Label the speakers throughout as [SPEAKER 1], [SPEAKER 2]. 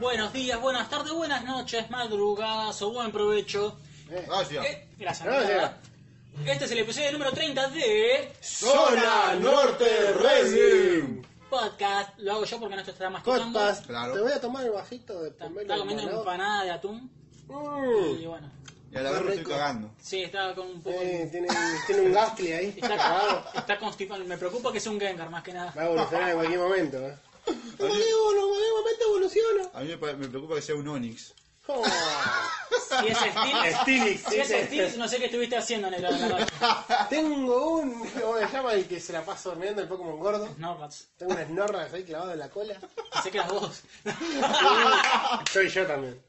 [SPEAKER 1] Buenos días, buenas tardes, buenas noches, madrugadas o buen provecho.
[SPEAKER 2] Gracias.
[SPEAKER 1] Eh, gracias.
[SPEAKER 2] Gracias.
[SPEAKER 1] Este es el episodio número 30 de
[SPEAKER 2] Zona Norte Racing.
[SPEAKER 1] Podcast. Lo hago yo porque Nacho está masticando.
[SPEAKER 3] Copas,
[SPEAKER 2] Claro.
[SPEAKER 3] te voy a tomar el bajito de
[SPEAKER 1] Está,
[SPEAKER 3] pomelo
[SPEAKER 1] está comiendo
[SPEAKER 3] limonado.
[SPEAKER 1] empanada de atún.
[SPEAKER 3] Mm.
[SPEAKER 1] Y bueno,
[SPEAKER 2] Y a la
[SPEAKER 3] Qué
[SPEAKER 2] vez me estoy
[SPEAKER 3] rico.
[SPEAKER 2] cagando.
[SPEAKER 1] sí, está con un poco.
[SPEAKER 3] Eh, tiene, tiene un gastli ahí.
[SPEAKER 1] Está, está constipado. Me preocupa que sea un Gengar más que
[SPEAKER 3] Va a
[SPEAKER 1] nada.
[SPEAKER 3] evolucionar en cualquier momento. ¿eh?
[SPEAKER 2] Oye.
[SPEAKER 3] Evoluciona, en cualquier momento evoluciona.
[SPEAKER 2] A mí me, pa- me preocupa que sea un Onix.
[SPEAKER 3] Oh.
[SPEAKER 1] Si es Steel,
[SPEAKER 3] Stilix,
[SPEAKER 1] si es
[SPEAKER 3] dice.
[SPEAKER 1] Steel, no sé qué estuviste haciendo, negro. la verdad.
[SPEAKER 3] Tengo un. ¿Cómo se llama el que se la pasa durmiendo el Pokémon gordo?
[SPEAKER 1] Snorlax.
[SPEAKER 3] Tengo unas norras ahí clavadas en la cola.
[SPEAKER 1] Sé que las vos.
[SPEAKER 3] Soy yo también.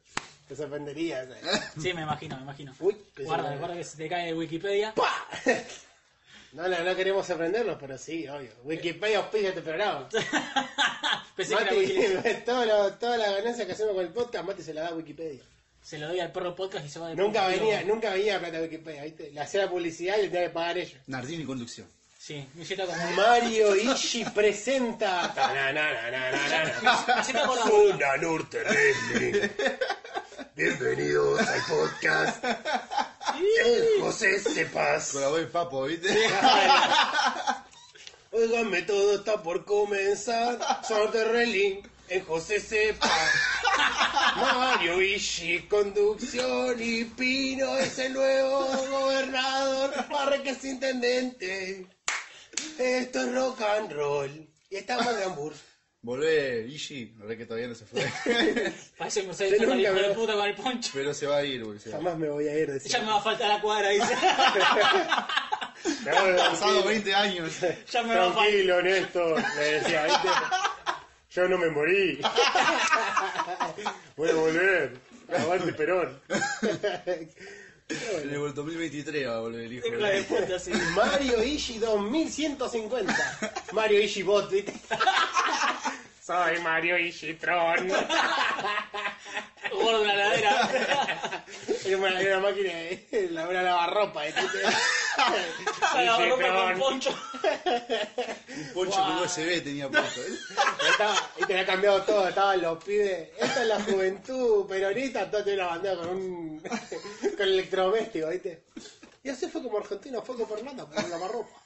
[SPEAKER 3] Te sorprendería. ¿sabes?
[SPEAKER 1] Sí, me imagino, me imagino.
[SPEAKER 3] Uy, qué
[SPEAKER 1] Guarda,
[SPEAKER 3] se-
[SPEAKER 1] guarda que se te cae de Wikipedia.
[SPEAKER 3] ¡Pah! No, no, no queremos sorprenderlos, pero sí, obvio. Wikipedia auspicia este programa.
[SPEAKER 1] Pensé que era Wikileaks.
[SPEAKER 3] Mati, todo lo- toda la ganancia que hacemos con el podcast, Mati se la da a Wikipedia.
[SPEAKER 1] Se lo doy al perro podcast y se va de
[SPEAKER 3] Nunca
[SPEAKER 1] puta,
[SPEAKER 3] venía,
[SPEAKER 1] tío.
[SPEAKER 3] nunca venía plata de Wikipedia, ¿viste? Le hacía la publicidad y le tenía que pagar ellos.
[SPEAKER 2] Nardini conducción.
[SPEAKER 1] Sí, Milleta con.
[SPEAKER 3] Mario Ishii presenta. Tanananananana.
[SPEAKER 1] Milleta con la boca.
[SPEAKER 4] Zona Norte Wrestling. Bienvenidos al podcast. El José Sepas.
[SPEAKER 2] Con la voz del papo, ¿viste?
[SPEAKER 3] Óigame, todo está por comenzar. Sorte Relling en José Sepa. Mario Ishii, conducción y Pino es el nuevo gobernador. Parques intendente. Esto es rock and roll. Y estamos en Hamburgo.
[SPEAKER 2] Volvé, Ishi. La verdad que todavía no se fue.
[SPEAKER 1] Parece que me sale
[SPEAKER 3] Yo
[SPEAKER 1] el
[SPEAKER 3] nunca
[SPEAKER 1] hijo de
[SPEAKER 3] veo.
[SPEAKER 1] puta con el poncho.
[SPEAKER 2] Pero se va a ir, güey. se va.
[SPEAKER 3] Jamás me voy a ir de
[SPEAKER 1] Ya me va a faltar la cuadra, dice.
[SPEAKER 3] Me voy a
[SPEAKER 2] Pasado 20 años.
[SPEAKER 1] Ya me va a faltar.
[SPEAKER 3] Tranquilo, Néstor, le decía, ¿viste? Yo no me morí. Voy a volver. Aguante Perón.
[SPEAKER 2] En el 2023 va a volver el hijo.
[SPEAKER 1] Hijo de puta, sí.
[SPEAKER 3] Mario Ishii 2150. Mario Ishii Bot, ¿viste? Soy Mario Ishii Tron.
[SPEAKER 1] Gordo en la ladera.
[SPEAKER 3] Era una, era una máquina de la- una lavarropa, ¿eh? ¿viste?
[SPEAKER 1] La lavarropa con
[SPEAKER 3] Tron.
[SPEAKER 1] poncho.
[SPEAKER 2] Un poncho con USB tenía puesto. ¿eh?
[SPEAKER 3] Estaba, y te había cambiado todo, estaban los pibes. Esta es la juventud peronista, todo tiene una bandera con un. con electrodoméstico, ¿viste? Y así fue como Argentina fue con Fernanda, con la marropa.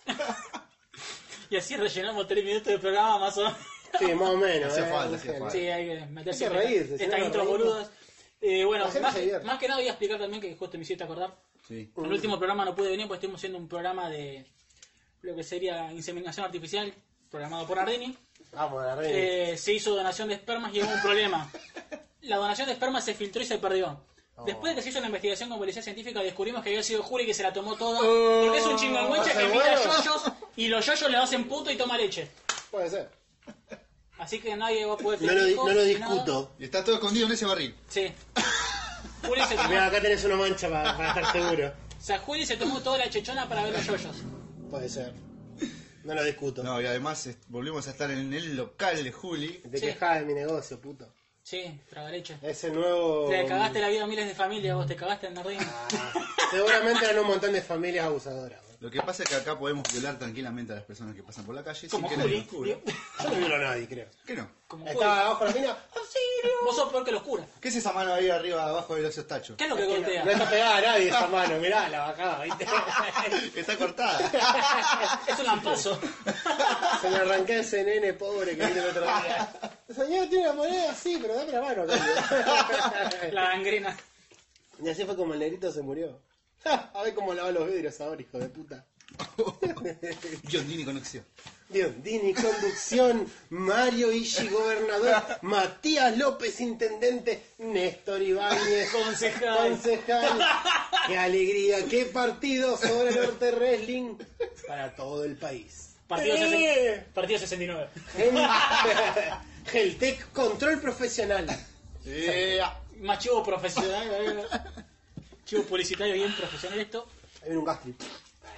[SPEAKER 1] Y así rellenamos tres minutos de programa más o menos.
[SPEAKER 3] Sí, más o menos.
[SPEAKER 2] Hacía
[SPEAKER 3] eh,
[SPEAKER 2] falta,
[SPEAKER 3] más
[SPEAKER 2] hacía
[SPEAKER 3] o menos.
[SPEAKER 2] falta.
[SPEAKER 1] Sí, hay que meterse
[SPEAKER 3] Hay que reírse,
[SPEAKER 1] en
[SPEAKER 3] si no
[SPEAKER 1] estas
[SPEAKER 3] nos
[SPEAKER 1] intros
[SPEAKER 3] reímos.
[SPEAKER 1] boludas. Eh, bueno,
[SPEAKER 3] La gente
[SPEAKER 1] más,
[SPEAKER 3] se divierte.
[SPEAKER 1] más que nada voy a explicar también que justo me hiciste acordar.
[SPEAKER 2] Sí.
[SPEAKER 1] El último programa no pude venir porque estuvimos haciendo un programa de lo que sería inseminación artificial programado por Ardini.
[SPEAKER 3] Vamos, la reina.
[SPEAKER 1] Eh, se hizo donación de espermas y hubo un problema. La donación de espermas se filtró y se perdió.
[SPEAKER 3] Oh.
[SPEAKER 1] Después de que se hizo la investigación con policía científica, descubrimos que había sido Juri que se la tomó toda.
[SPEAKER 3] Oh.
[SPEAKER 1] Porque es un chingüengüencha
[SPEAKER 3] ¿pasa
[SPEAKER 1] que mira
[SPEAKER 3] huevo?
[SPEAKER 1] yoyos y los yoyos le hacen puto y toma leche.
[SPEAKER 3] Puede ser.
[SPEAKER 1] Así que nadie va a poder
[SPEAKER 3] No
[SPEAKER 1] tener
[SPEAKER 3] lo, di-
[SPEAKER 1] hijos,
[SPEAKER 3] no lo
[SPEAKER 1] ni nada.
[SPEAKER 3] discuto.
[SPEAKER 2] Y está todo escondido en ese barril.
[SPEAKER 1] Sí. Juli se tomó,
[SPEAKER 3] Mira, acá tenés una mancha para, para estar seguro.
[SPEAKER 1] o sea, Juli se tomó toda la chechona para ver los yoyos.
[SPEAKER 3] Puede ser. No lo discuto.
[SPEAKER 2] No, y además eh, volvimos a estar en el local de Juli.
[SPEAKER 3] Te
[SPEAKER 1] Sí.
[SPEAKER 3] quejás de mi negocio, puto.
[SPEAKER 1] Sí, traga leche.
[SPEAKER 3] Ese nuevo.
[SPEAKER 1] Le cagaste la vida a miles de familias, vos te cagaste en Nardín.
[SPEAKER 3] Ah, Seguramente eran un montón de familias abusadoras. boludo.
[SPEAKER 2] Lo que pasa es que acá podemos violar tranquilamente a las personas que pasan por la calle
[SPEAKER 1] Como
[SPEAKER 2] sin que nadie
[SPEAKER 1] Juli.
[SPEAKER 2] nos cubra.
[SPEAKER 1] digo,
[SPEAKER 3] Yo no violo a nadie, creo.
[SPEAKER 2] ¿Qué no?
[SPEAKER 1] Como Juli.
[SPEAKER 3] Estaba abajo la mina. "Oh,
[SPEAKER 1] Vos sos peor que los curas.
[SPEAKER 2] ¿Qué es esa mano ahí arriba, abajo de los tachos?
[SPEAKER 1] ¿Qué es lo que
[SPEAKER 3] No
[SPEAKER 1] golpea?
[SPEAKER 3] está pegada a nadie esa mano, mirá, la bajaba, ¿viste?
[SPEAKER 2] Está cortada.
[SPEAKER 1] Es un lampazo.
[SPEAKER 3] Se le arranqué a ese nene pobre que vino el otro día. Señor, tiene una moneda, sí, pero dame la mano. cambio.
[SPEAKER 1] La gangrena.
[SPEAKER 3] y así fue como el negrito se murió. Ja, a ver cómo lava los vidrios ahora, hijo de puta.
[SPEAKER 2] John Dini conexión.
[SPEAKER 3] Diondini, conducción, Mario Ishi, gobernador, Matías López, intendente, Néstor Ibáñez,
[SPEAKER 1] Concejal.
[SPEAKER 3] concejal. Qué alegría, qué partido sobre el Norte Wrestling para todo el país.
[SPEAKER 1] Partido,
[SPEAKER 3] ¡Eh!
[SPEAKER 1] 60 partido 69.
[SPEAKER 3] Geltec Control Profesional.
[SPEAKER 2] Eh, ah.
[SPEAKER 1] Más chivo profesional. eh. Chivo publicitario bien profesional esto.
[SPEAKER 3] Ahí viene un gastri.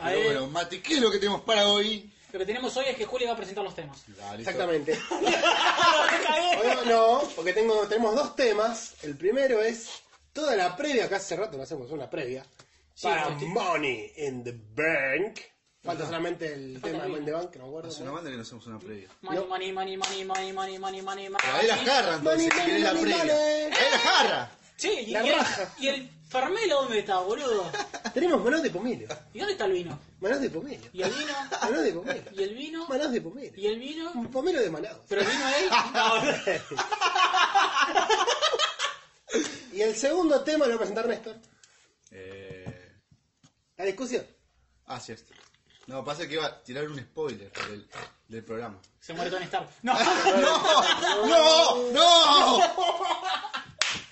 [SPEAKER 1] Ahí-
[SPEAKER 2] Pero bueno, Mati, ¿qué es lo que tenemos para hoy?
[SPEAKER 1] Lo que tenemos hoy es que Juli va a presentar los temas.
[SPEAKER 2] Ah, listo.
[SPEAKER 3] Exactamente. Hoy no, porque tengo, tenemos dos temas. El primero es toda la previa, que hace rato no hacemos una previa.
[SPEAKER 1] Sí,
[SPEAKER 3] Para
[SPEAKER 1] estoy-
[SPEAKER 3] Money in the Bank. Falta solamente el
[SPEAKER 1] Falta Ah,
[SPEAKER 3] tema de
[SPEAKER 1] el
[SPEAKER 3] Money in the Bank, que no me acuerdo.
[SPEAKER 2] Hace una banda que nos hacemos una previa.
[SPEAKER 1] Money,
[SPEAKER 3] No.
[SPEAKER 1] money, money, money, money, money, money, money, money.
[SPEAKER 2] Pero ahí las jarra, entonces,
[SPEAKER 3] Mani,
[SPEAKER 2] si querés la
[SPEAKER 3] mani,
[SPEAKER 2] previa.
[SPEAKER 3] mani.
[SPEAKER 2] Ahí las jarra.
[SPEAKER 1] Sí, y,
[SPEAKER 3] La
[SPEAKER 1] y el,
[SPEAKER 3] raja.
[SPEAKER 1] y el Farmelo, ¿dónde está, boludo?
[SPEAKER 3] Tenemos manos de pomelo.
[SPEAKER 1] ¿Y dónde está el vino?
[SPEAKER 3] Manos de pomelo.
[SPEAKER 1] ¿Y el vino?
[SPEAKER 3] Manos de pomelo.
[SPEAKER 1] ¿Y el vino?
[SPEAKER 3] Manos de pomelo.
[SPEAKER 1] ¿Y el vino?
[SPEAKER 3] Un pomelo de Manaus.
[SPEAKER 1] ¿Pero el vino él?
[SPEAKER 3] Y el segundo tema lo va a presentar Néstor.
[SPEAKER 2] Eh...
[SPEAKER 3] La discusión.
[SPEAKER 2] Ah, cierto. No, pasa que iba a tirar un spoiler del, del programa.
[SPEAKER 1] Se muere Tony Stark. No,
[SPEAKER 2] ¡No! ¡No!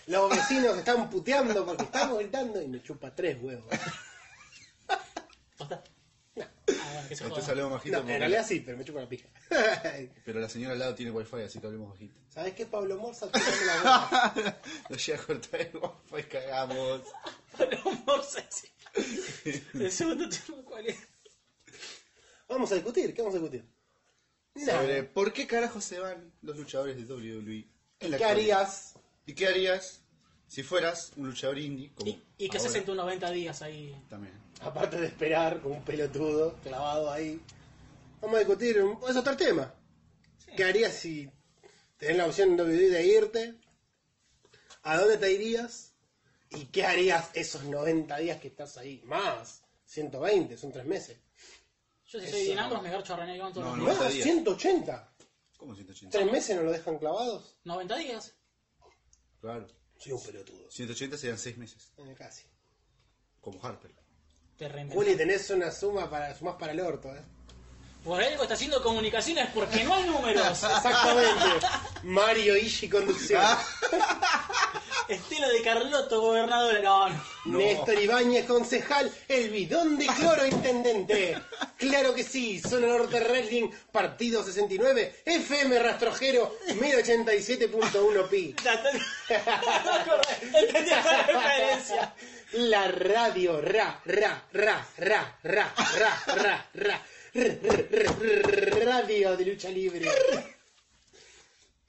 [SPEAKER 3] Los vecinos están puteando porque estamos gritando y nos chupa tres huevos.
[SPEAKER 1] posta. Ah, bueno, que se
[SPEAKER 2] Entonces
[SPEAKER 1] joda.
[SPEAKER 2] hablemos bajito.
[SPEAKER 3] No, en
[SPEAKER 2] porque-
[SPEAKER 3] realidad sí, pero me chupa la pija.
[SPEAKER 2] Pero la señora al lado tiene wifi, así que hablemos bajito.
[SPEAKER 3] ¿Sabes qué, Pablo Morza? Chupame la boca.
[SPEAKER 2] Lo llega a cortar el wifi, cagamos.
[SPEAKER 1] Pero Morse, sí. El segundo tema, ¿cuál es?
[SPEAKER 3] Vamos a discutir, ¿qué vamos a discutir? Nada.
[SPEAKER 2] Sobre por qué carajo se van los luchadores de WWE. en la
[SPEAKER 3] ¿Qué
[SPEAKER 2] actualidad.
[SPEAKER 3] harías?
[SPEAKER 2] ¿Y qué harías si fueras un luchador indie? Como
[SPEAKER 1] ¿Y, y qué
[SPEAKER 2] ahora
[SPEAKER 1] haces en tus 90 días ahí?
[SPEAKER 2] También.
[SPEAKER 3] Aparte de esperar con un pelotudo clavado ahí. Vamos a discutir, un- es otro tema. ¿Qué harías si tenés la opción de vivir de irte? ¿A dónde te irías? ¿Y qué harías esos 90 días que estás ahí? Más, 120, son tres meses.
[SPEAKER 1] Yo si soy
[SPEAKER 3] Eso.
[SPEAKER 1] Dean Ambrose me garcho a René León todos
[SPEAKER 2] No,
[SPEAKER 1] los
[SPEAKER 2] no.
[SPEAKER 1] días.
[SPEAKER 3] Más,
[SPEAKER 2] 90 días.
[SPEAKER 3] 180.
[SPEAKER 2] ¿Cómo 180?
[SPEAKER 3] ¿Tres meses no lo dejan clavados?
[SPEAKER 1] 90 días.
[SPEAKER 2] Claro.
[SPEAKER 3] Soy un pelotudo.
[SPEAKER 2] 180 serían 6 meses.
[SPEAKER 3] Eh, Casi.
[SPEAKER 2] Como Harper.
[SPEAKER 1] Te reinventas.
[SPEAKER 3] Juli, tenés una suma para sumás para el orto, ¿eh?
[SPEAKER 1] Por algo está haciendo comunicaciones porque no hay números.
[SPEAKER 3] Exactamente. Mario Ishii conducción.
[SPEAKER 1] Estilo de Carlotto, gobernador. No, no.
[SPEAKER 2] No.
[SPEAKER 3] Néstor Ibáñez, concejal, el bidón de cloro, intendente. Claro que sí, Zona Norte Wrestling, Partido 69, FM Rastrojero, 1087.1 Pi.
[SPEAKER 1] Ya te- No acordé. Entendí la referencia.
[SPEAKER 3] La radio, ra, ra, ra, ra, ra, ra, ra, ra, r- r- r- radio de lucha libre.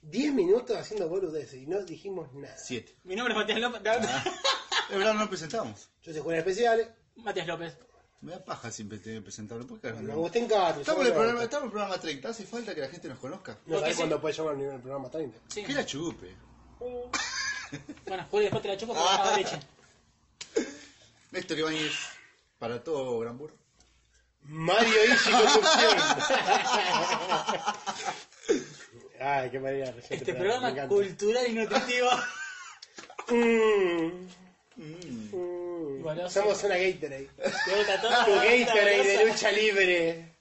[SPEAKER 3] Diez minutos haciendo boludeces y no dijimos nada.
[SPEAKER 2] 7.
[SPEAKER 1] Mi nombre es Matías López.
[SPEAKER 2] De verdad no lo presentamos.
[SPEAKER 3] Yo soy Juan Especiales,
[SPEAKER 1] Matías López.
[SPEAKER 2] Me da paja siempre tener que presentarlo. ¿Por qué?
[SPEAKER 3] me gusta en Castro.
[SPEAKER 2] Estamos en, el programa, estamos en el programa 30, hace falta que la gente nos conozca.
[SPEAKER 3] No
[SPEAKER 1] Porque
[SPEAKER 3] sabés
[SPEAKER 1] sí.
[SPEAKER 3] cuándo puede llegar al nivel del programa 30.
[SPEAKER 1] Sí.
[SPEAKER 2] Que la chupe.
[SPEAKER 1] Bueno, Juli, después te la chupo porque la leche.
[SPEAKER 2] Néstor Ibáñez, para todo Gran Burro.
[SPEAKER 3] Mario Ishii Conducción. Ay, qué manera. de
[SPEAKER 1] Este
[SPEAKER 3] presentar, me
[SPEAKER 1] programa
[SPEAKER 3] encanta.
[SPEAKER 1] cultural y nutritivo.
[SPEAKER 3] Mm. Mm.
[SPEAKER 1] Goloso.
[SPEAKER 3] Somos una Gatorade.
[SPEAKER 1] Te gusta todo.
[SPEAKER 3] Tu Gatorade
[SPEAKER 1] Goloso.
[SPEAKER 3] de lucha libre.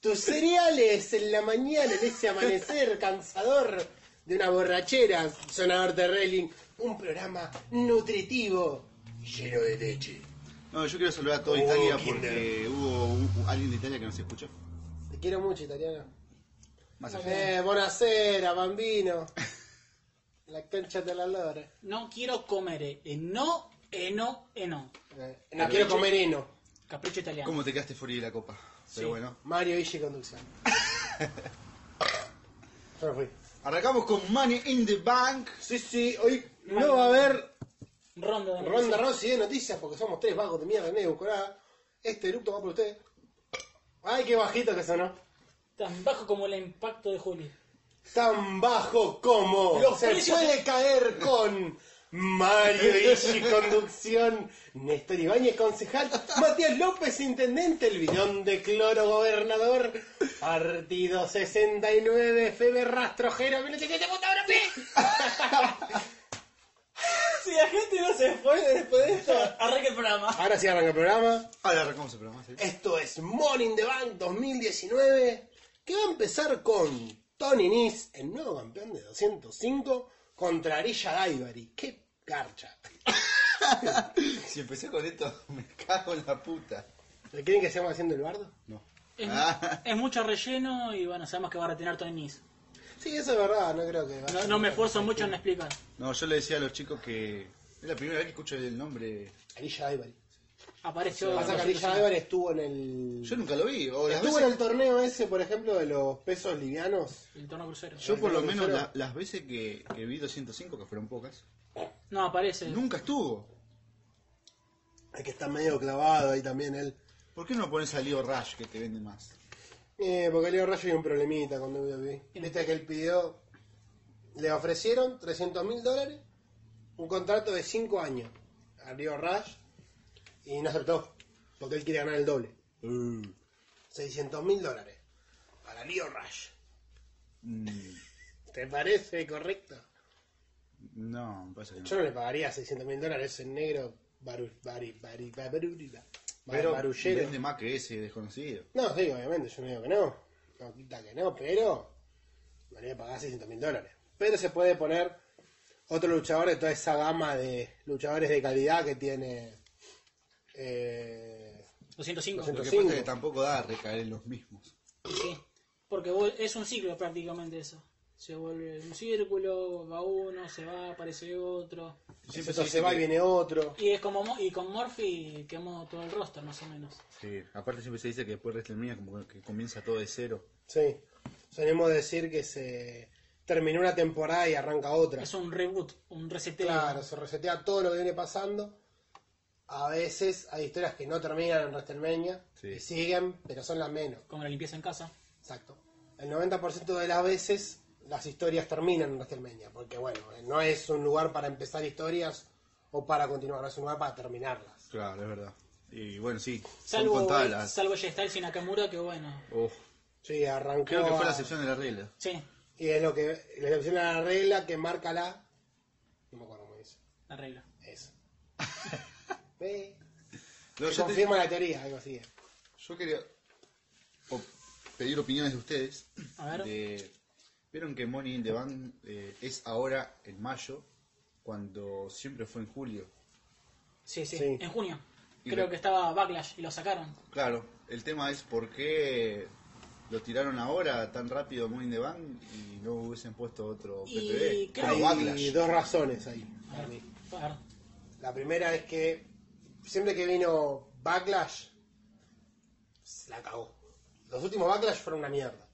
[SPEAKER 3] Tus cereales en la mañana, en ese amanecer cansador de una borrachera, sonador de railing. Un programa nutritivo.
[SPEAKER 4] Lleno de leche.
[SPEAKER 2] No, yo quiero saludar a toda
[SPEAKER 4] Oh,
[SPEAKER 2] Italia
[SPEAKER 4] Kinder.
[SPEAKER 2] porque hubo un- alguien de Italia que nos escuchó.
[SPEAKER 3] Te quiero mucho, italiano.
[SPEAKER 2] Más allá.
[SPEAKER 3] Eh, buonasera, bambino. La concha de la lora.
[SPEAKER 1] No quiero comer. eh, No, eh, no, eh, no.
[SPEAKER 3] Eh, no quiero comer heno.
[SPEAKER 1] Capricho italiano.
[SPEAKER 2] ¿Cómo te quedaste fuera de la copa? Pero
[SPEAKER 1] Sí.
[SPEAKER 2] bueno.
[SPEAKER 3] Mario Ishi conducción. Yo me fui.
[SPEAKER 2] Arrancamos con Money in the Bank.
[SPEAKER 3] Sí, sí, hoy no va a haber
[SPEAKER 1] Ronda de
[SPEAKER 3] ronda Rossi de noticias porque somos tres vagos de mierda, negro, corá. Este eructo va por usted. Ay, qué bajito que sonó.
[SPEAKER 1] Tan bajo como el impacto de Juli.
[SPEAKER 3] Tan bajo como
[SPEAKER 1] Los
[SPEAKER 3] se
[SPEAKER 1] precios-
[SPEAKER 3] puede caer con Mario Ishi conducción, Néstor Ibáñez concejal, Matías López intendente, el bidón de cloro gobernador, partido 69 FM rastrojero, 1770.1 pi.
[SPEAKER 1] Si la gente no se fue después de esto, arranca el programa.
[SPEAKER 3] Ahora sí arranca el programa.
[SPEAKER 2] Ahora arrancamos el programa. ¿sí?
[SPEAKER 3] Esto es Morning the Bank 2019, que va a empezar con Tony Nis, el nuevo campeón de 205, contra Arilla Daivari. ¡Qué garcha!
[SPEAKER 2] Si empecé con esto, me cago en la puta.
[SPEAKER 3] ¿Le quieren que seamos haciendo el bardo?
[SPEAKER 2] No.
[SPEAKER 1] Es,
[SPEAKER 2] Ah,
[SPEAKER 1] es mucho relleno y bueno, sabemos que va a retener Tony Nese.
[SPEAKER 3] Sí, eso es verdad, no creo que...
[SPEAKER 1] No, no me esfuerzo mucho en explicar.
[SPEAKER 2] no, yo le decía a los chicos que es la primera vez que escucho el nombre.
[SPEAKER 3] Arilla Daivari.
[SPEAKER 1] apareció.
[SPEAKER 3] Pasa que Alicia Álvarez estuvo en el.
[SPEAKER 2] Yo nunca lo vi. O las
[SPEAKER 3] Estuvo
[SPEAKER 2] veces-
[SPEAKER 3] en el torneo ese, por ejemplo, de los pesos livianos.
[SPEAKER 1] El tono crucero.
[SPEAKER 2] Yo por lo
[SPEAKER 3] Pero-
[SPEAKER 2] menos la- las veces que, que vi 205, que fueron pocas,
[SPEAKER 1] No, aparece.
[SPEAKER 2] nunca estuvo.
[SPEAKER 3] Es que está medio clavado ahí también él.
[SPEAKER 2] ¿Por qué no pones a Leo Rush que te vende más?
[SPEAKER 3] Eh, porque Leo Rayo hay un problemita con WWE. Viste que él pidió. Le ofrecieron 300 mil dólares, un contrato de 5 años a Leo Rush y no aceptó, porque él quiere ganar el doble. 600 mil dólares para Leo Rush.
[SPEAKER 2] Mm,
[SPEAKER 3] ¿Te parece correcto?
[SPEAKER 2] no, me parece que no.
[SPEAKER 3] Yo no le pagaría 600 mil dólares en negro baru, bari, bari, baruri- ba-
[SPEAKER 2] pero
[SPEAKER 3] barullero.
[SPEAKER 2] vende más que ese desconocido.
[SPEAKER 3] No, sí, obviamente, yo no digo que no. No quita que no, pero no le voy a pagar 600 ah, mil dólares. Pero se puede poner otro luchador de toda esa gama de luchadores de calidad que tiene. Eh,
[SPEAKER 1] 205.
[SPEAKER 2] Lo que
[SPEAKER 3] 205.
[SPEAKER 2] pasa es que tampoco da a recaer en los mismos.
[SPEAKER 1] Sí. Porque vol- es un ciclo prácticamente eso. Se vuelve un círculo, va uno, se va, aparece otro.
[SPEAKER 2] Siempre
[SPEAKER 3] entonces
[SPEAKER 2] se
[SPEAKER 3] se va y
[SPEAKER 2] dice
[SPEAKER 3] viene otro.
[SPEAKER 1] Y es como Mo- y con Morphy quemó todo el roster más o menos.
[SPEAKER 2] que- sí, aparte siempre se dice que después de WrestleMania como que comienza todo de cero.
[SPEAKER 3] Sí. Solemos decir que se terminó una temporada y arranca otra.
[SPEAKER 1] Es un reboot, un reseteo.
[SPEAKER 3] Claro, se resetea todo lo que viene pasando. A veces hay historias que no terminan en WrestleMania
[SPEAKER 2] Sí.
[SPEAKER 3] y siguen, pero son las menos.
[SPEAKER 1] Como la limpieza en casa.
[SPEAKER 3] Exacto. El 90% de las veces las historias terminan en WrestleMania, porque bueno, no es un lugar para empezar historias o para continuar, es un lugar para terminarlas.
[SPEAKER 2] Claro, es verdad. Y bueno, sí, son
[SPEAKER 1] Salvo,
[SPEAKER 2] contadas las...
[SPEAKER 1] salvo Jay Styles y Nakamura, que bueno.
[SPEAKER 2] Oh,
[SPEAKER 3] Sí, arrancó.
[SPEAKER 2] creo que fue la
[SPEAKER 3] a-
[SPEAKER 2] excepción de la regla.
[SPEAKER 1] Sí,
[SPEAKER 3] Y es lo que. La excepción a la regla que marca la. No me acuerdo cómo dice.
[SPEAKER 1] la regla.
[SPEAKER 3] Eso. Ve,
[SPEAKER 2] No,
[SPEAKER 3] que
[SPEAKER 2] yo, te-
[SPEAKER 3] confirma la teoría, algo así.
[SPEAKER 2] yo quería op- pedir opiniones de ustedes.
[SPEAKER 1] A ver.
[SPEAKER 2] de- Vieron que Money in the Bank eh, es ahora en mayo, cuando siempre fue en julio.
[SPEAKER 1] Sí, sí,
[SPEAKER 3] Sí.
[SPEAKER 1] en junio.
[SPEAKER 2] Y
[SPEAKER 1] Creo
[SPEAKER 2] lo-
[SPEAKER 1] que estaba Backlash y lo sacaron.
[SPEAKER 2] Claro, el tema es por qué lo tiraron ahora tan rápido Money in the Bank y no hubiesen puesto otro E,
[SPEAKER 1] Y creo-
[SPEAKER 2] PPV. Pero
[SPEAKER 1] Hay-
[SPEAKER 3] Hay
[SPEAKER 2] Backlash.
[SPEAKER 3] dos razones ahí para mí.
[SPEAKER 1] A ver.
[SPEAKER 3] La primera es que siempre que vino Backlash, se la cagó. Los últimos Backlash fueron una mierda.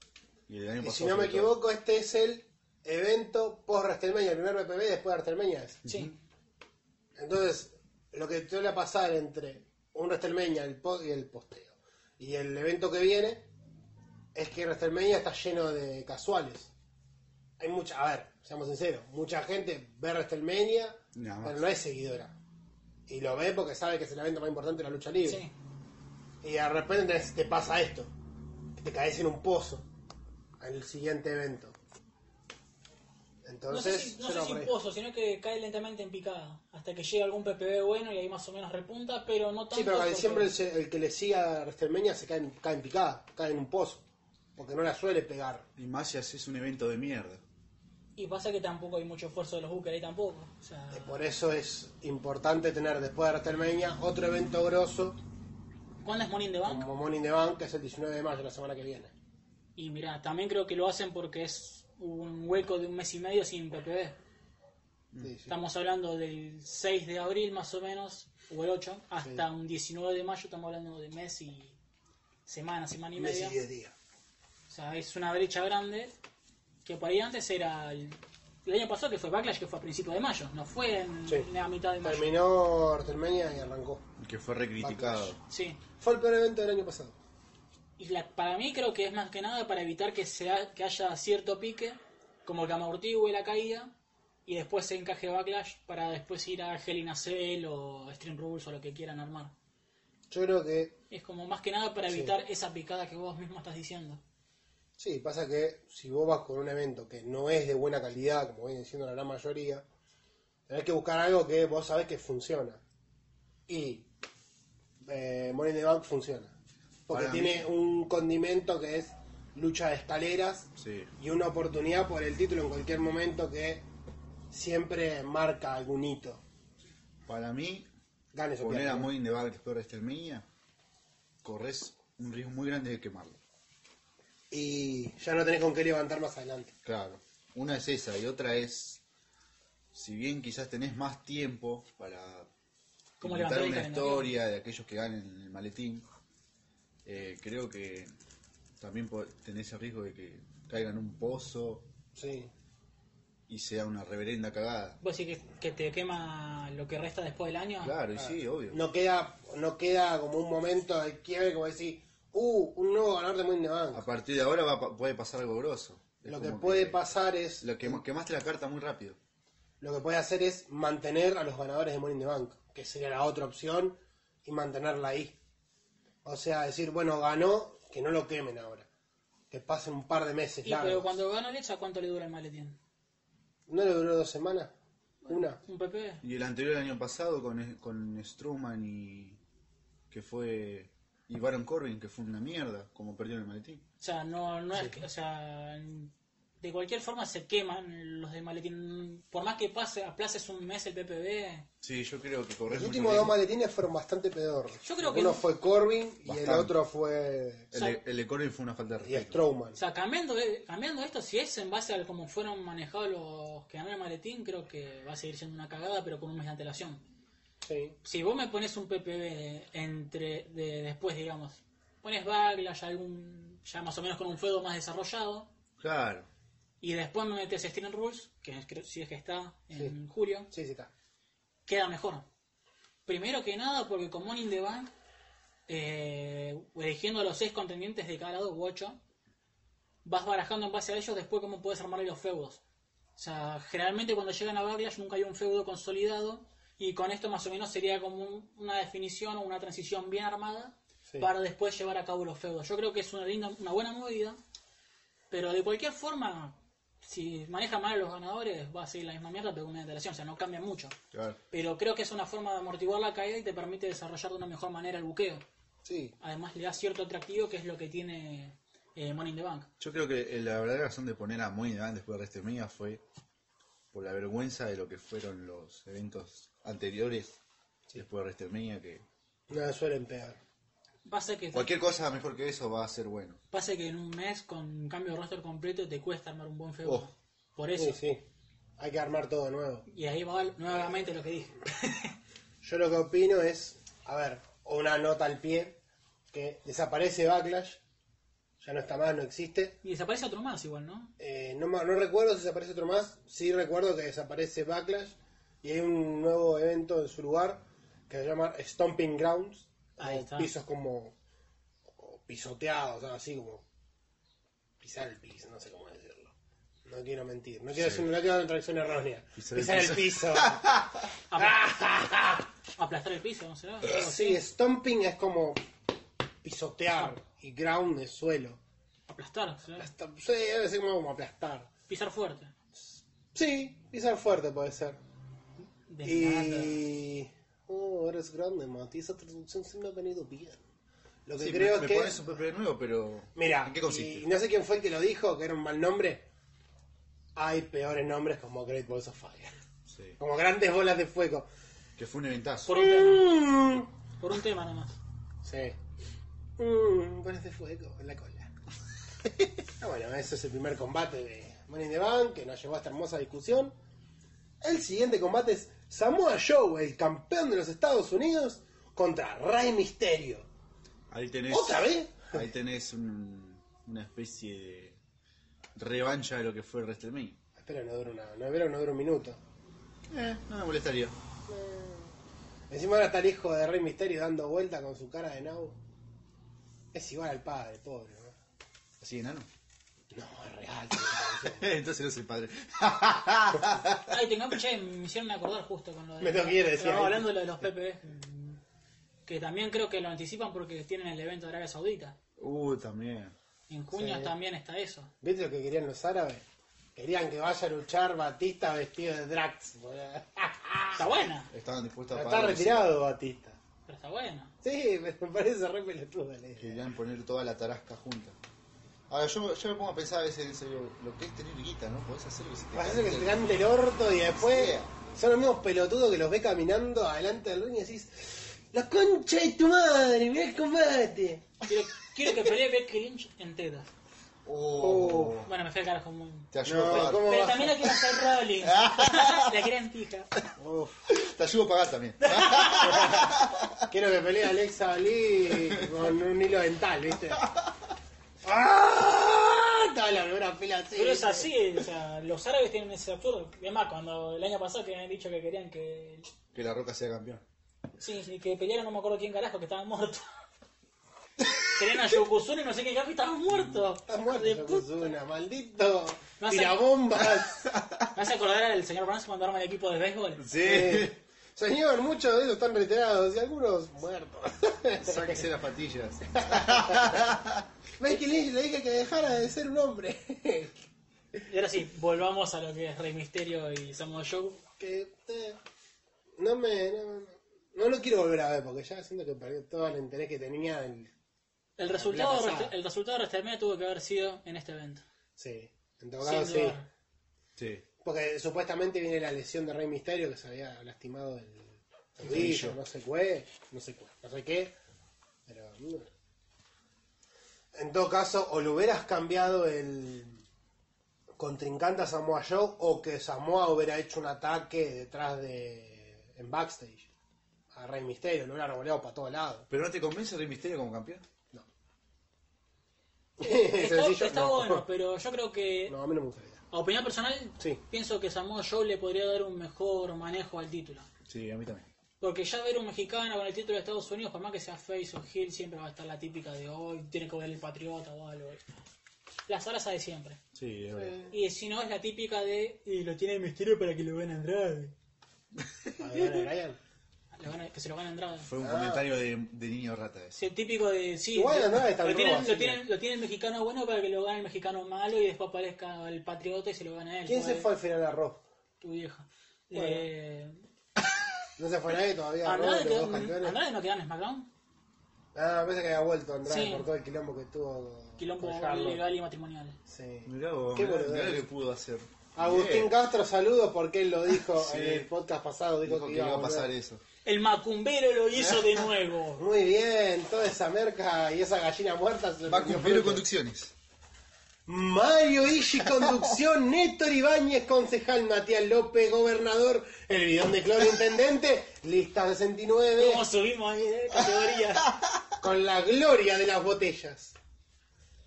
[SPEAKER 2] Y el año
[SPEAKER 3] Y si
[SPEAKER 2] pasado
[SPEAKER 3] no me
[SPEAKER 2] fue todo.
[SPEAKER 3] equivoco, este es el evento post-WrestleMania, el primer BPB después de WrestleMania. es.
[SPEAKER 1] Sí,
[SPEAKER 3] Entonces, lo que suele pasar entre un WrestleMania el po- y el posteo y el evento que viene es que WrestleMania está lleno de casuales. Hay mucha, a ver, seamos sinceros, mucha gente ve WrestleMania,
[SPEAKER 2] Nada más.
[SPEAKER 3] pero no es seguidora. Y lo ve porque sabe que es el evento más importante de la lucha libre.
[SPEAKER 1] sí.
[SPEAKER 3] Y de repente tenés- te pasa esto. que Te caes en un pozo al siguiente evento.
[SPEAKER 1] No
[SPEAKER 3] Entonces,
[SPEAKER 1] sé si, no
[SPEAKER 3] yo
[SPEAKER 1] sé
[SPEAKER 3] lo
[SPEAKER 1] si
[SPEAKER 3] voy por ahí.
[SPEAKER 1] pozo, sino que cae lentamente en picada. Hasta que llega algún PPB bueno y ahí más o menos repunta, pero no tanto.
[SPEAKER 3] Sí, pero
[SPEAKER 1] porque-
[SPEAKER 3] que siempre el, se- el que le siga a WrestleMania se cae en, cae en picada, cae en un pozo. Porque no la suele pegar.
[SPEAKER 2] Y más si haces un evento de mierda.
[SPEAKER 1] Y pasa que tampoco hay mucho esfuerzo de los Booker ahí tampoco. O sea,
[SPEAKER 3] Eh, Por eso es importante tener después de WrestleMania otro evento grosso
[SPEAKER 1] ¿Cuándo es Money in the Bank?
[SPEAKER 3] como Money in the Bank, que es el 19 de mayo, la semana que viene.
[SPEAKER 1] Y mira, también creo que lo hacen porque es un hueco de un mes y medio sin PPB.
[SPEAKER 3] Sí, sí.
[SPEAKER 1] Estamos hablando del 6 de abril más o menos, o el 8, hasta un 19 de mayo, estamos hablando de mes y semana, semana y
[SPEAKER 3] Mes
[SPEAKER 1] media.
[SPEAKER 3] y diez días.
[SPEAKER 1] O sea, es una brecha grande que por ahí antes era el, el año pasado que fue Backlash, que fue a principios de mayo, no fue en
[SPEAKER 3] Sí.
[SPEAKER 1] la mitad de mayo.
[SPEAKER 3] Terminó WrestleMania y arrancó.
[SPEAKER 2] Que fue recriticado.
[SPEAKER 1] Sí.
[SPEAKER 3] Fue el peor evento del año pasado.
[SPEAKER 1] Y la- para mí creo que es más que nada para evitar que, sea, que haya cierto pique, como que amortigue la caída y después se encaje Backlash para después ir a Hell in a Cell o Stream Rules o lo que quieran armar.
[SPEAKER 3] Yo creo que
[SPEAKER 1] Es como más que nada para evitar esa picada que vos mismo estás diciendo.
[SPEAKER 3] Sí, pasa que si vos vas con un evento que no es de buena calidad, como viene siendo la gran mayoría, tenés que buscar algo que vos sabés que funciona. Y eh, Money in the Bank funciona. Porque
[SPEAKER 2] Para
[SPEAKER 3] tiene un condimento que es lucha de escaleras
[SPEAKER 2] Sí.
[SPEAKER 3] y una oportunidad por el título en cualquier momento que siempre marca algún hito.
[SPEAKER 2] Para mí,
[SPEAKER 3] Ganes o
[SPEAKER 2] poner a
[SPEAKER 3] pierdas. ¿no?
[SPEAKER 2] Money in the Bank después de WrestleMania, corres un riesgo muy grande de quemarlo.
[SPEAKER 3] Y ya no tenés con qué levantar más adelante.
[SPEAKER 2] Claro, una es esa y otra es, si bien quizás tenés más tiempo para
[SPEAKER 1] Como
[SPEAKER 2] inventar
[SPEAKER 1] levantar el
[SPEAKER 2] una
[SPEAKER 1] calendario.
[SPEAKER 2] historia de aquellos que ganen el maletín. Eh, creo que también po- tenés el riesgo de que caigan en un pozo
[SPEAKER 3] Sí.
[SPEAKER 2] y sea una reverenda cagada.
[SPEAKER 1] ¿Vos decís que, que te quema lo que resta después del año?
[SPEAKER 2] Claro, y sí, obvio.
[SPEAKER 3] No queda, no queda como un momento de quiebre como decir, uh, un nuevo ganador de Money
[SPEAKER 2] A
[SPEAKER 3] Bank.
[SPEAKER 2] partir de ahora va a pa- puede pasar algo grosso. Es
[SPEAKER 3] Lo que
[SPEAKER 2] como
[SPEAKER 3] puede pasar es,
[SPEAKER 2] Lo que quemaste la carta muy rápido.
[SPEAKER 3] lo que puede hacer es mantener a los ganadores de Money in the Bank, que sería la otra opción, y mantenerla ahí. O sea, decir, bueno, ganó, que no lo quemen ahora. Que pasen un par de meses
[SPEAKER 1] Y
[SPEAKER 3] largos.
[SPEAKER 1] pero cuando gana Lecha, ¿cuánto le dura el maletín?
[SPEAKER 3] ¿No le duró dos semanas? ¿Una?
[SPEAKER 1] ¿Un PP?
[SPEAKER 2] Y el anterior el año pasado con, E-, con Struman y. que fue. y Baron Corbin, que fue una mierda, como perdió en el maletín.
[SPEAKER 1] O sea, no, no es que, o sea, de cualquier forma se queman los de maletín. Por más que pase, aplaces un mes el PPB.
[SPEAKER 2] Sí, yo creo que
[SPEAKER 3] Los
[SPEAKER 2] corres mucho
[SPEAKER 3] últimos dos
[SPEAKER 2] riesgo.
[SPEAKER 3] maletines fueron bastante pedorros.
[SPEAKER 1] Yo creo que
[SPEAKER 3] Uno
[SPEAKER 1] no.
[SPEAKER 3] fue Corbin y el
[SPEAKER 2] Bastante.
[SPEAKER 3] otro fue...
[SPEAKER 2] El, de- el de Corbin fue una falta de
[SPEAKER 3] y
[SPEAKER 2] respeto.
[SPEAKER 3] Strowman.
[SPEAKER 1] O sea, cambiando, eh, cambiando esto, si es en base a cómo fueron manejados los que ganaron el maletín, creo que va a seguir siendo una cagada, pero con un mes de antelación.
[SPEAKER 3] Sí.
[SPEAKER 1] Si vos me pones un PPB de- entre de, después, digamos, pones Backlash, algún, ya más o menos con un fuego más desarrollado,
[SPEAKER 2] Claro.
[SPEAKER 1] y después me metes Steam Rules, que es- creo- si es que está en julio,
[SPEAKER 3] Sí, sí está.
[SPEAKER 1] queda mejor. Primero que nada, porque con Money in the Bank, eh, eligiendo a los seis contendientes de cada lado, u ocho, vas barajando en base a ellos después cómo puedes armarle los feudos. O sea, generalmente cuando llegan a Backlash nunca hay un feudo consolidado, y con esto más o menos sería como un- una definición o una transición bien armada
[SPEAKER 3] Sí.
[SPEAKER 1] para después llevar a cabo los feudos. Yo creo que es una, linda, una buena movida, pero de cualquier forma, si maneja mal a los ganadores, va a seguir la misma mierda, pero con una antelación, o sea, no cambia mucho.
[SPEAKER 2] Claro.
[SPEAKER 1] Pero creo que es una forma de amortiguar la caída y te permite desarrollar de una mejor manera el buqueo.
[SPEAKER 3] Sí.
[SPEAKER 1] Además le da cierto atractivo que es lo que tiene eh, Money in the Bank.
[SPEAKER 2] Yo creo que eh, la verdadera razón de poner a Moin Event después de WrestleMania fue por la vergüenza de lo que fueron los eventos anteriores después de WrestleMania que
[SPEAKER 3] No suelen pegar.
[SPEAKER 1] Pasa que,
[SPEAKER 2] cualquier cosa mejor que eso va a ser bueno.
[SPEAKER 1] pasa que en un mes con un cambio de roster completo te cuesta armar un buen feudo.
[SPEAKER 2] Oh.
[SPEAKER 1] Por eso.
[SPEAKER 3] Sí, sí. Hay que armar todo de nuevo.
[SPEAKER 1] Y ahí va nuevamente lo que dije.
[SPEAKER 3] Yo lo que opino es, a ver, una nota al pie, que desaparece Backlash, ya no está más, no existe.
[SPEAKER 1] Y desaparece otro más igual, ¿no?
[SPEAKER 3] Eh, no, ma- no recuerdo si desaparece otro más, sí recuerdo que desaparece Backlash y hay un nuevo evento en su lugar que se llama Stomping Grounds,
[SPEAKER 1] Ahí
[SPEAKER 3] o
[SPEAKER 1] está.
[SPEAKER 3] pisos como o pisoteados, algo así como pisar el piso, no sé cómo decirlo. No quiero mentir, no quiero,
[SPEAKER 2] Sí.
[SPEAKER 3] hacer, no quiero dar una traducción errónea.
[SPEAKER 2] Pisar el
[SPEAKER 3] pisar el piso.
[SPEAKER 1] Aplastar el piso, ¿no será?
[SPEAKER 3] Sí, stomping es como pisotear y ground es suelo.
[SPEAKER 1] Aplastar, ¿será?
[SPEAKER 3] Hasta- sí, debe ser como aplastar.
[SPEAKER 1] Pisar fuerte.
[SPEAKER 3] Sí, pisar fuerte puede ser.
[SPEAKER 1] Desnada.
[SPEAKER 3] Y. Oh, eres grande, Mati. Esa traducción sí me ha venido bien. Lo que
[SPEAKER 2] Sí,
[SPEAKER 3] creo
[SPEAKER 2] me, me
[SPEAKER 3] que.
[SPEAKER 2] pones un PP nuevo, pero
[SPEAKER 3] Mira,
[SPEAKER 2] ¿en qué consiste?
[SPEAKER 3] y no sé quién fue el que lo dijo, que era un mal nombre. Hay peores nombres como Great Balls of Fire.
[SPEAKER 2] Sí.
[SPEAKER 3] Como grandes bolas de fuego.
[SPEAKER 2] Que fue un eventazo.
[SPEAKER 1] Por un tema.
[SPEAKER 3] Mm.
[SPEAKER 1] Por un tema nomás.
[SPEAKER 3] Sí. Mmm, pones de fuego en la cola. Ah, bueno, ese es el primer combate de Money in the Bank, que nos llevó a esta hermosa discusión. El siguiente combate es Samoa Joe, el campeón de los Estados Unidos, contra Rey Misterio.
[SPEAKER 2] Ahí tenés
[SPEAKER 3] ¿Otra vez?
[SPEAKER 2] ahí tenés un- una especie de revancha de lo que fue WrestleMania.
[SPEAKER 3] Espero no dure una, no, espero que no dure un minuto.
[SPEAKER 2] Eh, no me molestaría.
[SPEAKER 3] Encima ahora está el hijo de Rey Misterio dando vuelta con su cara de nabo. Es igual al padre, pobre, ¿no?
[SPEAKER 2] Así de enano.
[SPEAKER 3] No, es real. tiene que ser.
[SPEAKER 2] Entonces no es el padre.
[SPEAKER 1] Ay, tengo, che, me hicieron acordar justo con lo de.
[SPEAKER 3] Me tengo que ir, decía.
[SPEAKER 1] Estábamos hablando de lo de los PPB. Que también creo que lo anticipan porque tienen el evento de Arabia Saudita.
[SPEAKER 2] uh, también.
[SPEAKER 1] En junio
[SPEAKER 3] Sí.
[SPEAKER 1] también está eso.
[SPEAKER 3] ¿Viste lo que querían los árabes? Querían que vaya a luchar Batista vestido de Drax. boludo.
[SPEAKER 1] Está buena,
[SPEAKER 2] Estaban dispuestos a
[SPEAKER 3] Está
[SPEAKER 2] pagar.
[SPEAKER 3] retirado Batista.
[SPEAKER 1] pero está buena.
[SPEAKER 3] Sí, me parece re pelotudo la idea.
[SPEAKER 2] Querían poner toda la tarasca junta. Ahora, yo, yo me pongo a pensar a veces en serio lo que es tener guita, ¿no? Podés hacer lo que se te
[SPEAKER 3] Parece que
[SPEAKER 2] cante
[SPEAKER 3] te
[SPEAKER 2] el-
[SPEAKER 3] cante el orto y después
[SPEAKER 2] Sí.
[SPEAKER 3] son los mismos pelotudos que los ve caminando adelante del ring y decís ¡La concha de tu madre! ¡Mirá el combate!
[SPEAKER 1] Quiero, quiero que pelee Becky Lynch en tetas.
[SPEAKER 2] Oh.
[SPEAKER 1] Bueno, me fui al carajo muy.
[SPEAKER 2] Te ayudo a
[SPEAKER 3] No,
[SPEAKER 2] pagar.
[SPEAKER 3] ¿cómo
[SPEAKER 1] Pero
[SPEAKER 3] vas?
[SPEAKER 1] también la quiero hacer Rolling. la quieren pija.
[SPEAKER 2] Te ayudo a pagar también.
[SPEAKER 3] a- Quiero que pelee Alexa Ali con un hilo dental, ¿viste? ¡Ah! Estaba en la primera fila así.
[SPEAKER 1] Pero es así, o sea, los árabes tienen ese absurdo. Es más, cuando el año pasado que habían dicho que querían que.
[SPEAKER 2] que la roca sea campeón.
[SPEAKER 1] Sí, sí, que pelearon, no me acuerdo quién carajo, que estaba muerto. Querían a Yokozuna y no sé qué carajo, y estaba muerto.
[SPEAKER 3] Está muerto,
[SPEAKER 1] De puta.
[SPEAKER 3] Yokozuna, maldito.
[SPEAKER 1] No sé.
[SPEAKER 3] Tirabombas.
[SPEAKER 1] Me hace acordar al señor Burns cuando arma el equipo de béisbol.
[SPEAKER 2] Sí.
[SPEAKER 3] Señor, muchos de ellos están retirados y algunos muertos.
[SPEAKER 2] Sáquese las patillas.
[SPEAKER 3] ¿Ves que le, le dije que dejara de ser un hombre?
[SPEAKER 1] Y ahora sí, volvamos a lo que es Rey Misterio y Samoa Joe.
[SPEAKER 3] que eh, no me. No, no lo quiero volver a ver porque ya siento que perdió todo el interés que tenía. en-
[SPEAKER 1] El resultado,
[SPEAKER 3] La pasada.
[SPEAKER 1] el resultado de WrestleMania tuvo que haber sido en este evento.
[SPEAKER 3] Sí, en todo caso,
[SPEAKER 1] Sin
[SPEAKER 3] sí.
[SPEAKER 1] duda.
[SPEAKER 2] Sí.
[SPEAKER 3] Porque supuestamente viene la lesión de Rey Misterio que se había lastimado el
[SPEAKER 2] tobillo.
[SPEAKER 3] tobillo, no sé qué, no sé qué, no sé qué. Pero. mm. En todo caso, o le hubieras cambiado el contrincante a Samoa Joe o que Samoa hubiera hecho un ataque detrás de. en backstage a Rey Misterio, lo hubiera arboleado para todos lados.
[SPEAKER 2] ¿Pero no te convence Rey Misterio como campeón?
[SPEAKER 3] No.
[SPEAKER 1] Está,
[SPEAKER 3] Sencillo,
[SPEAKER 1] está
[SPEAKER 3] no.
[SPEAKER 1] bueno, pero yo creo que,
[SPEAKER 3] No, a mí no me gustaría.
[SPEAKER 1] a opinión personal,
[SPEAKER 3] Sí.
[SPEAKER 1] pienso que Samoa Joe le podría dar un mejor manejo al título.
[SPEAKER 2] Sí, a mí también.
[SPEAKER 1] Porque ya ver un mexicano con el título de Estados Unidos, por más que sea face o heel, siempre va a estar la típica de hoy, tiene que ver el patriota o algo. La salsa de siempre.
[SPEAKER 2] Sí, es verdad.
[SPEAKER 1] Y si no, es la típica de. Y lo tiene misterio para que lo vean Andrade.
[SPEAKER 3] A ver, Brian.
[SPEAKER 1] Lo gana- que se lo gane Andrade.
[SPEAKER 2] Fue un
[SPEAKER 3] Ah.
[SPEAKER 2] comentario de, de niño rata ese.
[SPEAKER 1] Sí, el típico de. Sí,
[SPEAKER 3] Igual
[SPEAKER 1] lo-
[SPEAKER 3] Andrade está
[SPEAKER 1] lo,
[SPEAKER 3] en
[SPEAKER 1] tienen-
[SPEAKER 3] Raw, así
[SPEAKER 1] lo,
[SPEAKER 3] que-
[SPEAKER 1] tienen- lo tiene el mexicano bueno para que lo gane el mexicano malo y después aparezca el patriota y se lo gana él.
[SPEAKER 3] ¿Quién se
[SPEAKER 1] Joder,
[SPEAKER 3] fue al final a Raw?
[SPEAKER 1] Tu vieja.
[SPEAKER 3] Bueno. Ah,
[SPEAKER 1] Eh,
[SPEAKER 3] No se fue nadie todavía. a Raw,
[SPEAKER 1] Andrade,
[SPEAKER 3] los
[SPEAKER 1] Ah, quedó-
[SPEAKER 3] dos campeones.
[SPEAKER 1] Andrade no quedó en SmackDown.
[SPEAKER 3] Ah, pensé que había vuelto Andrade
[SPEAKER 1] Sí.
[SPEAKER 3] por todo el quilombo que tuvo.
[SPEAKER 1] Quilombo
[SPEAKER 3] con Charlotte.
[SPEAKER 1] legal y matrimonial.
[SPEAKER 3] Sí.
[SPEAKER 2] Mirá vos,
[SPEAKER 3] Qué
[SPEAKER 2] mirá,
[SPEAKER 3] boludez.
[SPEAKER 2] mirá lo que pudo hacer.
[SPEAKER 3] Agustín
[SPEAKER 2] Bien.
[SPEAKER 3] Castro, saludos porque él lo dijo
[SPEAKER 2] Sí.
[SPEAKER 3] en el podcast pasado. Dijo,
[SPEAKER 2] dijo que iba a
[SPEAKER 3] volver.
[SPEAKER 2] pasar eso.
[SPEAKER 1] El macumbero lo hizo de nuevo.
[SPEAKER 3] Muy bien, toda esa merca y esa gallina muerta se
[SPEAKER 2] Va a
[SPEAKER 3] lo
[SPEAKER 2] cumplir
[SPEAKER 3] frente.
[SPEAKER 2] conducciones.
[SPEAKER 3] Mario Ishi, conducción, Néstor Ibáñez, concejal Matías López, gobernador, el bidón de cloro, intendente, lista 69,
[SPEAKER 1] ¿Cómo subimos ahí de categoría?
[SPEAKER 3] con la gloria de las botellas.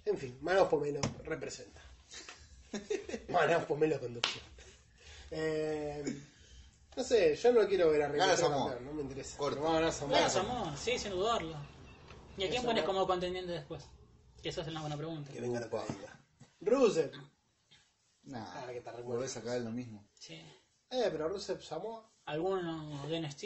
[SPEAKER 3] En fin, Manos Pomelo representa. Manos Pomelo conducción. Eh, no sé, yo no quiero ver a
[SPEAKER 2] Gana
[SPEAKER 3] Reinaldo
[SPEAKER 2] Samoa.
[SPEAKER 3] campeón, no me interesa.
[SPEAKER 2] Corto.
[SPEAKER 3] Pero va a ganar Samoa.
[SPEAKER 1] Claro, Samoa, sí, sin dudarlo. ¿Y a quién
[SPEAKER 3] Eso
[SPEAKER 1] pones
[SPEAKER 3] no.
[SPEAKER 1] como contendiente después? Que esa es una buena pregunta.
[SPEAKER 3] Que venga la cuadrilla. Rusev.
[SPEAKER 2] Nah,
[SPEAKER 3] Ah, que te recuerdo.
[SPEAKER 2] volvés a caer en lo mismo.
[SPEAKER 1] Sí.
[SPEAKER 3] Eh, pero Rusev Samoa.
[SPEAKER 1] ¿Alguno de NXT?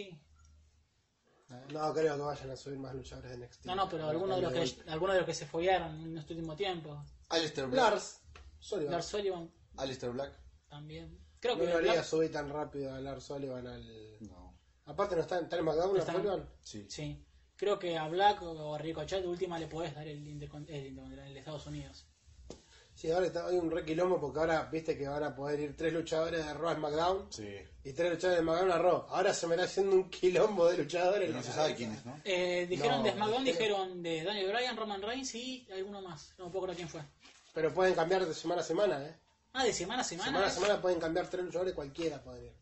[SPEAKER 3] No creo que vayan a subir más luchadores de NXT.
[SPEAKER 1] No, no, pero alguno de los que, alguno de los que se follaron en este último tiempo.
[SPEAKER 2] Alistair Black.
[SPEAKER 3] Lars. Sullivan.
[SPEAKER 1] Lars Sullivan
[SPEAKER 2] Alistair Black.
[SPEAKER 1] también. Creo
[SPEAKER 3] no
[SPEAKER 1] que
[SPEAKER 3] lo haría
[SPEAKER 1] Lars-
[SPEAKER 3] subir tan rápido a Lars Sullivan al...
[SPEAKER 2] No.
[SPEAKER 3] Aparte no está en tal McDowell,
[SPEAKER 1] Está-
[SPEAKER 3] Sullivan.
[SPEAKER 2] Sí.
[SPEAKER 1] sí. Creo que a Black o a Ricochet de última le podés dar el, intercon- el, intercontinental de Estados Unidos.
[SPEAKER 3] Sí, ahora está, hay un re quilombo porque ahora, viste que van a poder ir tres luchadores de Raw a SmackDown
[SPEAKER 2] Sí.
[SPEAKER 3] y tres luchadores de SmackDown a Raw. Ahora se me está haciendo un quilombo de luchadores.
[SPEAKER 2] Pero no se sabe quién es, ¿no? Ah,
[SPEAKER 1] Eh, dijeron
[SPEAKER 3] No, este-
[SPEAKER 1] de SmackDown,
[SPEAKER 3] no sé.
[SPEAKER 1] dijeron de Daniel Bryan, Roman Reigns y alguno más. No me acuerdo quién fue.
[SPEAKER 3] Pero pueden cambiar de semana a semana, ¿eh?
[SPEAKER 1] Ah, de semana a semana.
[SPEAKER 3] Semana a
[SPEAKER 1] ¿eh?
[SPEAKER 3] semana pueden cambiar tres luchadores, cualquiera puede ir.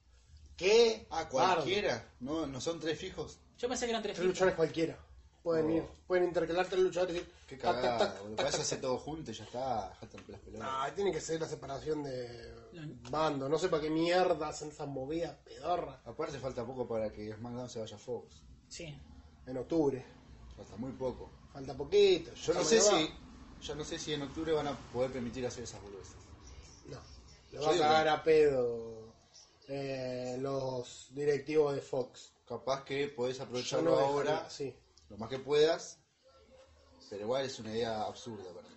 [SPEAKER 3] ¿Qué?
[SPEAKER 2] Ah,
[SPEAKER 3] bardo.
[SPEAKER 2] cualquiera. No, no son tres fijos.
[SPEAKER 1] Yo pensé que eran tres.
[SPEAKER 3] Tres luchadores cualquiera. Pueden
[SPEAKER 2] Oh.
[SPEAKER 3] ir, pueden intercalar tres luchadores y decir,
[SPEAKER 2] Qué
[SPEAKER 3] tac, tac,
[SPEAKER 2] cagada.
[SPEAKER 3] tac, tac,
[SPEAKER 2] boludo. Para eso
[SPEAKER 3] tac,
[SPEAKER 2] hace todo junto y ya está. Dejate las pelotas.
[SPEAKER 3] No, ahí tiene que ser la separación de
[SPEAKER 1] No.
[SPEAKER 3] bando. No sé para qué mierda hacen esas movidas pedorras
[SPEAKER 2] Aparte falta poco para que SmackDown se vaya a Fox.
[SPEAKER 1] Sí.
[SPEAKER 3] en octubre.
[SPEAKER 2] Falta muy poco.
[SPEAKER 3] Falta poquito.
[SPEAKER 2] Yo no
[SPEAKER 3] Estamos
[SPEAKER 2] sé
[SPEAKER 3] en
[SPEAKER 2] si
[SPEAKER 3] abajo.
[SPEAKER 2] yo no sé si en octubre van a poder permitir hacer esas boludeces.
[SPEAKER 3] No. Lo
[SPEAKER 2] Yo
[SPEAKER 3] va a
[SPEAKER 2] digo que-
[SPEAKER 3] cagar a pedo eh, los directivos de Fox.
[SPEAKER 2] Capaz que podés
[SPEAKER 3] Yo
[SPEAKER 2] aprovecharlo
[SPEAKER 3] no
[SPEAKER 2] ahora
[SPEAKER 3] dejaría- Sí.
[SPEAKER 2] lo más que puedas, pero igual es una idea absurda para mí.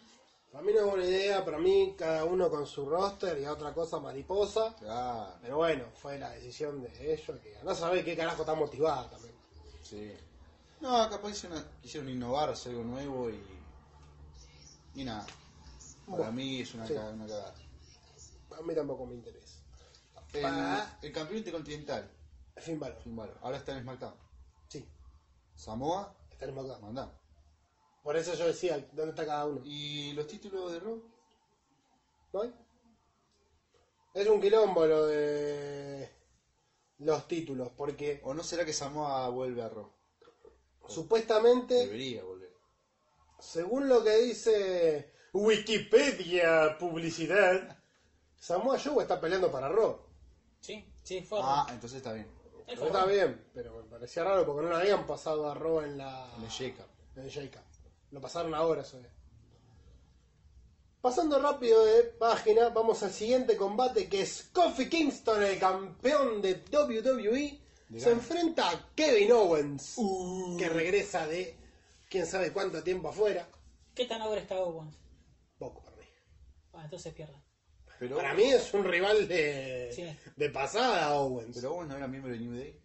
[SPEAKER 3] Para mí no es buena idea. Para mí, cada uno con su roster y a otra cosa mariposa.
[SPEAKER 2] Claro,
[SPEAKER 3] Pero bueno, fue la decisión de ellos. Que no sabés qué carajo está motivada también.
[SPEAKER 2] sí. No, capaz hicieron, quisieron innovar, hacer algo nuevo y. Y nada. Para
[SPEAKER 3] Bueno,
[SPEAKER 2] mí es una,
[SPEAKER 3] sí.
[SPEAKER 2] caga- una cagada.
[SPEAKER 3] A mí tampoco me interesa. Pa.
[SPEAKER 2] El, el campeón intercontinental,
[SPEAKER 3] Fin valor.
[SPEAKER 2] Finn Balor, ahora está en SmackDown.
[SPEAKER 3] Sí.
[SPEAKER 2] Samoa,
[SPEAKER 3] Estaremos acá.
[SPEAKER 2] mandá.
[SPEAKER 3] Por eso yo decía, ¿dónde está cada uno?
[SPEAKER 2] ¿Y los títulos de Raw?
[SPEAKER 3] ¿No hay? Es un quilombo lo de los títulos, porque
[SPEAKER 2] ¿O no será que Samoa vuelve a Raw?
[SPEAKER 3] supuestamente,
[SPEAKER 2] Debería volver.
[SPEAKER 3] según lo que dice Wikipedia Publicidad, Samoa Joe está peleando para Raw.
[SPEAKER 1] Sí, sí,
[SPEAKER 3] Oh.
[SPEAKER 1] fue
[SPEAKER 2] Ah,
[SPEAKER 1] Raw.
[SPEAKER 2] entonces está bien.
[SPEAKER 1] Él fue
[SPEAKER 3] Está
[SPEAKER 1] Raw.
[SPEAKER 3] bien, pero me parecía raro porque no lo habían pasado a Raw en la...
[SPEAKER 2] Le checa.
[SPEAKER 3] de Jacob. Lo pasaron ahora, eso es. Pasando rápido de página, vamos al siguiente combate que es Kofi Kingston, el campeón de WWE, se enfrenta a Kevin Owens, que regresa de quién sabe cuánto tiempo afuera.
[SPEAKER 1] ¿Qué tan ahora está Owens?
[SPEAKER 3] Poco para mí.
[SPEAKER 1] Ah, entonces pierde.
[SPEAKER 2] Pero,
[SPEAKER 3] Para mí es un rival de,
[SPEAKER 1] Sí.
[SPEAKER 3] de pasada Owens.
[SPEAKER 2] pero Owens no era miembro de New Day.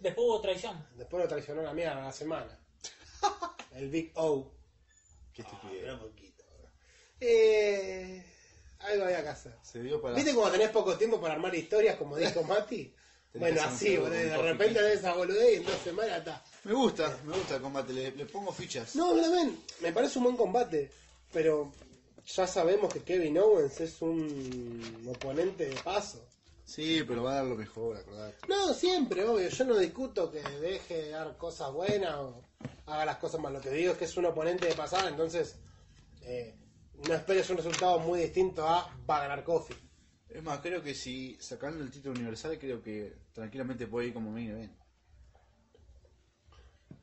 [SPEAKER 1] Después hubo traición.
[SPEAKER 3] Después lo traicionó la mierda la semana. El Big O.
[SPEAKER 2] Qué estupidez.
[SPEAKER 3] Espera un poquito. Eh, algo había que hacer.
[SPEAKER 2] Se dio para.
[SPEAKER 3] ¿Viste cuando tenés poco tiempo para armar historias, como dijo Mati? bueno,
[SPEAKER 2] hacer un
[SPEAKER 3] así,
[SPEAKER 2] juego
[SPEAKER 3] boludo,
[SPEAKER 2] con
[SPEAKER 3] de
[SPEAKER 2] Coffee
[SPEAKER 3] repente
[SPEAKER 2] King.
[SPEAKER 3] de esa boludez y en dos semanas está.
[SPEAKER 2] Me gusta, me gusta el combate. Le, le pongo fichas.
[SPEAKER 3] No, yo también, me parece un buen combate, pero ya sabemos que Kevin Owens es un oponente de paso.
[SPEAKER 2] Sí, pero va a dar lo mejor, acordate.
[SPEAKER 3] No, siempre, obvio, yo no discuto que deje de dar cosas buenas o haga las cosas mal. Lo que digo es que es un oponente de pasada, entonces eh, no esperes un resultado muy distinto a va a ganar Coffee.
[SPEAKER 2] Es más, creo que si sacando el título universal, creo que tranquilamente puede ir como main event.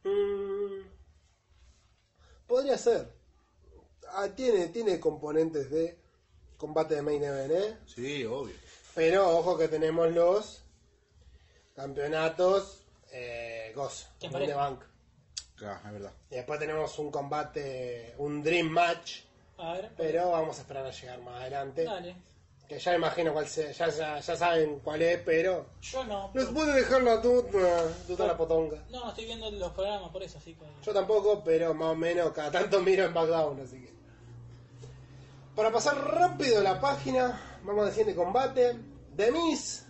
[SPEAKER 3] Mm, Podría ser. Ah, tiene, tiene componentes de combate de main event, ¿eh?
[SPEAKER 2] Sí, obvio.
[SPEAKER 3] Pero ojo que tenemos los campeonatos eh, Goz,
[SPEAKER 1] Que
[SPEAKER 3] Money
[SPEAKER 1] pareja.
[SPEAKER 3] Bank.
[SPEAKER 2] Claro, es verdad.
[SPEAKER 3] Y después tenemos un combate, un Dream Match,
[SPEAKER 1] A ver.
[SPEAKER 3] pero vamos a esperar a llegar más adelante.
[SPEAKER 1] Dale.
[SPEAKER 3] Que ya imagino cuál se, ya, sa- ya saben cuál es, pero...
[SPEAKER 1] Yo no.
[SPEAKER 3] No se puede dejar la duda, duda la potonga.
[SPEAKER 1] No, estoy viendo los programas por eso, así que.
[SPEAKER 3] Yo tampoco, pero más o menos cada tanto miro en Backdown, así que. Para pasar rápido la página, vamos al siguiente combate. The Miz.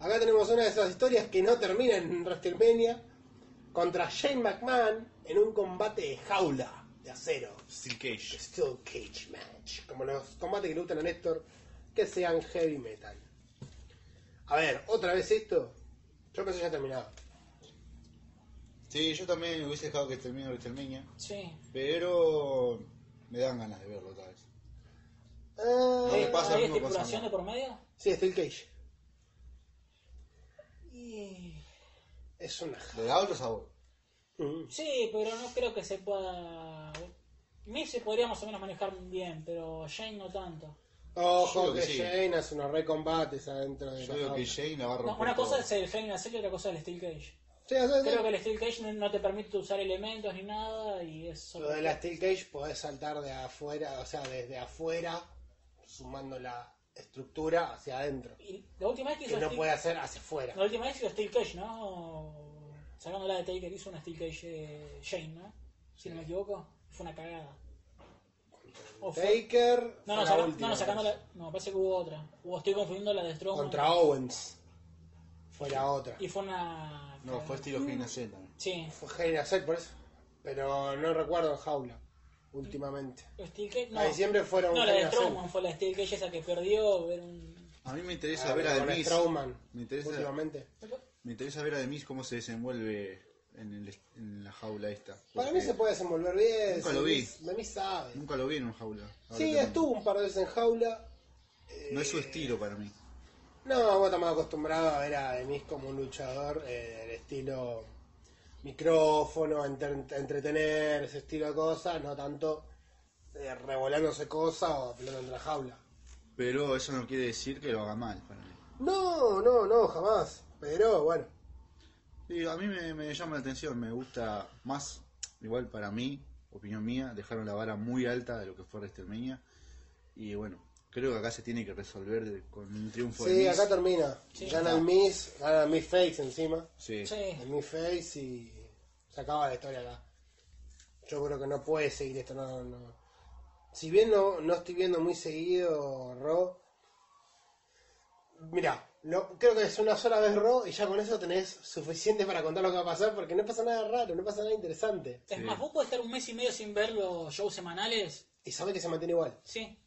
[SPEAKER 3] Acá tenemos una de esas historias que no termina en WrestleMania. Contra Shane McMahon en un combate de jaula de acero.
[SPEAKER 2] Steel Cage.
[SPEAKER 3] Steel Cage Match. Como los combates que le gustan a Néstor, que sean heavy metal. A ver, otra vez esto. Yo pensé ya terminado.
[SPEAKER 2] Sí, yo también hubiese dejado que termine WrestleMania,
[SPEAKER 1] Sí.
[SPEAKER 2] pero me dan ganas de verlo otra vez.
[SPEAKER 3] Ah,
[SPEAKER 2] me
[SPEAKER 1] ¿Hay-
[SPEAKER 2] pasa
[SPEAKER 1] ¿Hay
[SPEAKER 2] lo mismo con
[SPEAKER 1] estipulación
[SPEAKER 2] Sandra.
[SPEAKER 1] de por medio?
[SPEAKER 3] sí, Steel Cage.
[SPEAKER 1] Y-
[SPEAKER 3] Es una Mm. ja-
[SPEAKER 2] Le da otro sabor.
[SPEAKER 1] Sí, pero no creo que se pueda. Miz se podría más o menos manejar bien, pero Shane no tanto.
[SPEAKER 2] Yo
[SPEAKER 3] Ojo
[SPEAKER 2] creo
[SPEAKER 3] que
[SPEAKER 2] que sí.
[SPEAKER 3] Shane hace unos recombates adentro de
[SPEAKER 2] Yo
[SPEAKER 3] la
[SPEAKER 2] digo que
[SPEAKER 3] jaula.
[SPEAKER 2] Shane la va a
[SPEAKER 1] No,
[SPEAKER 2] romper.
[SPEAKER 1] una cosa
[SPEAKER 2] todo.
[SPEAKER 1] es el Hell in a Cell y otra cosa es el Steel Cage.
[SPEAKER 3] Sí, sí, sí.
[SPEAKER 1] Creo que el Steel Cage no, no te permite usar elementos ni nada y es solo.
[SPEAKER 3] Lo de la Steel Cage podés saltar de afuera, o sea, desde afuera, sumando la estructura hacia adentro.
[SPEAKER 1] Y la última vez que
[SPEAKER 3] Que
[SPEAKER 1] hizo
[SPEAKER 3] no
[SPEAKER 1] Steel-
[SPEAKER 3] puede hacer hacia afuera.
[SPEAKER 1] La última vez hizo Steel Cage, ¿no? Sacando la de Taker, hizo una Steel Cage eh, Shane, ¿no? Si no me equivoco, fue una cagada. O fue-
[SPEAKER 3] Taker. fue
[SPEAKER 1] No, no,
[SPEAKER 3] la
[SPEAKER 1] saca-
[SPEAKER 3] última,
[SPEAKER 1] no, no, sacando
[SPEAKER 3] me
[SPEAKER 1] la. No, parece que hubo otra. O estoy confundiendo la de
[SPEAKER 3] parece.
[SPEAKER 1] Strowman.
[SPEAKER 3] Contra Owens. Fue la otra.
[SPEAKER 1] Y fue una.
[SPEAKER 2] No, fue estilo Kane Ascent también.
[SPEAKER 1] Sí.
[SPEAKER 3] Fue Heina Cell por eso. Pero no recuerdo en jaula. Últimamente.
[SPEAKER 1] Steel Cage. No,
[SPEAKER 3] Ahí Ah, siempre fueron
[SPEAKER 1] no la de
[SPEAKER 3] Heina Cell.
[SPEAKER 1] Strowman fue la Steel Cage esa que perdió. Era un...
[SPEAKER 2] A mí me interesa
[SPEAKER 3] Ah,
[SPEAKER 2] ver a
[SPEAKER 3] con
[SPEAKER 2] The Miz.
[SPEAKER 3] Strowman.
[SPEAKER 2] Me interesa-
[SPEAKER 3] Últimamente.
[SPEAKER 2] Me interesa ver a The Miz cómo se desenvuelve en, el- en la jaula esta.
[SPEAKER 3] Para
[SPEAKER 2] Porque
[SPEAKER 3] mí se puede desenvolver bien.
[SPEAKER 2] Nunca
[SPEAKER 3] si
[SPEAKER 2] lo vi.
[SPEAKER 3] Miz- La Miz sabe.
[SPEAKER 2] Nunca lo vi en una jaula. Ahora
[SPEAKER 3] Sí,
[SPEAKER 2] tengo-
[SPEAKER 3] estuvo un par de veces en jaula. Eh,
[SPEAKER 2] No es su estilo para mí.
[SPEAKER 3] No, vos estás más acostumbrado a ver a Demis como un luchador eh, del estilo micrófono, enter- entretener, ese estilo de cosas, no tanto eh, revolándose cosas o peleando en la jaula.
[SPEAKER 2] Pero eso no quiere decir que lo haga mal para mí.
[SPEAKER 3] No, no, no, jamás. Pero bueno,
[SPEAKER 2] Sí, a mí me, me llama la atención, me gusta más, igual para mí, opinión mía, dejaron la vara muy alta de lo que fue WrestleMania. Y bueno, creo que acá se tiene que resolver de- con un triunfo de
[SPEAKER 3] sí,
[SPEAKER 2] Miz.
[SPEAKER 3] acá termina.
[SPEAKER 1] Sí,
[SPEAKER 3] gana
[SPEAKER 1] está.
[SPEAKER 3] el Miss, gana el Miss Face encima.
[SPEAKER 2] Sí.
[SPEAKER 1] Sí.
[SPEAKER 3] El Miss Face y se acaba la historia acá. Yo creo que no puede seguir esto, no, no. Si bien no, no estoy viendo muy seguido Raw, mira, creo que es una sola vez Raw y ya con eso tenés suficiente para contar lo que va a pasar porque no pasa nada raro, no pasa nada interesante.
[SPEAKER 1] Es más, vos podés estar un mes y medio sin ver los shows semanales.
[SPEAKER 3] Y sabés que se mantiene igual.
[SPEAKER 1] Sí.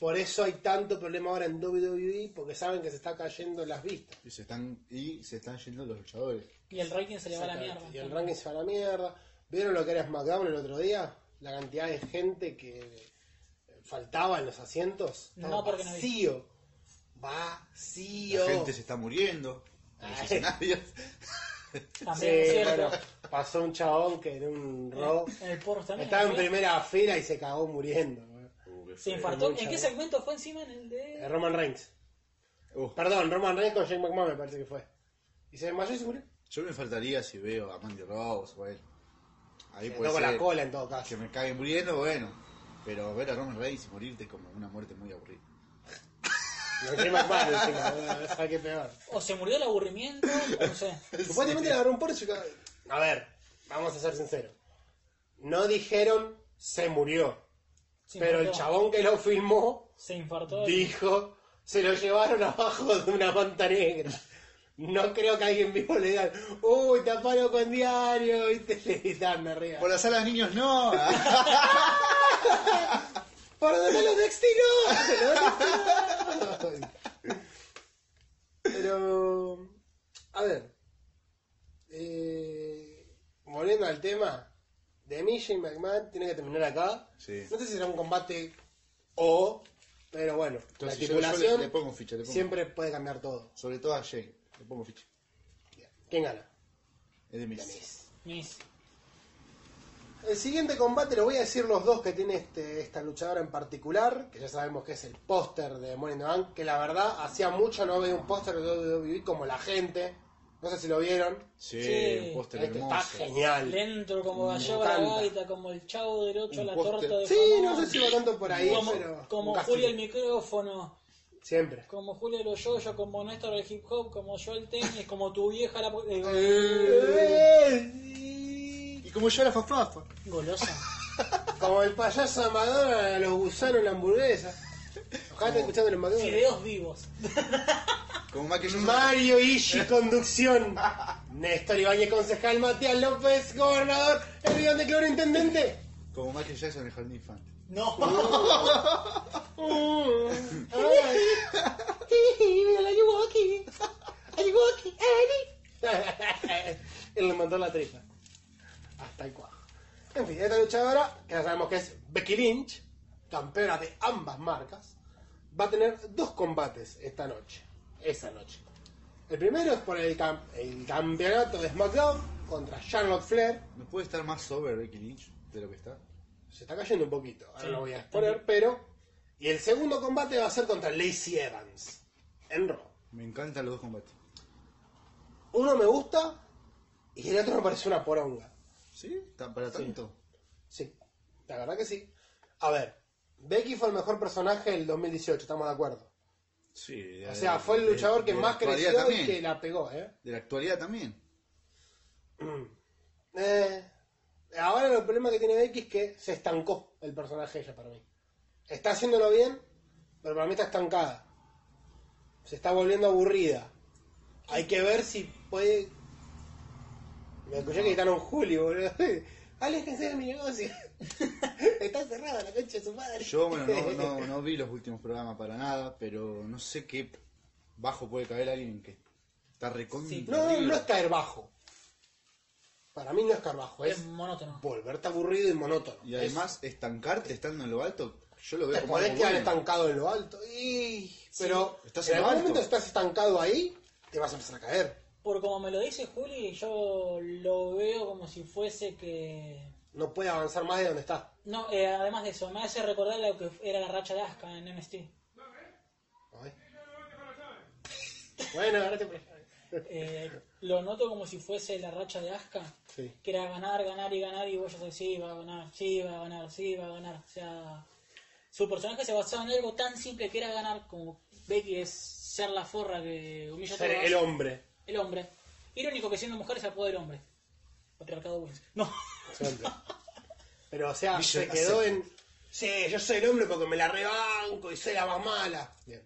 [SPEAKER 3] Por eso hay tanto problema ahora en WWE, porque saben que se está cayendo las vistas.
[SPEAKER 2] Y se están, y se están yendo los luchadores.
[SPEAKER 1] Y el ranking se le va a la mierda.
[SPEAKER 3] Y el ranking se va a la mierda. ¿Vieron lo que era SmackDown el otro día? La cantidad de gente que eh, faltaba en los asientos.
[SPEAKER 1] No,
[SPEAKER 3] Estaba
[SPEAKER 1] porque no vi.
[SPEAKER 3] Vacío.
[SPEAKER 2] La
[SPEAKER 3] Vacío.
[SPEAKER 2] gente se está muriendo. En los
[SPEAKER 3] Ay.
[SPEAKER 2] escenarios.
[SPEAKER 1] También es
[SPEAKER 3] Sí,
[SPEAKER 1] cierto.
[SPEAKER 3] bueno, pasó un chabón que en un rock
[SPEAKER 1] En el Poros también.
[SPEAKER 3] estaba en
[SPEAKER 1] ¿no?
[SPEAKER 3] primera fila y se cagó muriendo. güey.
[SPEAKER 2] Uh, qué
[SPEAKER 1] Se
[SPEAKER 2] feo.
[SPEAKER 1] infartó.
[SPEAKER 3] mucha
[SPEAKER 1] ¿En qué
[SPEAKER 3] bola.
[SPEAKER 1] segmento fue encima? En el
[SPEAKER 3] Eh,
[SPEAKER 1] de.
[SPEAKER 3] Roman Reigns.
[SPEAKER 2] Uh,
[SPEAKER 3] Perdón, Roman Reigns con Jake McMahon me parece que fue. Y se desmayó y se murió.
[SPEAKER 2] yo me faltaría si veo a Mandy Rose o a él. Ahí
[SPEAKER 3] Se
[SPEAKER 2] puede
[SPEAKER 3] con la
[SPEAKER 2] ser
[SPEAKER 3] cola en todo
[SPEAKER 2] que
[SPEAKER 3] caso.
[SPEAKER 2] me caguen muriendo, bueno. Pero ver a Roman Reigns y morirte es como una muerte muy aburrida.
[SPEAKER 3] Y con Jake McMahon encima, güey, ¿sabes qué peor?
[SPEAKER 1] O se murió el aburrimiento, o no sé.
[SPEAKER 3] Supuestamente le agarró un porcho. y ca- A ver, vamos a ser sinceros. No dijeron se murió.
[SPEAKER 1] Se
[SPEAKER 3] pero el
[SPEAKER 1] infartó.
[SPEAKER 3] chabón que lo filmó
[SPEAKER 1] Se infartó. y-
[SPEAKER 3] dijo se lo llevaron abajo de una manta negra. No creo que alguien vivo le digan, uy, tapalo con diario, y te le gritan arriba.
[SPEAKER 2] Por la sala de niños no. Ah.
[SPEAKER 3] ¡Por donde los destino! Pero. A ver. eh, volviendo al tema. De mí, Shane McMahon tiene que terminar acá.
[SPEAKER 2] Sí.
[SPEAKER 3] No sé si será un combate o. Pero bueno,
[SPEAKER 2] Entonces,
[SPEAKER 3] la
[SPEAKER 2] yo- yo le-
[SPEAKER 3] estipulación
[SPEAKER 2] le pongo ficha, le pongo.
[SPEAKER 3] siempre puede cambiar todo.
[SPEAKER 2] Sobre todo a Jake. Le pongo ficha.
[SPEAKER 3] ¿Quién gana?
[SPEAKER 2] Es de mis.
[SPEAKER 3] The Miz.
[SPEAKER 1] Miss.
[SPEAKER 3] El siguiente combate lo voy a decir los dos que tiene este, esta luchadora en particular, que ya sabemos que es el póster de Money in the Bank, que la verdad hacía mucho no veía un póster de WWE como la gente. No sé si lo vieron.
[SPEAKER 2] Sí,
[SPEAKER 1] Sí,
[SPEAKER 2] un póster
[SPEAKER 3] Este está
[SPEAKER 2] hermoso.
[SPEAKER 3] genial.
[SPEAKER 1] Dentro como
[SPEAKER 3] Me
[SPEAKER 1] Gallego la
[SPEAKER 3] encanta.
[SPEAKER 1] gaita, como el chavo del 8
[SPEAKER 2] Un
[SPEAKER 1] la
[SPEAKER 2] póster.
[SPEAKER 1] torta de
[SPEAKER 3] Sí,
[SPEAKER 1] jamón.
[SPEAKER 3] no sé si va tanto por ahí,
[SPEAKER 1] Como,
[SPEAKER 3] pero.
[SPEAKER 1] como
[SPEAKER 3] nunca
[SPEAKER 1] Julio el
[SPEAKER 3] sí.
[SPEAKER 1] micrófono,
[SPEAKER 3] Siempre.
[SPEAKER 1] como Julio los yoyos, como Néstor el hip hop, como yo el tenis, como tu vieja la. eh,
[SPEAKER 3] Eh,
[SPEAKER 2] Y como yo la fafafa.
[SPEAKER 1] golosa.
[SPEAKER 3] Como el payaso de Madonna, los gusanos en la hamburguesa. Ojalá esté escuchando los McDonald's.
[SPEAKER 1] Fideos vivos.
[SPEAKER 2] Como más que yo.
[SPEAKER 3] Mario Ishi, conducción. Néstor Ibañez, concejal. Matías López, gobernador. Hernán de Cloro, intendente.
[SPEAKER 2] Como Michael Jackson en el jardín infante.
[SPEAKER 1] No.
[SPEAKER 3] Él le mandó la tripa. Hasta el cuajo. En fin, esta luchadora, que ya sabemos que es Becky Lynch, campeona de ambas marcas, va a tener dos combates esta noche. Esa noche. El primero es por el, cam- el campeonato de SmackDown contra Charlotte Flair.
[SPEAKER 2] ¿No puede estar más sober Becky Lynch de lo que está?
[SPEAKER 3] Se está cayendo un poquito, ahora
[SPEAKER 1] Sí,
[SPEAKER 3] lo voy a exponer, pero. Y el segundo combate va a ser contra Lacey Evans en Raw.
[SPEAKER 2] Me encantan los dos combates.
[SPEAKER 3] Uno me gusta y el otro me parece una poronga.
[SPEAKER 2] ¿Sí? ¿Tan- ¿Para tanto?
[SPEAKER 3] Sí, la verdad que sí. A ver, Becky fue el mejor personaje del 2018, estamos de acuerdo.
[SPEAKER 2] Sí. eh,
[SPEAKER 3] O sea, fue el luchador que más creció y que la pegó, ¿eh?
[SPEAKER 2] De la actualidad también.
[SPEAKER 3] Eh, ahora el problema que tiene Becky es que se estancó el personaje ella para mí. Está haciéndolo bien, pero para mí está estancada. Se está volviendo aburrida. Hay que ver si puede. Me escuché que gritaron Julio, boludo. Aléjense de mi negocio. está cerrada la concha de su madre.
[SPEAKER 2] Yo, bueno, no, no, no vi los últimos programas para nada, pero no sé qué bajo puede caer alguien que está recontra.
[SPEAKER 1] Sí.
[SPEAKER 3] No, no,
[SPEAKER 2] horrible.
[SPEAKER 3] no es caer bajo. Para mí no es caer bajo, es
[SPEAKER 1] Es monótono.
[SPEAKER 3] volverte aburrido y monótono.
[SPEAKER 2] Y además, estancarte estando en lo alto, yo lo veo
[SPEAKER 3] Te
[SPEAKER 2] como algo
[SPEAKER 3] podés quedar
[SPEAKER 2] bueno.
[SPEAKER 3] estancado en lo alto. Y... Pero
[SPEAKER 2] Estás
[SPEAKER 3] en
[SPEAKER 2] en lo
[SPEAKER 3] algún
[SPEAKER 2] alto.
[SPEAKER 3] momento estás estancado ahí, te vas a empezar a caer.
[SPEAKER 1] Por como me lo dice Juli, yo lo veo como si fuese que.
[SPEAKER 3] No puedes avanzar más de donde estás.
[SPEAKER 1] No, eh, además de eso, me hace recordar lo que era la racha de Aska en MST.
[SPEAKER 3] Ay. Bueno, ahora te
[SPEAKER 1] Eh, lo noto como si fuese la racha de Aska,
[SPEAKER 3] Sí.
[SPEAKER 1] que era ganar, ganar y ganar, y vos ya sabés, sí, va a ganar, sí, va a ganar, sí, va a ganar. O sea, su personaje se basaba en algo tan simple que era ganar, como Becky es ser la forra que humilla a
[SPEAKER 3] Ser
[SPEAKER 1] todas.
[SPEAKER 3] el hombre.
[SPEAKER 1] El hombre. Irónico que siendo mujer se apoda el hombre. Patriarcado Wins. No.
[SPEAKER 3] Siempre. Pero o sea,
[SPEAKER 2] Y yo
[SPEAKER 3] se
[SPEAKER 2] la
[SPEAKER 3] quedó
[SPEAKER 2] sé.
[SPEAKER 3] en. Sí, yo soy el hombre porque me la rebanco y soy la más mala. Bien.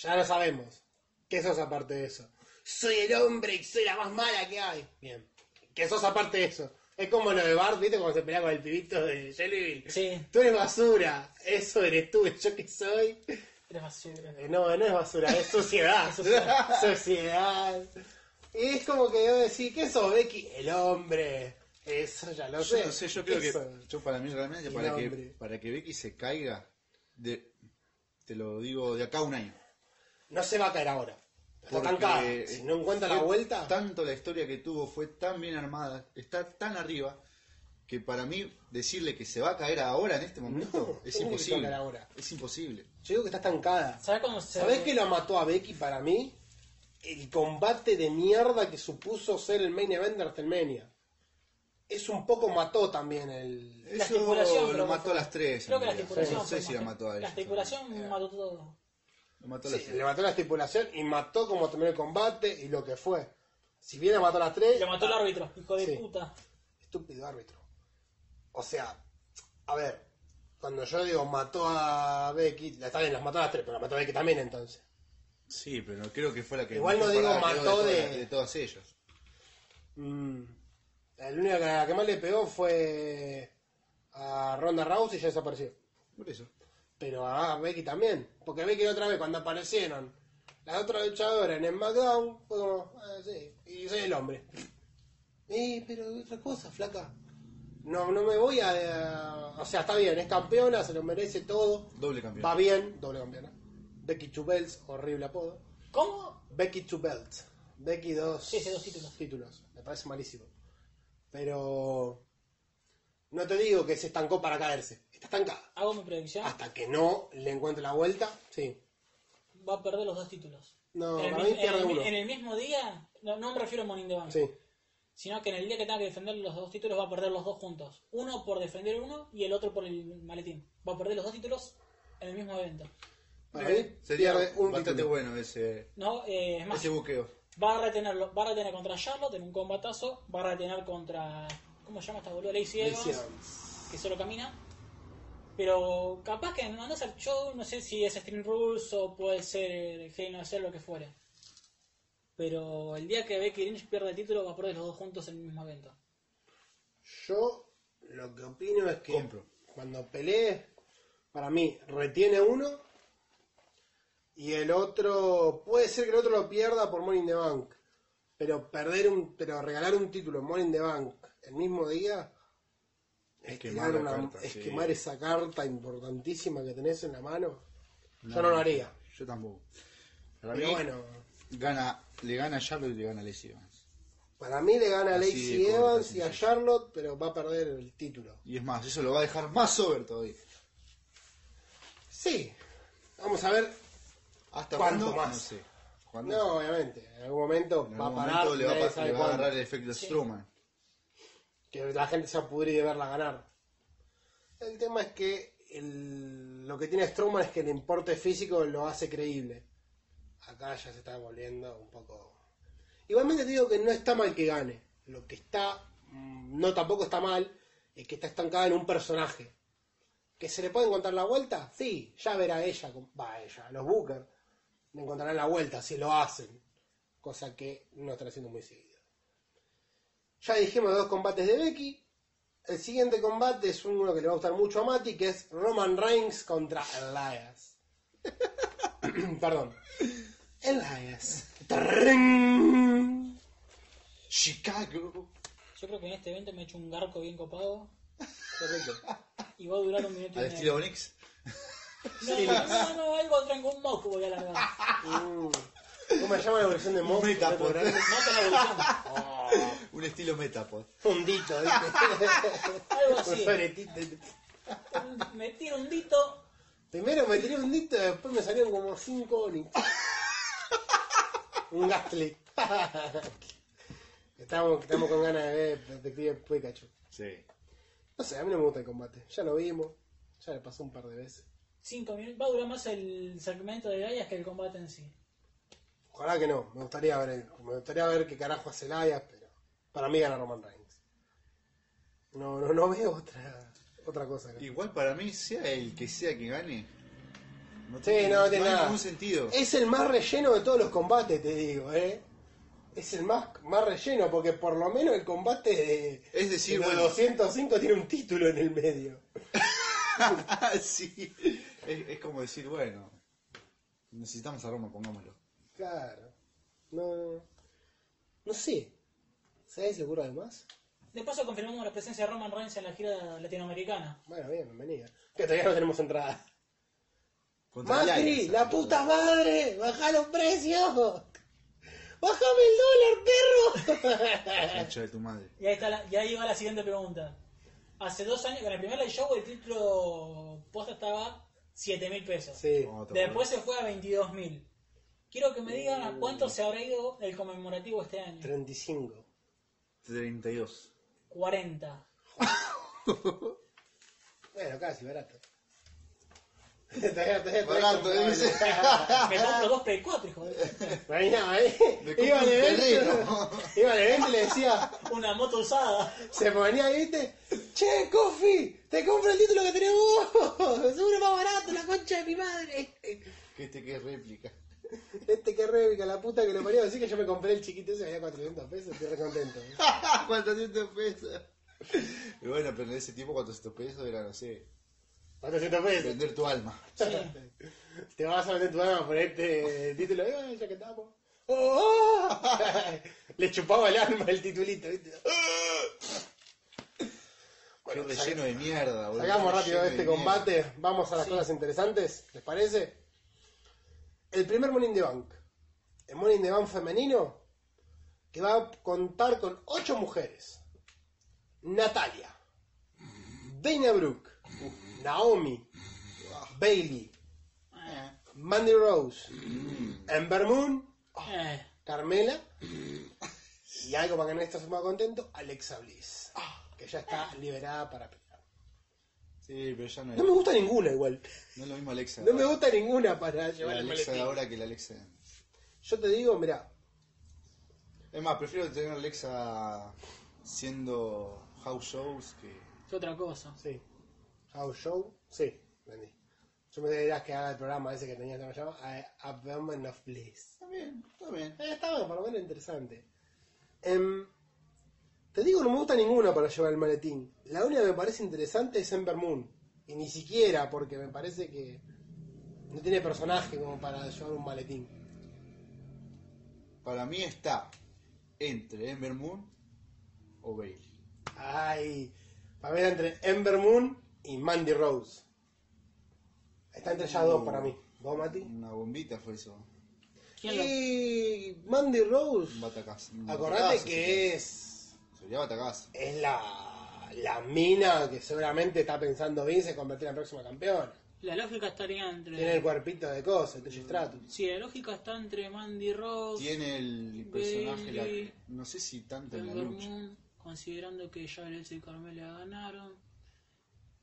[SPEAKER 3] Ya lo sabemos. ¿Qué sos aparte de eso? Soy el hombre y soy la más mala que hay. Bien. ¿Qué sos aparte de eso? Es como lo de Bart, ¿viste? Cuando se pelea con el pibito de Jellyville.
[SPEAKER 1] Sí,
[SPEAKER 3] Tú eres basura, eso eres tú, yo que soy.
[SPEAKER 1] eres basura.
[SPEAKER 3] Eh, No, no es basura, es sociedad.
[SPEAKER 1] sociedad.
[SPEAKER 3] sociedad. Y es como que yo decir, ¿qué sos, Becky? El hombre. Eso ya lo sé.
[SPEAKER 2] Yo no sé, yo creo que.
[SPEAKER 3] Eso.
[SPEAKER 2] Yo para mí realmente,
[SPEAKER 3] Y
[SPEAKER 2] para
[SPEAKER 3] el
[SPEAKER 2] que,
[SPEAKER 3] hombre.
[SPEAKER 2] para que Becky se caiga, de, te lo digo, de acá a un año.
[SPEAKER 3] No se va a caer ahora. Está
[SPEAKER 2] Porque,
[SPEAKER 3] estancada. Si no encuentra la
[SPEAKER 2] fue
[SPEAKER 3] vuelta.
[SPEAKER 2] Tanto la historia que tuvo fue tan bien armada, está tan arriba, que para mí decirle que se va a caer ahora en este momento
[SPEAKER 3] No,
[SPEAKER 2] es
[SPEAKER 3] tiene que
[SPEAKER 2] imposible.
[SPEAKER 3] tocar ahora.
[SPEAKER 2] Es imposible.
[SPEAKER 3] Yo digo que está estancada.
[SPEAKER 1] ¿Sabes cómo se.?
[SPEAKER 3] ¿Sabés qué lo mató a Becky para mí? El combate de mierda que supuso ser el main event de WrestleMania. Es un poco mató también el.
[SPEAKER 1] La
[SPEAKER 2] Eso
[SPEAKER 1] estipulación
[SPEAKER 2] lo
[SPEAKER 1] lo
[SPEAKER 2] mató
[SPEAKER 1] mató.
[SPEAKER 2] a las tres.
[SPEAKER 1] Creo que la
[SPEAKER 2] en realidad.
[SPEAKER 1] estipulación.
[SPEAKER 2] No sé
[SPEAKER 1] fue
[SPEAKER 2] si la
[SPEAKER 1] más-
[SPEAKER 2] mató a ella.
[SPEAKER 1] La estipulación
[SPEAKER 2] Eh,
[SPEAKER 1] mató todo.
[SPEAKER 2] lo mató a las
[SPEAKER 3] Sí,
[SPEAKER 2] tres.
[SPEAKER 3] le mató la estipulación y mató como terminó el combate y lo que fue. Si bien le mató a las tres,
[SPEAKER 1] Lo mató el árbitro, hijo de
[SPEAKER 3] Ah. Sí.
[SPEAKER 1] puta.
[SPEAKER 3] estúpido árbitro. O sea, a ver, cuando yo digo mató a Becky, la- está bien, las mató a las tres, pero la mató a Becky también entonces.
[SPEAKER 2] Sí, pero creo que fue la que.
[SPEAKER 3] Igual no
[SPEAKER 2] mejor
[SPEAKER 3] digo
[SPEAKER 2] parada quedó
[SPEAKER 3] mató
[SPEAKER 2] de,
[SPEAKER 3] de-
[SPEAKER 2] todas las- de todas ellas.
[SPEAKER 3] Mm. El único que, la que más le pegó fue a Ronda Rousey y ya desapareció.
[SPEAKER 2] Por eso.
[SPEAKER 3] Pero a Becky también. Porque Becky otra vez cuando aparecieron las otras luchadoras en el SmackDown fue como, ah, sí, y soy el hombre. Eh, pero otra cosa, flaca. No, no me voy a... O sea, está bien, es campeona, se lo merece todo.
[SPEAKER 2] Doble campeón.
[SPEAKER 3] Va bien, doble campeona. Becky Two Belts, horrible apodo.
[SPEAKER 1] ¿Cómo?
[SPEAKER 3] Becky Two Belts. Becky dos,
[SPEAKER 1] Sí, sí, dos títulos.
[SPEAKER 3] Me parece malísimo. Pero... No te digo que se estancó para caerse. Está estancada.
[SPEAKER 1] Hago mi predicción.
[SPEAKER 2] Ah.
[SPEAKER 3] Hasta que no le encuentre la vuelta, sí.
[SPEAKER 1] Va a perder los dos títulos.
[SPEAKER 3] No,
[SPEAKER 1] en, el,
[SPEAKER 3] para
[SPEAKER 1] mi-
[SPEAKER 3] mí pierde
[SPEAKER 1] en el mi-
[SPEAKER 3] uno.
[SPEAKER 1] en el mismo día, no, no me refiero a Morning the Bank,
[SPEAKER 3] Sí.
[SPEAKER 1] sino que en el día que tenga que defender los dos títulos va a perder los dos juntos. Uno por defender uno y el otro por el maletín. Va a perder los dos títulos en el mismo evento.
[SPEAKER 3] Para mí
[SPEAKER 2] Sería
[SPEAKER 3] pierde un
[SPEAKER 2] bastante
[SPEAKER 3] título.
[SPEAKER 2] bueno ese,
[SPEAKER 1] No, eh, es más,
[SPEAKER 2] ese buqueo.
[SPEAKER 1] va a retenerlo, va a retener contra Charlotte en un combatazo, va a retener contra ¿cómo se llama esta boluda? Lacey
[SPEAKER 3] Le
[SPEAKER 1] Evans,
[SPEAKER 3] hicieron.
[SPEAKER 1] que solo camina. Pero capaz que no ser show, no sé si es Stream Rules o puede ser Hey no sé lo que fuere. Pero el día que Becky Lynch pierda el título va a perder los dos juntos en el mismo evento.
[SPEAKER 3] Yo lo que opino es que
[SPEAKER 2] Compro.
[SPEAKER 3] cuando pelee, para mí, retiene uno y el otro, puede ser que el otro lo pierda por Money in the Bank, pero perder un, pero regalar un título en Money in the Bank el mismo día
[SPEAKER 2] Es
[SPEAKER 3] es
[SPEAKER 2] quemar
[SPEAKER 3] tirar
[SPEAKER 2] la
[SPEAKER 3] una-
[SPEAKER 2] carta,
[SPEAKER 3] es
[SPEAKER 2] sí.
[SPEAKER 3] quemar esa carta importantísima que tenés en la mano. Yo no lo haría.
[SPEAKER 2] Yo tampoco. Para
[SPEAKER 3] Pero
[SPEAKER 2] mí,
[SPEAKER 3] bueno,
[SPEAKER 2] gana, le gana a Charlotte y le gana a Lacey Evans.
[SPEAKER 3] para mí le gana a
[SPEAKER 2] Así
[SPEAKER 3] Lacey
[SPEAKER 2] de corta,
[SPEAKER 3] Evans
[SPEAKER 2] sí,
[SPEAKER 3] y a
[SPEAKER 2] sí.
[SPEAKER 3] Charlotte, pero va a perder el título.
[SPEAKER 2] Y es más, eso lo va a dejar más over todavía.
[SPEAKER 3] Sí. Vamos a ver
[SPEAKER 2] ¿Hasta
[SPEAKER 3] ¿Cuánto
[SPEAKER 2] cuándo?
[SPEAKER 3] más?
[SPEAKER 2] No sé. ¿Cuándo?
[SPEAKER 3] No, obviamente. En algún momento
[SPEAKER 2] En
[SPEAKER 3] va
[SPEAKER 2] algún
[SPEAKER 3] a parar.
[SPEAKER 2] momento le va, a
[SPEAKER 3] nadie
[SPEAKER 2] pa-
[SPEAKER 3] sabe
[SPEAKER 2] le va a
[SPEAKER 3] cuándo.
[SPEAKER 2] agarrar el efecto Strowman.
[SPEAKER 3] Que la gente se va a pudrir de verla ganar. El tema es que el- lo que tiene Strowman es que el importe físico lo hace creíble. Acá ya se está volviendo un poco. Igualmente te digo que no está mal que gane. Lo que está. mm, No tampoco está mal. Es que está estancada en un personaje. ¿Que se le puede encontrar la vuelta? Sí, ya verá ella. cómo- Va ella, los Booker. Le encontrarán la vuelta si lo hacen. Cosa que no está haciendo muy seguido. Ya dijimos los dos combates de Becky. El siguiente combate es uno que le va a gustar mucho a Mati, que es Roman Reigns contra Elias. Perdón. Elias. Tarrrrrrrrrrrrrrrrrrrrrrrrrrrrrrrrrrrrrrrrrrrrrrrrrrrrrrrrrrr.
[SPEAKER 2] Chicago.
[SPEAKER 1] Yo creo que en este evento me he hecho un garco bien copado
[SPEAKER 2] Correcto.
[SPEAKER 1] y va a durar un minuto y
[SPEAKER 2] Al
[SPEAKER 1] medio.
[SPEAKER 2] estilo Onyx.
[SPEAKER 1] No, no, no, no, algo tengo un moco voy a largar.
[SPEAKER 3] Mm. ¿Cómo se llama la evolución de Mox?
[SPEAKER 2] Un metapod.
[SPEAKER 1] No te la evolución.
[SPEAKER 2] Un estilo pues. Metapod.
[SPEAKER 3] Fundito, ¿viste?
[SPEAKER 1] Algo así.
[SPEAKER 3] Un sobretito.
[SPEAKER 1] Un- Me tiro un dito
[SPEAKER 3] Primero me tiré un dito, después me salieron como 5 Onix. un Gastly. estamos, estamos con ganas de ver Detective Pikachu.
[SPEAKER 2] Sí.
[SPEAKER 3] No sé, a mí no me gusta el combate. Ya lo vimos, ya le pasó un par de veces.
[SPEAKER 1] Cinco minutos. Va a durar más el segmento de Gaias que el combate en sí.
[SPEAKER 3] Ojalá que no, me gustaría ver el- me gustaría ver qué carajo hace Laia, pero para mí gana Roman Reigns. No, no, no veo otra otra cosa. acá.
[SPEAKER 2] Igual para mí, sea el que sea que gane. No
[SPEAKER 3] Sí, no, no tiene
[SPEAKER 2] hay
[SPEAKER 3] nada.
[SPEAKER 2] ningún sentido.
[SPEAKER 3] Es el más relleno de todos los combates, te digo, eh. es el más, más relleno, porque por lo menos el combate de,
[SPEAKER 2] Es decir,
[SPEAKER 3] de los
[SPEAKER 2] bueno.
[SPEAKER 3] 205 tiene un título en el medio.
[SPEAKER 2] sí. Es, es como decir, bueno, necesitamos a Roma, pongámoslo.
[SPEAKER 3] Claro. No, no, no sé. ¿Sabes seguro además?
[SPEAKER 1] De paso confirmamos la presencia de Roman Reigns en la gira latinoamericana.
[SPEAKER 3] Bueno, bien, bienvenida. Que todavía no tenemos entrada.
[SPEAKER 2] Contra
[SPEAKER 3] ¡Macri!
[SPEAKER 2] Elias,
[SPEAKER 3] ¡La
[SPEAKER 2] boludo.
[SPEAKER 3] puta madre! ¡Baja los precios! ¡Bájame el dólar, perro!
[SPEAKER 2] Concha de tu madre.
[SPEAKER 1] Y ahí, está la- y ahí va la siguiente pregunta. Hace dos años, que en el primer live show el título posta estaba 7 mil pesos.
[SPEAKER 3] sí.
[SPEAKER 2] Otro,
[SPEAKER 1] Después se fue a 22 mil. Quiero que me digan
[SPEAKER 3] Eh,
[SPEAKER 1] a cuánto se habrá ido el conmemorativo este año.
[SPEAKER 3] 35.
[SPEAKER 2] boludo. 32.
[SPEAKER 1] 40.
[SPEAKER 3] Bueno, casi, barato. Todavía- todavía- todavía
[SPEAKER 2] Barato,
[SPEAKER 3] comprable.
[SPEAKER 2] dice.
[SPEAKER 3] Ah,
[SPEAKER 1] Me compro dos Play 4, hijo de puta.
[SPEAKER 3] Ahí no, ¿eh?
[SPEAKER 2] Me
[SPEAKER 3] Iba al
[SPEAKER 2] compro un
[SPEAKER 3] evento.
[SPEAKER 2] terreno.
[SPEAKER 3] Iba al evento y le decía,
[SPEAKER 1] Una moto usada.
[SPEAKER 3] se ponía ahí, viste, che, Coffee, te compro el título que tenés vos, seguro más barato, la concha de mi madre.
[SPEAKER 2] Que este que es réplica.
[SPEAKER 3] Este que rébica, la puta que lo parió, así que yo me compré el chiquito ese, valía 400 pesos, estoy re contento.
[SPEAKER 2] 400 pesos. Y bueno, pero en ese tiempo 400 pesos era, no sé,
[SPEAKER 3] 400 pesos.
[SPEAKER 2] vender tu alma.
[SPEAKER 1] Sí.
[SPEAKER 3] Te vas a meter tu alma por este título, eh, bueno, ya que estamos. ¡Oh! Le chupaba el alma el titulito, viste.
[SPEAKER 2] Qué relleno de mierda, boludo.
[SPEAKER 3] Salgamos
[SPEAKER 2] Qué
[SPEAKER 3] rápido de
[SPEAKER 2] relleno
[SPEAKER 3] este
[SPEAKER 2] mierda.
[SPEAKER 3] combate, vamos a las
[SPEAKER 1] Sí.
[SPEAKER 3] cosas interesantes, ¿les parece? El primer Money in the Bank, el Money in the Bank femenino, que va a contar con ocho mujeres. Natalia, Dana Brooke, Naomi, Bailey, Ah.
[SPEAKER 1] Eh,
[SPEAKER 3] Mandy Rose, Ember Moon,
[SPEAKER 1] eh.
[SPEAKER 3] Carmela, y algo para que no estés más contento, Alexa Bliss, que ya está liberada para pelear.
[SPEAKER 2] Sí, pero ya no, es-
[SPEAKER 3] No me gusta ninguna igual.
[SPEAKER 2] no es lo mismo Alexa.
[SPEAKER 3] No me gusta ninguna para
[SPEAKER 2] la
[SPEAKER 3] llevar el
[SPEAKER 2] Alexa de
[SPEAKER 3] maletín.
[SPEAKER 2] ahora que la Alexa.
[SPEAKER 3] Yo te digo, mirá,
[SPEAKER 2] Es más, prefiero tener a Alexa siendo house shows que.
[SPEAKER 1] ¿Qué otra cosa?
[SPEAKER 3] sí. House Show, sí, entendí. Yo me dirías que haga el programa ese que tenía que se llama A- A Woman of Bliss.
[SPEAKER 2] Está bien, está bien.
[SPEAKER 3] Eh, está bueno, por lo menos interesante. Em, te digo, no me gusta ninguna para llevar el maletín. La única que me parece interesante es Ember Moon. Y ni siquiera porque me parece que no tiene personaje como para llevar un maletín.
[SPEAKER 2] Para mí está entre Ember Moon o Bailey.
[SPEAKER 3] Ay, para mí era entre Ember Moon y Mandy Rose. Está entre ellas dos para mí. ¿Vos, Mati?
[SPEAKER 2] Una bombita fue eso.
[SPEAKER 1] ¿Quién lo-
[SPEAKER 3] Y Mandy Rose,
[SPEAKER 2] Un batacazo. un
[SPEAKER 3] acordate
[SPEAKER 2] batacazo,
[SPEAKER 3] que es,
[SPEAKER 2] sería. Sería batacazo.
[SPEAKER 3] es la, la mina que seguramente está pensando bien se convertir en la próxima campeona.
[SPEAKER 1] La lógica estaría
[SPEAKER 3] Tiene el
[SPEAKER 1] entre.
[SPEAKER 3] cuerpito de cosas, el Stratus.
[SPEAKER 1] Sí, la lógica está entre Mandy Rose
[SPEAKER 2] Tiene el personaje, la-
[SPEAKER 1] Bailey.
[SPEAKER 2] no sé si tanto en la
[SPEAKER 1] Ember
[SPEAKER 2] lucha.
[SPEAKER 1] Moon, considerando que ya Alexa y Carmela ganaron.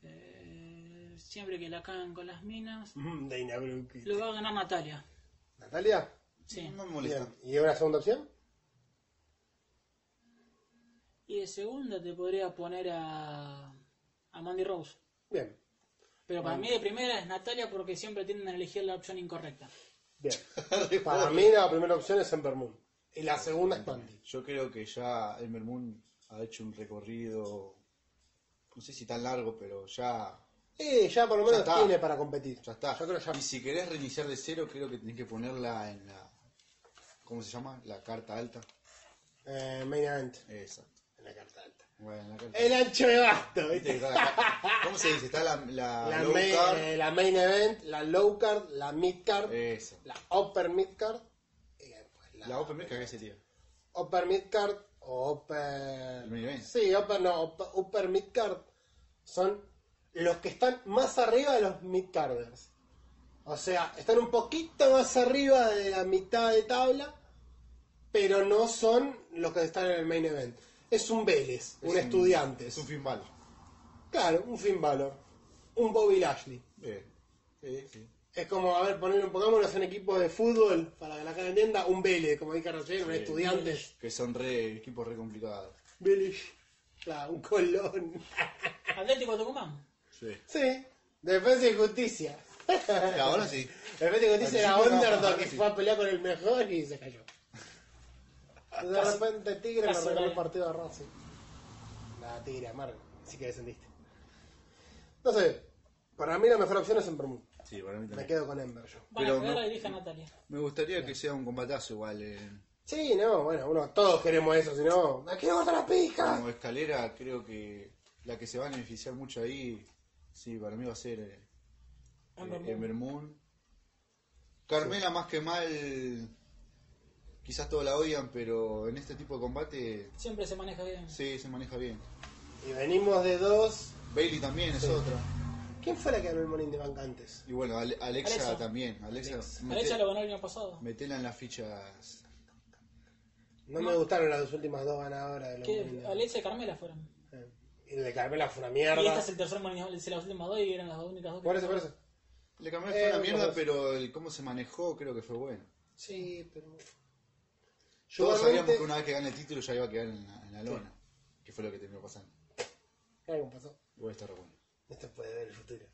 [SPEAKER 1] Eh, siempre que la cagan con las minas,
[SPEAKER 3] Mm, Dana Brooke.
[SPEAKER 1] lo va a ganar Natalia.
[SPEAKER 3] Natalia,
[SPEAKER 1] Sí.
[SPEAKER 2] No me molesta.
[SPEAKER 3] bien. ¿y una segunda opción?
[SPEAKER 1] Y de segunda te podría poner a, a Mandy Rose.
[SPEAKER 3] Bien,
[SPEAKER 1] Pero para mí de primera es Natalia porque siempre tienden a elegir la opción incorrecta.
[SPEAKER 3] bien. Para mí la primera opción es Ember Moon. Y la segunda es Mandy.
[SPEAKER 2] Yo creo que ya Ember Moon ha hecho un recorrido, no sé si tan largo, pero ya,
[SPEAKER 3] Eh, ya por lo
[SPEAKER 2] Ya
[SPEAKER 3] menos
[SPEAKER 2] está.
[SPEAKER 3] tiene para competir.
[SPEAKER 2] ya está.
[SPEAKER 3] Yo creo ya.
[SPEAKER 2] Y si querés reiniciar de cero, creo que tenés que ponerla en la, ¿cómo se llama? La carta alta.
[SPEAKER 3] Eh, main event.
[SPEAKER 2] Exacto.
[SPEAKER 3] En la carta alta.
[SPEAKER 2] Bueno, la carta
[SPEAKER 3] El ancho de basto,
[SPEAKER 2] Viste que
[SPEAKER 3] ¿viste?
[SPEAKER 2] está la carta- ¿Cómo se dice? Está la, la,
[SPEAKER 3] La,
[SPEAKER 2] low
[SPEAKER 3] main,
[SPEAKER 2] card.
[SPEAKER 3] eh, la main event, la low card, la mid card,
[SPEAKER 2] Eso.
[SPEAKER 3] la upper mid card. y después
[SPEAKER 2] La Open Mic, ¿qué sería?
[SPEAKER 3] upper mid card o upper.
[SPEAKER 2] El main event.
[SPEAKER 3] Sí, upper no, upper, upper mid card son los que están más arriba de los mid carders. O sea, están un poquito más arriba de la mitad de tabla, pero no son los que están en el main event. Es un Vélez, un, estudiante.
[SPEAKER 2] Es un Finbal.
[SPEAKER 3] Claro, un Finn Balor, un Bobby Lashley.
[SPEAKER 2] Bien. Eh. Sí, sí.
[SPEAKER 3] Es como, a ver, poner, pongámonos en equipos de fútbol, para que la cara entienda, un Vélez, como dije recién, un estudiante.
[SPEAKER 2] Que son re, equipos re complicados.
[SPEAKER 3] Vélez. Claro, un Colón.
[SPEAKER 1] Atlético Tucumán.
[SPEAKER 2] Sí.
[SPEAKER 3] Sí, Defensa y Justicia.
[SPEAKER 2] Eh, Ahora sí.
[SPEAKER 3] Defensa y Justicia era
[SPEAKER 2] Al principio no,
[SPEAKER 3] Underdog
[SPEAKER 2] ahora
[SPEAKER 3] que
[SPEAKER 2] sí.
[SPEAKER 3] fue a pelear con el mejor y se cayó. De repente Tigre me
[SPEAKER 1] Casi
[SPEAKER 3] regaló el
[SPEAKER 1] gana.
[SPEAKER 3] partido de Racing. Nada, Tigre, amargo. Así que descendiste. No sé. Para mí la mejor opción es en Bermud.
[SPEAKER 2] Sí, para mí
[SPEAKER 3] Me
[SPEAKER 2] también.
[SPEAKER 3] quedo con Ember yo.
[SPEAKER 1] Van a
[SPEAKER 2] Pero
[SPEAKER 1] cagar
[SPEAKER 2] no-
[SPEAKER 1] la dirija Natalia.
[SPEAKER 2] Me gustaría que sea un combatazo igual. eh.
[SPEAKER 3] Sí, no, bueno, uno, todos queremos eso, si no. ¡Me quiero cortar la pija!
[SPEAKER 2] Como escalera, creo que la que se va a beneficiar mucho ahí, sí, para mí va a ser eh,
[SPEAKER 1] Amber
[SPEAKER 2] eh,
[SPEAKER 1] Moon.
[SPEAKER 2] Ember Moon. Carmela, más que mal, quizás todos la odian, pero en este tipo de combate,
[SPEAKER 1] Siempre se maneja bien.
[SPEAKER 2] sí, se maneja bien.
[SPEAKER 3] Y venimos de dos.
[SPEAKER 2] Bailey también es
[SPEAKER 3] Sí.
[SPEAKER 2] otra.
[SPEAKER 3] ¿Quién fue la que ganó el Monín de Banca antes?
[SPEAKER 2] Y bueno, Ale- Alexa,
[SPEAKER 1] Alexa.
[SPEAKER 2] también. Alexa,
[SPEAKER 1] Pero
[SPEAKER 2] mete-
[SPEAKER 1] ella lo ganó el año pasado.
[SPEAKER 2] metela en las fichas.
[SPEAKER 3] No, me gustaron las dos últimas dos ganadoras de los
[SPEAKER 1] Que
[SPEAKER 3] Monín.
[SPEAKER 1] Alexa y Carmela fueron.
[SPEAKER 3] Eh, Y el de Carmela fue una
[SPEAKER 1] Y esta
[SPEAKER 3] mierda.
[SPEAKER 1] es el tercer manejo, se las últimas dos y eran las dos únicas dos que
[SPEAKER 3] Por eso, por eso.
[SPEAKER 2] Le cambió fue
[SPEAKER 3] Eh,
[SPEAKER 2] una
[SPEAKER 3] no,
[SPEAKER 2] mierda,
[SPEAKER 3] no.
[SPEAKER 2] pero el cómo se manejó creo que fue bueno.
[SPEAKER 3] Sí, pero. Yo
[SPEAKER 2] Todos
[SPEAKER 3] realmente-
[SPEAKER 2] sabíamos que una vez que gane el título ya iba a quedar en la, en la lona. Que fue lo que terminó pasando.
[SPEAKER 3] Algo pasó.
[SPEAKER 2] Igual está re bueno.
[SPEAKER 3] Esto puede ver el futuro.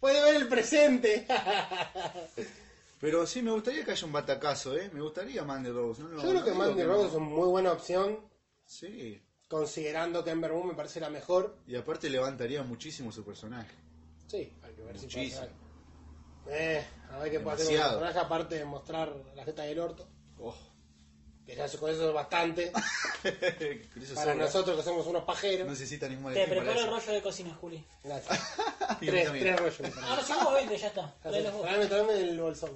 [SPEAKER 3] ¡Puede ver el presente!
[SPEAKER 2] Pero sí, me gustaría que haya un batacazo, ¿eh? Me gustaría Mandy Rose. No, no,
[SPEAKER 3] Yo creo
[SPEAKER 2] no
[SPEAKER 3] que
[SPEAKER 2] digo
[SPEAKER 3] Mandy
[SPEAKER 2] no.
[SPEAKER 3] Rose es una muy buena opción,
[SPEAKER 2] Sí.
[SPEAKER 3] considerando que Ember Moon me parece la mejor.
[SPEAKER 2] Y aparte levantaría muchísimo su personaje.
[SPEAKER 3] Sí, hay que ver si
[SPEAKER 2] Muchísimo.
[SPEAKER 3] pasa. Eh, a ver qué pasa con el
[SPEAKER 2] Demasiado.
[SPEAKER 3] personaje, aparte de mostrar la jeta del orto,
[SPEAKER 2] Oh.
[SPEAKER 3] que ya se- con eso es bastante.
[SPEAKER 2] Con eso
[SPEAKER 3] Para
[SPEAKER 2] sobra.
[SPEAKER 3] nosotros que somos unos
[SPEAKER 2] No
[SPEAKER 3] pajeros.
[SPEAKER 2] necesita ningún
[SPEAKER 1] Te
[SPEAKER 2] maletín para
[SPEAKER 1] preparo el
[SPEAKER 2] eso.
[SPEAKER 1] rollo de cocina, Juli.
[SPEAKER 3] Gracias.
[SPEAKER 2] Y
[SPEAKER 3] tres,
[SPEAKER 2] también.
[SPEAKER 3] tres rollos. me parece.
[SPEAKER 1] Ahora sí vos vete, ya está. Trae los vos.
[SPEAKER 3] Tráeme, tráeme el bolsón.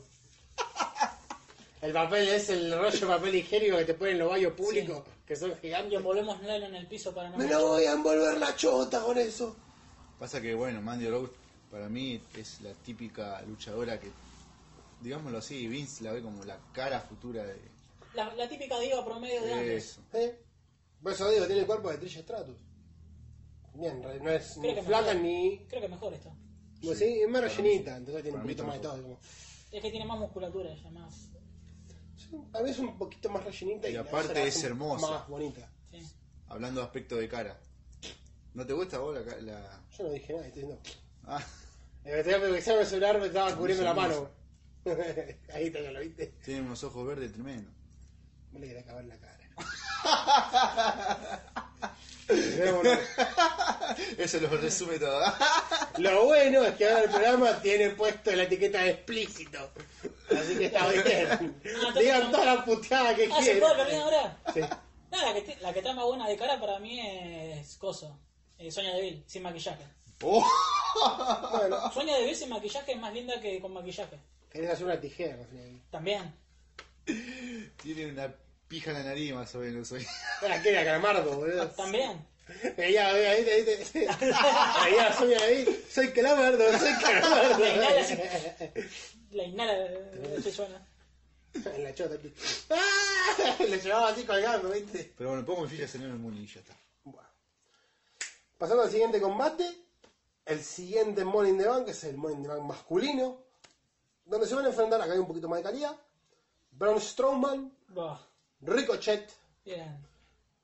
[SPEAKER 3] El papel es el rollo de papel higiénico que te ponen en los baños públicos, que son
[SPEAKER 1] Y
[SPEAKER 3] gigantes.
[SPEAKER 1] envolvemos nylon en el piso para no.
[SPEAKER 3] Me lo voy a envolver la chota con eso.
[SPEAKER 2] Pasa que, bueno, Mandy Rose para mí es la típica luchadora que, digámoslo así, Vince la ve como la cara futura de
[SPEAKER 1] La, la típica diva promedio de antes.
[SPEAKER 2] eso.
[SPEAKER 3] ¿Eh? Por eso digo, tiene el cuerpo de Trish Stratus. Bien, re- no es ni
[SPEAKER 1] Creo que
[SPEAKER 3] flaca
[SPEAKER 1] mejor.
[SPEAKER 3] ni.
[SPEAKER 1] Creo que mejor esto.
[SPEAKER 3] no, sí, es más
[SPEAKER 2] para mí
[SPEAKER 3] rellenita,
[SPEAKER 2] sí.
[SPEAKER 3] entonces tiene
[SPEAKER 2] Para
[SPEAKER 3] un
[SPEAKER 2] mí
[SPEAKER 3] poquito más de todo.
[SPEAKER 2] tampoco.
[SPEAKER 3] digamos.
[SPEAKER 1] Es que tiene más musculatura ella, más.
[SPEAKER 3] Sí, A mí es un poquito más rellenita y,
[SPEAKER 2] Y
[SPEAKER 3] la
[SPEAKER 2] aparte
[SPEAKER 3] otra la
[SPEAKER 2] es
[SPEAKER 3] hace
[SPEAKER 2] hermosa.
[SPEAKER 3] Más bonita.
[SPEAKER 1] Sí.
[SPEAKER 2] Hablando de aspecto de cara. ¿No te gusta vos la... ca- la...
[SPEAKER 3] Yo no dije nada, estoy diciendo.
[SPEAKER 2] Ah,
[SPEAKER 3] El que el celular me estaba cubriendo la mano.
[SPEAKER 2] hermosa.
[SPEAKER 3] Ahí está, ya lo viste.
[SPEAKER 2] tiene unos ojos verdes tremendos.
[SPEAKER 3] No le quería acabar la cara. Pero bueno,
[SPEAKER 2] Eso lo resume todo.
[SPEAKER 3] Lo bueno es que ahora el programa tiene puesto la etiqueta de explícito. Así que está bien.
[SPEAKER 1] Ah, entonces
[SPEAKER 3] Digan
[SPEAKER 1] no.
[SPEAKER 3] toda la puteada que
[SPEAKER 1] Ah, ¿se puede
[SPEAKER 3] quieran.
[SPEAKER 1] cambiar ahora?
[SPEAKER 3] Sí.
[SPEAKER 1] No, la que, te- la que está más buena de cara para mí es Coso. Eh, Sonia Deville, sin maquillaje.
[SPEAKER 2] ¡Oh!
[SPEAKER 3] Bueno,
[SPEAKER 1] Sonia Deville sin maquillaje es más linda que con maquillaje.
[SPEAKER 3] querés hacer una tijera al final.
[SPEAKER 1] También.
[SPEAKER 2] Tiene una pija en la nariz más o menos. hoy.
[SPEAKER 3] Era que era calamardo, boludo.
[SPEAKER 1] También.
[SPEAKER 3] Veía, veía, ahí, ahí, ahí. Veía, soy ahí. Soy calamardo, soy calamardo.
[SPEAKER 1] Venga, así. La inhala eh, de de Susana.
[SPEAKER 3] En la chota aquí. ¡Ah! Le llevaba así colgando, viste.
[SPEAKER 2] Pero bueno, pongo mi ficha en el Mooney y ya está.
[SPEAKER 3] Bueno. Pasando al siguiente combate, el siguiente Money in the Bank es el Money in the Bank masculino, donde se van a enfrentar, acá hay un poquito más de calidad, Braun Strowman,
[SPEAKER 1] Buah,
[SPEAKER 3] Ricochet,
[SPEAKER 1] Bien,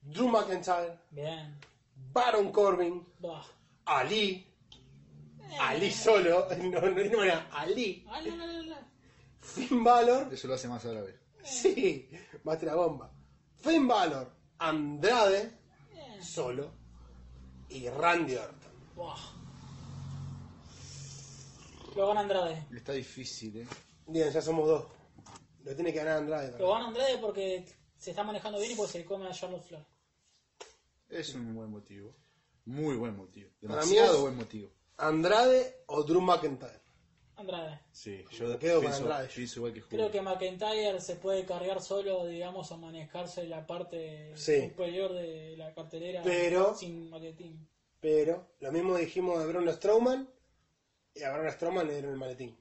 [SPEAKER 3] Drew McIntyre,
[SPEAKER 1] bien.
[SPEAKER 3] Baron Corbin,
[SPEAKER 1] Buah.
[SPEAKER 3] Ali, Ali solo, no, no, no era Ali,
[SPEAKER 1] Ah, la, la, la, la.
[SPEAKER 3] Finn Balor,
[SPEAKER 2] Eso lo hace más árabe.
[SPEAKER 3] sí, mate la bomba, Finn Balor, Andrade,
[SPEAKER 1] Bien.
[SPEAKER 3] solo, y Randy Orton.
[SPEAKER 1] Buah. Lo gana Andrade.
[SPEAKER 2] Está difícil, eh.
[SPEAKER 3] Bien, ya somos dos. Lo tiene que ganar Andrade. para
[SPEAKER 1] Lo gana Andrade porque se está manejando bien y porque se come a Charlotte Flair.
[SPEAKER 2] Es un buen motivo. Muy buen motivo.
[SPEAKER 3] Para mí
[SPEAKER 2] Demasiado
[SPEAKER 3] es-
[SPEAKER 2] buen motivo.
[SPEAKER 3] Andrade o Drew McIntyre.
[SPEAKER 1] Andrade.
[SPEAKER 2] Sí,
[SPEAKER 3] Me
[SPEAKER 2] yo
[SPEAKER 3] quedo con
[SPEAKER 2] pienso,
[SPEAKER 3] Andrade.
[SPEAKER 2] pienso igual que Julio.
[SPEAKER 1] Creo que McIntyre se puede cargar solo, digamos, a manejarse la parte
[SPEAKER 3] Sí.
[SPEAKER 1] superior de la cartelera
[SPEAKER 3] Pero-
[SPEAKER 1] sin maletín.
[SPEAKER 3] Pero lo mismo dijimos de Bruno Strowman. Y a Bruno Strowman le dieron el maletín.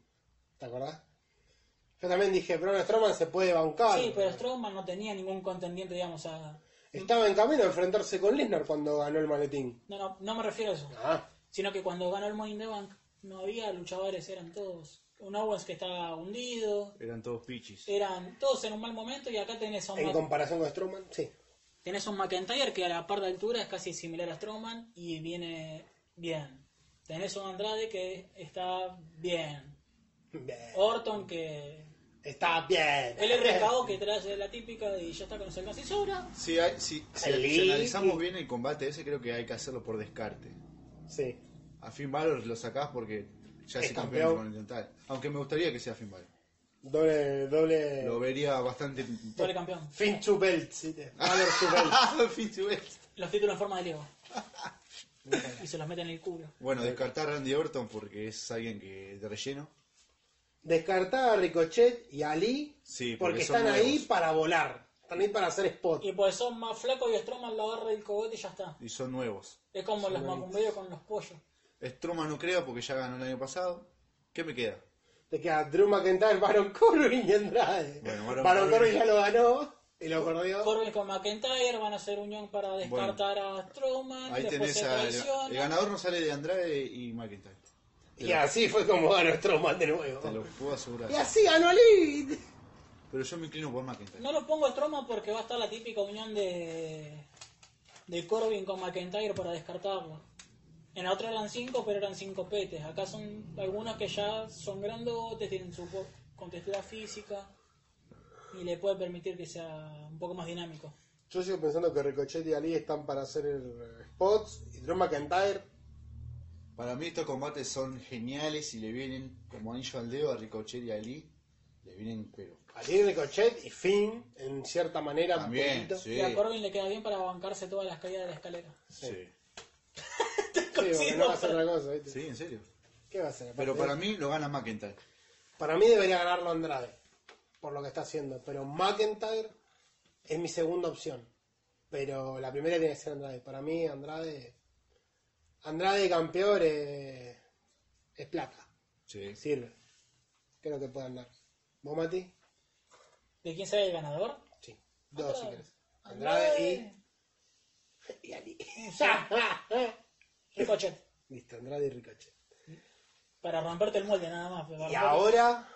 [SPEAKER 3] ¿Te acordás? Yo también dije, Bruno Strowman se puede bancar.
[SPEAKER 1] Sí, pero Strowman no tenía ningún contendiente, digamos, a...
[SPEAKER 3] Estaba en camino a enfrentarse con Lesnar cuando ganó el maletín.
[SPEAKER 1] No, no, no me refiero a eso.
[SPEAKER 3] Ah,
[SPEAKER 1] Sino que cuando ganó el Money in the Bank, no había luchadores, eran todos... Un Owens que estaba hundido,
[SPEAKER 2] Eran todos pichis.
[SPEAKER 3] Eh,
[SPEAKER 1] eran todos en un mal momento y acá tenés a un...
[SPEAKER 3] en
[SPEAKER 1] Mc-
[SPEAKER 3] comparación con Strowman, sí.
[SPEAKER 1] Tenés un McIntyre que a la par de altura es casi similar a Strowman y viene bien. Tenés un Andrade que está bien.
[SPEAKER 3] Bien.
[SPEAKER 1] Orton que
[SPEAKER 3] Está bien.
[SPEAKER 1] Oh. El RKO que trae la típica y ya está con el y sobra.
[SPEAKER 2] Si, hay- si, si-
[SPEAKER 3] El
[SPEAKER 2] si analizamos
[SPEAKER 3] Lick.
[SPEAKER 2] bien el combate ese, creo que hay que hacerlo por descarte.
[SPEAKER 3] Sí.
[SPEAKER 2] A Finn Balor lo sacás porque ya
[SPEAKER 3] Es
[SPEAKER 2] es campeón
[SPEAKER 3] campeón.
[SPEAKER 2] continental. Aunque me gustaría que sea Finn Balor.
[SPEAKER 3] Doble, doble.
[SPEAKER 2] Lo vería bastante...
[SPEAKER 1] Doble campeón.
[SPEAKER 3] Fin to belt, sí. Valor to belt.
[SPEAKER 2] Finn to Belt.
[SPEAKER 1] Los títulos en forma de Lego. y se los meten en el culo.
[SPEAKER 2] Bueno, descartar a Randy Orton porque es alguien que de relleno.
[SPEAKER 3] Descartaba a Ricochet y a Ali
[SPEAKER 2] Sí,
[SPEAKER 3] porque
[SPEAKER 2] porque son
[SPEAKER 3] están ahí
[SPEAKER 2] nuevos.
[SPEAKER 3] para volar. Están ahí para hacer spot.
[SPEAKER 1] Y pues son más flacos y Stroman lo agarra el cogote y ya está.
[SPEAKER 2] Y son nuevos.
[SPEAKER 1] Es como los macumberos con los pollos.
[SPEAKER 2] Strowman no creo porque ya ganó el año pasado. ¿Qué me queda?
[SPEAKER 3] Te queda Drew McIntyre, Baron Corbin y Andrade.
[SPEAKER 2] Bueno, Baron
[SPEAKER 3] Baron Corbin
[SPEAKER 2] Corbin
[SPEAKER 3] ya lo ganó y lo perdió.
[SPEAKER 1] Corbin con McIntyre van a hacer unión para descartar a Strowman.
[SPEAKER 2] Ahí
[SPEAKER 1] después
[SPEAKER 2] tenés
[SPEAKER 1] se
[SPEAKER 2] al...
[SPEAKER 1] traiciona.
[SPEAKER 2] El ganador no sale de Andrade y McIntyre.
[SPEAKER 3] Y así fue como ganó Strowman de
[SPEAKER 2] Te lo
[SPEAKER 3] nuevo.
[SPEAKER 2] puedo asegurar.
[SPEAKER 3] Y así ganó Ali.
[SPEAKER 2] Pero yo me inclino por McIntyre.
[SPEAKER 1] No lo pongo a Strowman porque va a estar la típica unión de. de Corbin con McIntyre para descartarlo. En la otra eran cinco, pero eran cinco petes. Acá son algunos que ya son grandotes, tienen su po- contextura física y le puede permitir que sea un poco más dinámico.
[SPEAKER 3] Yo sigo pensando que Ricochet y Ali están para hacer el eh, spots y Drew McIntyre.
[SPEAKER 2] Para mí estos combates son geniales y le vienen como anillo al dedo a Ricochet y a Lee. Le vienen pero...
[SPEAKER 3] Ali, Ricochet y Finn, en cierta manera, un
[SPEAKER 2] También,
[SPEAKER 3] poquito.
[SPEAKER 2] sí.
[SPEAKER 1] Y a Corbin le queda bien para bancarse todas las caídas de la escalera.
[SPEAKER 2] Sí.
[SPEAKER 3] Sí, porque no va a ser otra cosa, ¿viste?
[SPEAKER 2] Sí, en serio.
[SPEAKER 3] ¿Qué va a ser?
[SPEAKER 2] Pero para mí lo gana McIntyre.
[SPEAKER 3] Para mí debería ganarlo Andrade, por lo que está haciendo. Pero McIntyre es mi segunda opción. Pero la primera tiene que ser Andrade. Para mí, Andrade. Andrade campeón eh, es plata.
[SPEAKER 2] Sí.
[SPEAKER 3] Sirve. Creo que puede andar. ¿Vos, Mati?
[SPEAKER 1] ¿De quién será el ganador?
[SPEAKER 3] Sí. Dos, si
[SPEAKER 1] Andrade.
[SPEAKER 3] querés. Andrade y. Y Ali.
[SPEAKER 1] Ricochet.
[SPEAKER 3] Listo, Andrade y Ricochet.
[SPEAKER 1] Para romperte el molde nada más. para
[SPEAKER 3] Y
[SPEAKER 1] romperte-
[SPEAKER 3] ahora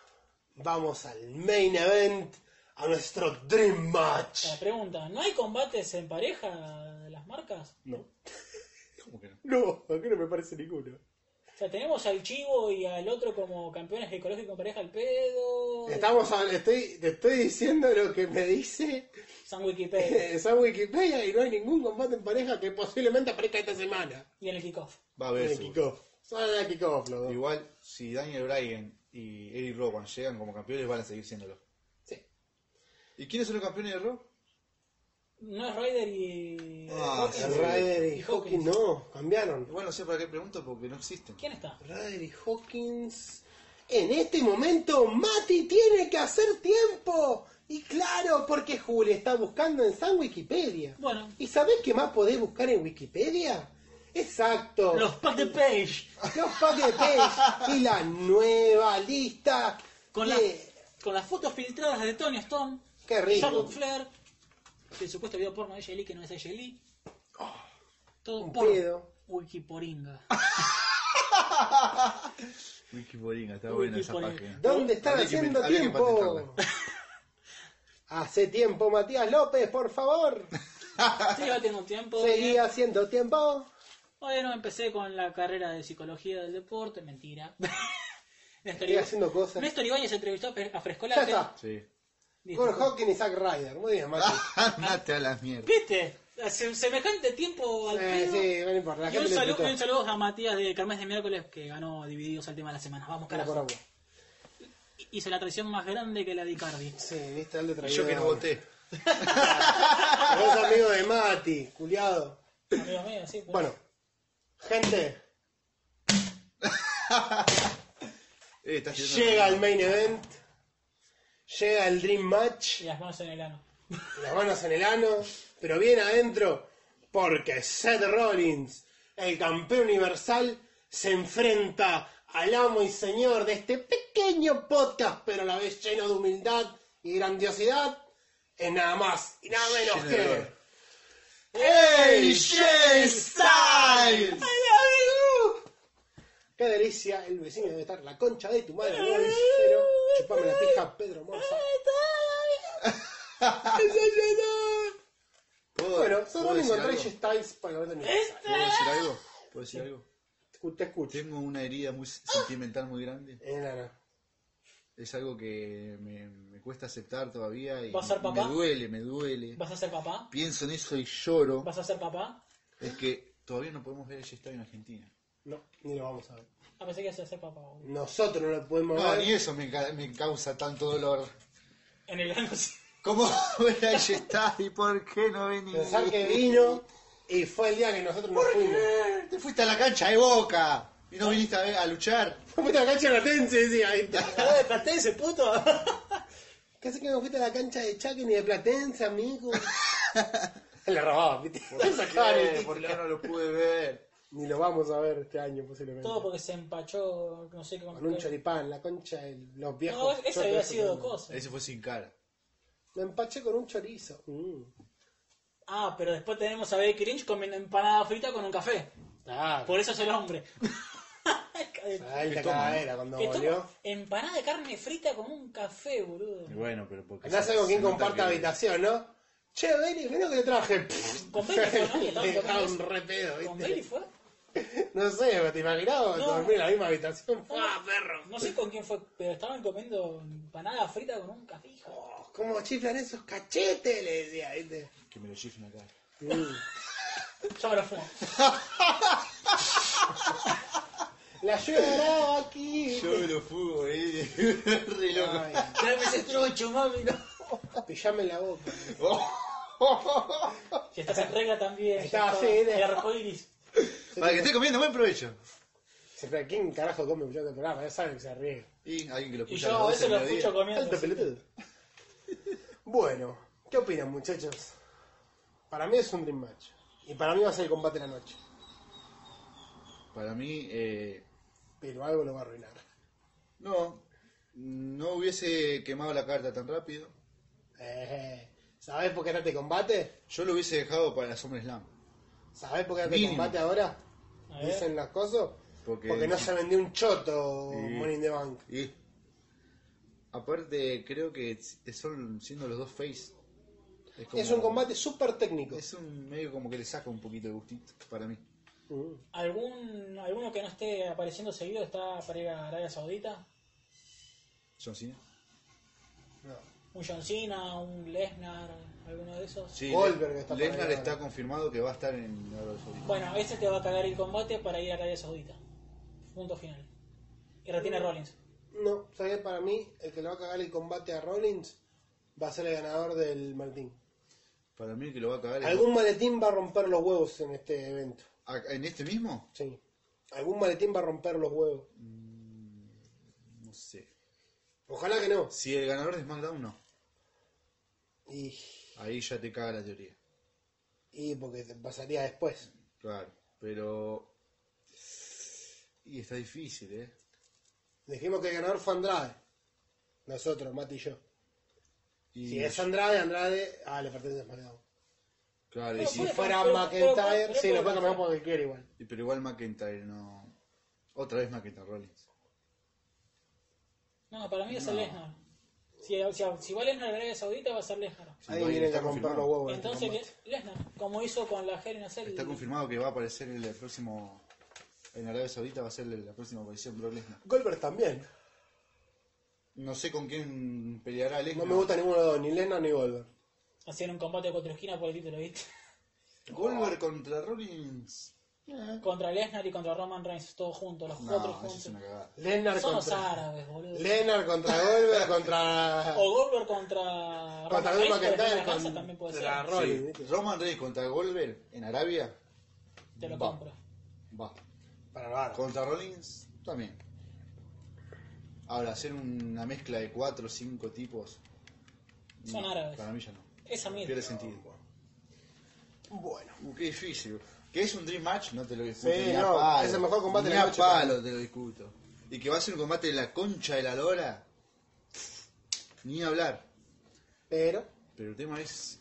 [SPEAKER 3] vamos al main event, a nuestro Dream Match.
[SPEAKER 1] La pregunta, ¿no hay combates en pareja de las marcas?
[SPEAKER 3] No.
[SPEAKER 2] ¿Cómo que no?
[SPEAKER 3] No, acá no me parece ninguno.
[SPEAKER 1] O sea, tenemos al Chivo y al otro como campeones ecológicos en pareja al pedo.
[SPEAKER 3] Estamos a- estoy, te estoy diciendo lo que me dice eh,
[SPEAKER 1] San Wikipedia.
[SPEAKER 3] esa Wikipedia y no hay ningún combate en pareja que posiblemente aparezca esta semana.
[SPEAKER 1] y en el kickoff.
[SPEAKER 2] Va a
[SPEAKER 3] En
[SPEAKER 2] haber
[SPEAKER 3] el
[SPEAKER 2] seguro.
[SPEAKER 3] kickoff. Sale la kickoff, los dos.
[SPEAKER 2] Igual, si Daniel Bryan y Eric Rowan llegan como campeones, van a seguir siéndolo.
[SPEAKER 3] Sí.
[SPEAKER 2] ¿Y quiénes son los campeones de Raw?
[SPEAKER 1] No es Ryder y.
[SPEAKER 2] Ah,
[SPEAKER 1] Hawkins.
[SPEAKER 2] sí.
[SPEAKER 3] Ryder y
[SPEAKER 1] Y Hawkins.
[SPEAKER 3] Hawkins no, cambiaron.
[SPEAKER 2] Igual no sé para qué pregunto porque no existen.
[SPEAKER 1] ¿Quién está?
[SPEAKER 3] Ryder y Hawkins. En este momento, Mati tiene que hacer tiempo. Y claro, porque Juli está buscando en San Wikipedia.
[SPEAKER 1] Bueno.
[SPEAKER 3] ¿Y sabés qué más podés buscar en Wikipedia? Exacto.
[SPEAKER 1] Los Pack de Page.
[SPEAKER 3] Los Pack de Page y la nueva lista.
[SPEAKER 1] Con,
[SPEAKER 3] de-
[SPEAKER 1] las- con las fotos filtradas de Tony Stone,
[SPEAKER 3] Qué rico.
[SPEAKER 1] Charlotte Flair, el supuesto video porno de Jelly que no es de Jelly. Todo
[SPEAKER 3] Ah, Un
[SPEAKER 1] por
[SPEAKER 3] pedo.
[SPEAKER 1] Wikiporinga.
[SPEAKER 2] Wikiporinga, está
[SPEAKER 1] buena
[SPEAKER 2] buena
[SPEAKER 1] esa
[SPEAKER 2] esa
[SPEAKER 1] Wikiporinga.
[SPEAKER 2] página.
[SPEAKER 3] ¿Dónde están
[SPEAKER 2] Había que
[SPEAKER 3] haciendo
[SPEAKER 2] inven- había que
[SPEAKER 3] tiempo? Hace tiempo, Matías López, por favor.
[SPEAKER 1] Sí, ya tengo tiempo.
[SPEAKER 3] Seguí
[SPEAKER 1] bien.
[SPEAKER 3] haciendo tiempo.
[SPEAKER 1] Bueno, empecé con la carrera de psicología del deporte, mentira. Néstor,
[SPEAKER 3] Seguí
[SPEAKER 1] Iba-
[SPEAKER 3] haciendo cosas.
[SPEAKER 1] Néstor Ibáñez entrevistó a Fre- a
[SPEAKER 3] Ya
[SPEAKER 1] Frescolate.
[SPEAKER 3] está.
[SPEAKER 2] Sí.
[SPEAKER 1] Listo.
[SPEAKER 3] Con Hawking y Zack Ryder. Muy bien, Mati.
[SPEAKER 2] Andate a las mierdas.
[SPEAKER 1] ¿Viste? Hace un semejante tiempo Ah, al
[SPEAKER 3] Eh,
[SPEAKER 1] pedo.
[SPEAKER 3] sí, no importa. La
[SPEAKER 1] y un,
[SPEAKER 3] gente le
[SPEAKER 1] saludo,
[SPEAKER 3] gustó.
[SPEAKER 1] y un saludo a Matías de Carmes de Miércoles que ganó divididos al tema de la semana. Vamos,
[SPEAKER 3] Cara por
[SPEAKER 1] carajo.
[SPEAKER 3] agua.
[SPEAKER 1] Hice la traición más grande que la de Icardi.
[SPEAKER 3] Sí, viste, dale
[SPEAKER 2] Y
[SPEAKER 3] traidor.
[SPEAKER 2] yo que no voté.
[SPEAKER 3] Pero es amigo de Mati, culiado.
[SPEAKER 1] Amigo mío, sí. pues.
[SPEAKER 3] Bueno, gente,
[SPEAKER 2] Eh, estás tirando-
[SPEAKER 3] llega el main event. Llega el Dream Match.
[SPEAKER 1] Y las manos en el ano.
[SPEAKER 3] las manos en el ano, pero bien adentro, porque Seth Rollins, el campeón universal, se enfrenta al amo y señor de este pequeño podcast, pero a la vez lleno de humildad y grandiosidad, en nada más y nada menos
[SPEAKER 2] Lleno de
[SPEAKER 3] que.
[SPEAKER 2] gloria.
[SPEAKER 3] ¡AJ Styles! ¡Qué delicia! El vecino debe estar la concha de tu madre, no pero chupame la pija, Pedro Morza.
[SPEAKER 2] ¿Puedo-
[SPEAKER 3] Bueno,
[SPEAKER 2] ¿puedo
[SPEAKER 3] solo
[SPEAKER 2] decir
[SPEAKER 3] encontré
[SPEAKER 2] algo?
[SPEAKER 3] AJ Styles para el evento
[SPEAKER 1] ¿Eh?
[SPEAKER 3] universal.
[SPEAKER 2] ¿Puedo decir algo? ¿Puedo decir algo?
[SPEAKER 3] Escu- Te escucho. Eh,
[SPEAKER 2] Tengo una herida muy sentimental muy grande.
[SPEAKER 3] Enana.
[SPEAKER 2] Es algo que me, me cuesta aceptar todavía y
[SPEAKER 1] ¿Vas a ser
[SPEAKER 2] me
[SPEAKER 1] papá?
[SPEAKER 2] duele, me duele.
[SPEAKER 1] ¿Vas a ser papá?
[SPEAKER 2] Pienso en eso y lloro.
[SPEAKER 1] ¿Vas a ser papá?
[SPEAKER 2] Es que todavía no podemos ver ese estadio en Argentina.
[SPEAKER 3] No, ni lo vamos a ver.
[SPEAKER 1] Ah, pensé que ibas a ser papá. boludo.
[SPEAKER 3] Nosotros no lo podemos
[SPEAKER 2] No,
[SPEAKER 3] ver.
[SPEAKER 2] ni eso me, ca- me causa tanto dolor.
[SPEAKER 1] En el ano sí.
[SPEAKER 2] ¿Cómo ver a ese estadio y por qué no ven
[SPEAKER 3] Pensar que vino y fue el día que nosotros nos fuimos.
[SPEAKER 2] Te fuiste a la cancha de Boca y no viniste a, ver- a luchar.
[SPEAKER 3] Fuiste a la cancha de Platense, decía. ahí está.
[SPEAKER 1] Ah, de Platense, puto.
[SPEAKER 3] Casi que no fuiste a la cancha de Chaque ni de Platense, amigo. Le robaba, ¿viste? Le sacaban el título.
[SPEAKER 2] ¿Por qué no lo pude ver?
[SPEAKER 3] Ni lo vamos a ver este año, posiblemente.
[SPEAKER 1] Todo porque se empachó, no sé qué.
[SPEAKER 3] Con un choripán, la concha de los viejos.
[SPEAKER 1] No, esa había
[SPEAKER 3] chotos
[SPEAKER 1] sido
[SPEAKER 3] esos.
[SPEAKER 1] cosa.
[SPEAKER 2] Ese fue sin cara.
[SPEAKER 3] Me empaché con un chorizo. Mm.
[SPEAKER 1] Ah, pero después tenemos a Becky Cringe comiendo empanada frita con un café.
[SPEAKER 3] Ah,
[SPEAKER 1] Por eso es el hombre.
[SPEAKER 3] alta
[SPEAKER 2] ¿Qué toma?
[SPEAKER 3] cagadera cuando
[SPEAKER 1] Que
[SPEAKER 3] volvió.
[SPEAKER 1] ¿eh? toma empanada de carne frita con un café, boludo.
[SPEAKER 2] Y bueno, pero porque.
[SPEAKER 3] Andá a
[SPEAKER 2] se-
[SPEAKER 3] saber con
[SPEAKER 2] se
[SPEAKER 3] quién
[SPEAKER 2] nota
[SPEAKER 3] comparta
[SPEAKER 2] que-
[SPEAKER 3] habitación, ¿no? Che, Bailey, mirá lo que te traje.
[SPEAKER 1] Con Bailey fue, ¿no? Que estaban
[SPEAKER 3] Le dejaba
[SPEAKER 1] comiendo
[SPEAKER 3] un re pedo,
[SPEAKER 1] ¿Con
[SPEAKER 3] ¿viste?
[SPEAKER 1] Bailey fue?
[SPEAKER 3] No sé, pero te imaginaba
[SPEAKER 1] No.
[SPEAKER 3] dormir en la misma habitación.
[SPEAKER 1] No,
[SPEAKER 3] ¡Ah, perro!
[SPEAKER 1] No sé con quién fue, pero estaban comiendo empanada frita con un café, hijo.
[SPEAKER 3] Oh, ¿Cómo chiflan esos cachetes? Le decía, ¿viste?
[SPEAKER 2] Que me lo chiflen acá.
[SPEAKER 3] Mm.
[SPEAKER 1] Yo me lo fumo.
[SPEAKER 3] La lloraba aquí.
[SPEAKER 2] Yo me lo fugo, eh. Re loco.
[SPEAKER 3] Ay,
[SPEAKER 1] Tráeme ese trucho, mami. No.
[SPEAKER 3] pillame la boca.
[SPEAKER 2] Ah. Oh.
[SPEAKER 1] Si estás en regla también.
[SPEAKER 3] Está,
[SPEAKER 1] ya
[SPEAKER 3] sí, era.
[SPEAKER 1] El arco iris.
[SPEAKER 2] Para que esté comiendo, buen provecho.
[SPEAKER 3] Siempre, ¿quién carajo come un de programa? Ya saben que se arriesga.
[SPEAKER 2] Y alguien que lo
[SPEAKER 1] Y
[SPEAKER 2] escucha.
[SPEAKER 1] yo a veces lo escucho comiendo.
[SPEAKER 3] Alto
[SPEAKER 1] así que-
[SPEAKER 3] pelotudo. Bueno, ¿qué opinan, muchachos? Para mí es un dream match. Y para mí va a ser el combate de la noche.
[SPEAKER 2] Para mí, eh.
[SPEAKER 3] Pero algo lo va a arruinar.
[SPEAKER 2] No. No hubiese quemado la carta tan rápido.
[SPEAKER 3] Eh, ¿Sabés por qué no te combate?
[SPEAKER 2] Yo lo hubiese dejado para la SummerSlam.
[SPEAKER 3] ¿Sabés por qué no te
[SPEAKER 2] Mínimo.
[SPEAKER 3] combate ahora?
[SPEAKER 1] A ver.
[SPEAKER 3] Dicen las cosas.
[SPEAKER 2] Porque-
[SPEAKER 3] Porque no se vendió un choto
[SPEAKER 2] Sí.
[SPEAKER 3] Money in the Bank.
[SPEAKER 2] Y aparte creo que t- son siendo los dos face. Es, como-
[SPEAKER 3] Es un combate súper técnico.
[SPEAKER 2] Es un medio como que le saca un poquito de gustito para mí.
[SPEAKER 3] Mm.
[SPEAKER 1] ¿Algún, ¿Alguno que no esté apareciendo seguido está para ir a Arabia Saudita?
[SPEAKER 2] John Cena.
[SPEAKER 3] No.
[SPEAKER 1] ¿Un John Cena, un Lesnar, alguno de esos?
[SPEAKER 2] Sí,
[SPEAKER 3] Goldberg está por ahí
[SPEAKER 2] Lesnar
[SPEAKER 3] ahora.
[SPEAKER 2] está confirmado que va a estar en Arabia Saudita.
[SPEAKER 1] Bueno, ese te va a cagar el combate para ir a Arabia Saudita. Punto final. Y retiene Rollins.
[SPEAKER 3] No, ¿sabés que para mí el que le va a cagar el combate a Rollins va a ser el ganador del maletín?
[SPEAKER 2] Para mí el que lo va a cagar es-
[SPEAKER 3] Algún maletín va a romper los huevos en este evento.
[SPEAKER 2] ¿A- en este mismo.
[SPEAKER 3] Sí. Algún maletín va a romper los huevos.
[SPEAKER 2] No sé.
[SPEAKER 3] Ojalá que no.
[SPEAKER 2] Si el ganador de SmackDown no.
[SPEAKER 3] Y,
[SPEAKER 2] Ahí ya te caga la teoría.
[SPEAKER 3] y porque te pasaría después.
[SPEAKER 2] Claro, pero y está difícil, ¿eh?
[SPEAKER 3] Dijimos que el ganador fue Andrade. Nosotros, Mati y yo.
[SPEAKER 2] Y
[SPEAKER 3] Si es Andrade, Andrade. Ah, le pertenece a SmackDown.
[SPEAKER 2] claro, y
[SPEAKER 1] Pero
[SPEAKER 2] si
[SPEAKER 3] Si
[SPEAKER 1] puede-
[SPEAKER 3] fuera
[SPEAKER 1] pero- pero-
[SPEAKER 3] McIntyre,
[SPEAKER 1] pero
[SPEAKER 3] sí, lo puede
[SPEAKER 1] puede
[SPEAKER 3] cambiar
[SPEAKER 1] pasar.
[SPEAKER 3] porque quiere igual.
[SPEAKER 2] Y Pero igual McIntyre no. Otra vez McIntyre Rollins.
[SPEAKER 1] No, para mí va a ser
[SPEAKER 2] No.
[SPEAKER 1] Lesnar. Si, si, si va Lesnar a Arabia Saudita, va a ser Lesnar.
[SPEAKER 2] Sí,
[SPEAKER 3] Ahí
[SPEAKER 2] no, y
[SPEAKER 3] viene
[SPEAKER 2] está
[SPEAKER 3] a romper los
[SPEAKER 2] confirmado.
[SPEAKER 3] huevos. en este
[SPEAKER 1] Entonces,
[SPEAKER 3] combate.
[SPEAKER 1] que- Lesnar, como hizo con la Helen Cell.
[SPEAKER 2] Está confirmado que va a aparecer el, próximo. En Arabia Saudita va a ser la próxima aparición Brock Lesnar.
[SPEAKER 3] Goldberg también.
[SPEAKER 2] No sé con quién peleará
[SPEAKER 3] No
[SPEAKER 2] Lesnar.
[SPEAKER 3] me gusta ninguno de los dos, ni Lena ni Goldberg.
[SPEAKER 1] Hacían un combate de cuatro esquinas por el título, ¿viste?
[SPEAKER 2] Goldberg contra Rollins.
[SPEAKER 1] Contra Lesnar y contra Roman Reigns, todos juntos, los cuatro
[SPEAKER 2] Ah. No, eso
[SPEAKER 1] juntos.
[SPEAKER 2] es una cagada.
[SPEAKER 3] Lennart
[SPEAKER 1] Son los
[SPEAKER 3] contra.
[SPEAKER 1] árabes, boludo.
[SPEAKER 3] Lennart contra Goldberg contra.
[SPEAKER 1] o Goldberg contra.
[SPEAKER 3] Contra
[SPEAKER 1] Roman Reigns,
[SPEAKER 3] Drew
[SPEAKER 1] por ejemplo,
[SPEAKER 3] McIntyre,
[SPEAKER 1] en la casa
[SPEAKER 3] con-
[SPEAKER 1] también puede ser.
[SPEAKER 3] contra Rollins.
[SPEAKER 2] Sí, Eh, Roman Reigns contra Goldberg en Arabia.
[SPEAKER 1] Te lo
[SPEAKER 2] Va.
[SPEAKER 1] compro.
[SPEAKER 2] Va.
[SPEAKER 3] Para nada.
[SPEAKER 2] Contra Rollins también. Ahora, hacer una mezcla de cuatro o cinco tipos.
[SPEAKER 1] Son árabes.
[SPEAKER 2] Para mí ya no.
[SPEAKER 1] Esa mierda.
[SPEAKER 2] Pierde sentido.
[SPEAKER 3] Bueno.
[SPEAKER 2] Uh, qué difícil. Que es un Dream Match, no te lo discuto.
[SPEAKER 3] Sí,
[SPEAKER 2] ni a
[SPEAKER 3] no,
[SPEAKER 2] palo.
[SPEAKER 3] es el mejor combate de
[SPEAKER 2] Ni
[SPEAKER 3] la
[SPEAKER 2] a
[SPEAKER 3] noche,
[SPEAKER 2] palo te lo discuto. Y que va a ser un combate de la concha de la lora. Ni hablar.
[SPEAKER 3] Pero.
[SPEAKER 2] Pero el tema es.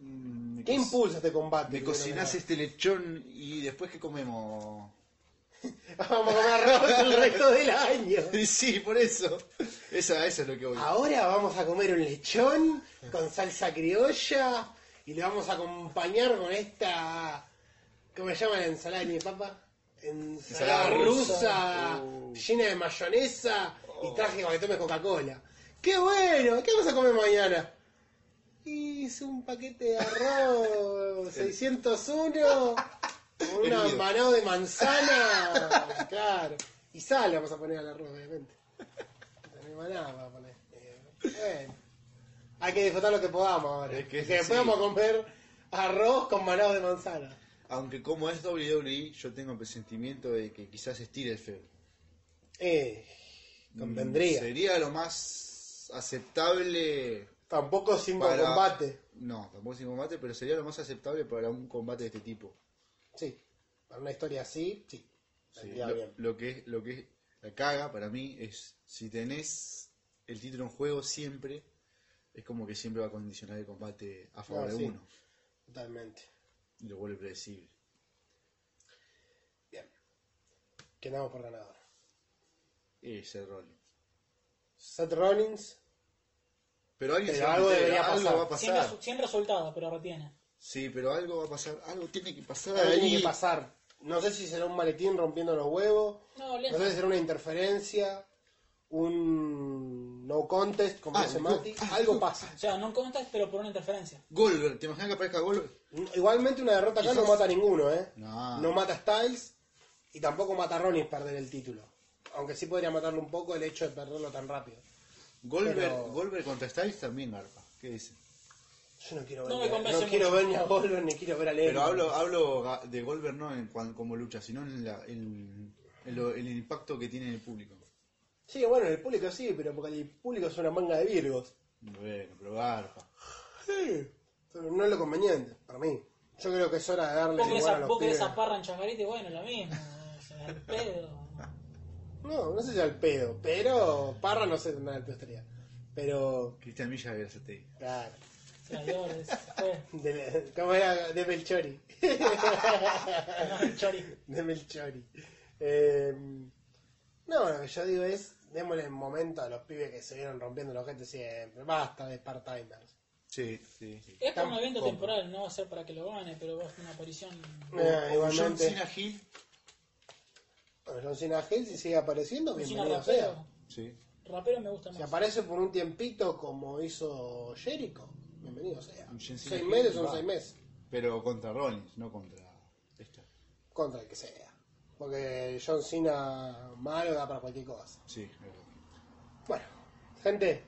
[SPEAKER 2] mm, me
[SPEAKER 3] ¿Qué
[SPEAKER 2] co-
[SPEAKER 3] impulsa este combate?
[SPEAKER 2] Me
[SPEAKER 3] Quiero
[SPEAKER 2] cocinás
[SPEAKER 3] saber.
[SPEAKER 2] este lechón y después que comemos.
[SPEAKER 3] Vamos a comer arroz el resto del año.
[SPEAKER 2] sí, por eso. Esa, esa es lo que voy.
[SPEAKER 3] Ahora vamos a comer un lechón con salsa criolla y le vamos a acompañar con esta. ¿Cómo se llama la ensalada de mi papá? ensalada rusa,
[SPEAKER 2] Ensalada
[SPEAKER 3] Uh.
[SPEAKER 2] rusa. Oh.
[SPEAKER 3] llena de mayonesa y traje para que tomes Coca-Cola. ¡Qué bueno! ¿Qué vas a comer mañana? Hice un paquete de arroz, 601, con un
[SPEAKER 2] Hervido.
[SPEAKER 3] empanado de manzana, claro. Y sal le vamos a poner al arroz, obviamente. No hay más nada para poner. Eh, Bueno, hay que disfrutar lo que podamos ahora.
[SPEAKER 2] Es que es
[SPEAKER 3] Que después
[SPEAKER 2] así.
[SPEAKER 3] vamos a comer arroz con manado de manzana.
[SPEAKER 2] Aunque como es WWE, yo tengo el presentimiento de que quizás estire el feo.
[SPEAKER 3] Eh, convendría.
[SPEAKER 2] Mm, Sería lo más aceptable
[SPEAKER 3] Tampoco sin
[SPEAKER 2] para...
[SPEAKER 3] combate.
[SPEAKER 2] No, tampoco sin combate, pero sería lo más aceptable para un combate de este tipo.
[SPEAKER 3] Sí. Para una historia así, sí.
[SPEAKER 2] Sí,
[SPEAKER 3] Estaría
[SPEAKER 2] lo,
[SPEAKER 3] bien.
[SPEAKER 2] lo que es, lo que es la caga para mí es si tenés el título en juego siempre, es como que siempre va a condicionar el combate a favor
[SPEAKER 3] Ah,
[SPEAKER 2] de
[SPEAKER 3] sí.
[SPEAKER 2] uno.
[SPEAKER 3] Totalmente.
[SPEAKER 2] Y lo vuelve predecible.
[SPEAKER 3] Bien. Quedamos por ganador.
[SPEAKER 2] Ese rol.
[SPEAKER 3] Seth Rollins.
[SPEAKER 2] Pero alguien
[SPEAKER 3] Pero
[SPEAKER 2] se va a
[SPEAKER 3] algo
[SPEAKER 2] meter,
[SPEAKER 3] debería
[SPEAKER 2] algo
[SPEAKER 3] pasar.
[SPEAKER 2] va a
[SPEAKER 1] Sin, resu-
[SPEAKER 2] pasar.
[SPEAKER 1] sin resultado, pero retiene.
[SPEAKER 2] Sí, pero algo va a pasar, algo tiene que pasar
[SPEAKER 3] Algo
[SPEAKER 2] ahí.
[SPEAKER 3] Tiene que pasar. No sé si será un maletín rompiendo los huevos.
[SPEAKER 1] No,
[SPEAKER 3] No sé
[SPEAKER 1] lejos.
[SPEAKER 3] si será una interferencia. Un no contest, como
[SPEAKER 2] Ah,
[SPEAKER 3] dice
[SPEAKER 2] no.
[SPEAKER 3] Mati.
[SPEAKER 2] Ah,
[SPEAKER 3] Algo
[SPEAKER 2] no.
[SPEAKER 3] pasa.
[SPEAKER 1] O sea, no contas, pero por una interferencia.
[SPEAKER 2] Goldberg, ¿te imaginas que aparezca Goldberg?
[SPEAKER 3] Igualmente una derrota acá no
[SPEAKER 2] Quizás-
[SPEAKER 3] mata a ninguno, ¿eh?
[SPEAKER 2] No.
[SPEAKER 3] No mata a Styles y tampoco mata a Rollins perder el título. Aunque sí podría matarlo un poco el hecho de perderlo tan rápido.
[SPEAKER 2] Goldberg,
[SPEAKER 3] Pero- Eh,
[SPEAKER 2] Goldberg contra Styles también garpa. ¿Qué dice?
[SPEAKER 3] Yo no quiero ver,
[SPEAKER 1] No
[SPEAKER 3] ni,
[SPEAKER 1] me
[SPEAKER 3] a-
[SPEAKER 1] convence
[SPEAKER 3] no quiero
[SPEAKER 1] mucho.
[SPEAKER 3] ver ni a Goldberg ni quiero ver a Lesnar.
[SPEAKER 2] Pero hablo, hablo ga- de Goldberg no en cuan- como lucha, sino en, la- en- en lo- en el impacto que tiene en el público.
[SPEAKER 3] Sí, bueno, el público sí, pero porque el público es una manga de virgos.
[SPEAKER 2] Bueno, pero garpa.
[SPEAKER 3] Sí. Pero no es lo conveniente, para mí. Yo creo que es hora de darle
[SPEAKER 1] Vos querés,
[SPEAKER 3] lugar a
[SPEAKER 1] a-
[SPEAKER 3] los
[SPEAKER 1] vos querés
[SPEAKER 3] pibes.
[SPEAKER 1] a Parra en Chacarita y bueno, lo mismo. o sea, al pedo.
[SPEAKER 3] No, no sé si al pedo, pero Parra no sé nada de tu estrella. Pero,
[SPEAKER 2] Cristian Villa de Verazategui.
[SPEAKER 3] claro,
[SPEAKER 1] Traidores. fue.
[SPEAKER 3] de, ¿cómo era? De Melchori.
[SPEAKER 1] No, Chori.
[SPEAKER 3] de Melchori. Eh, no, lo que yo digo es, démosle momento a los pibes que se vieron rompiendo los gente siempre. Basta de part-timers.
[SPEAKER 2] Sí, sí, sí.
[SPEAKER 1] Es como
[SPEAKER 3] Tampoco.
[SPEAKER 1] evento temporal, no va a ser para que lo gane, pero va a ser una aparición.
[SPEAKER 3] Eh,
[SPEAKER 2] Como John
[SPEAKER 3] igualmente,
[SPEAKER 2] Cena Hill.
[SPEAKER 3] bueno, John Cena Hill, si sigue apareciendo,
[SPEAKER 1] Es una
[SPEAKER 3] bienvenido sea.
[SPEAKER 1] rapero.
[SPEAKER 2] Sí.
[SPEAKER 1] Rapero me gusta
[SPEAKER 3] Si
[SPEAKER 1] más.
[SPEAKER 3] aparece por un tiempito como hizo Jericho, bienvenido sea.
[SPEAKER 2] John Cena
[SPEAKER 3] Seis
[SPEAKER 2] Hill,
[SPEAKER 3] meses son
[SPEAKER 2] va.
[SPEAKER 3] seis meses.
[SPEAKER 2] Pero contra Rollins, no contra esta.
[SPEAKER 3] Contra el que sea. Porque John Cena malo da para cualquier cosa.
[SPEAKER 2] Sí, es verdad.
[SPEAKER 3] Bueno, gente,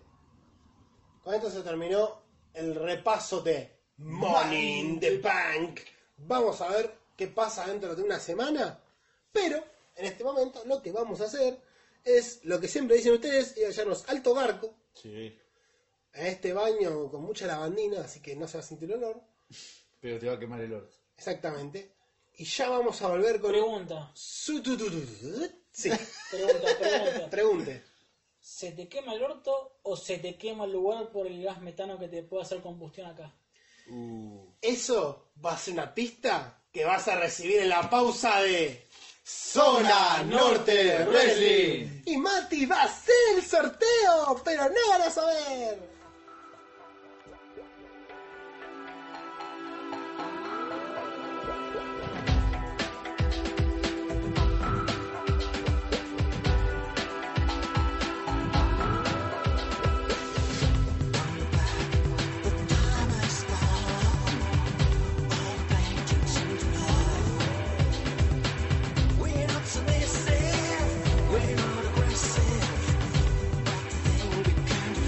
[SPEAKER 3] con esto se terminó el repaso de Money in the Bank. Vamos a ver qué pasa dentro de una semana, pero en este momento lo que vamos a hacer es lo que siempre dicen ustedes, ir a hallarnos alto barco,
[SPEAKER 2] Sí.
[SPEAKER 3] a este baño con mucha lavandina, así que no se va a sentir olor,
[SPEAKER 2] Pero te va a quemar el orto.
[SPEAKER 3] exactamente, y ya vamos a volver con
[SPEAKER 1] Pregunta,
[SPEAKER 3] su... tu- tu- tu- tu- tu- Sí,
[SPEAKER 1] pregunta, pregunta.
[SPEAKER 3] pregunte.
[SPEAKER 1] ¿Se te quema el orto o se te quema el lugar por el gas metano que te puede hacer combustión acá?
[SPEAKER 2] Uh.
[SPEAKER 3] Eso va a ser una pista que vas a recibir en la pausa de Zona Norte Wrestling. Y Mati va a hacer el sorteo, pero no van a saber.
[SPEAKER 5] We're not aggressive, but they will be kind of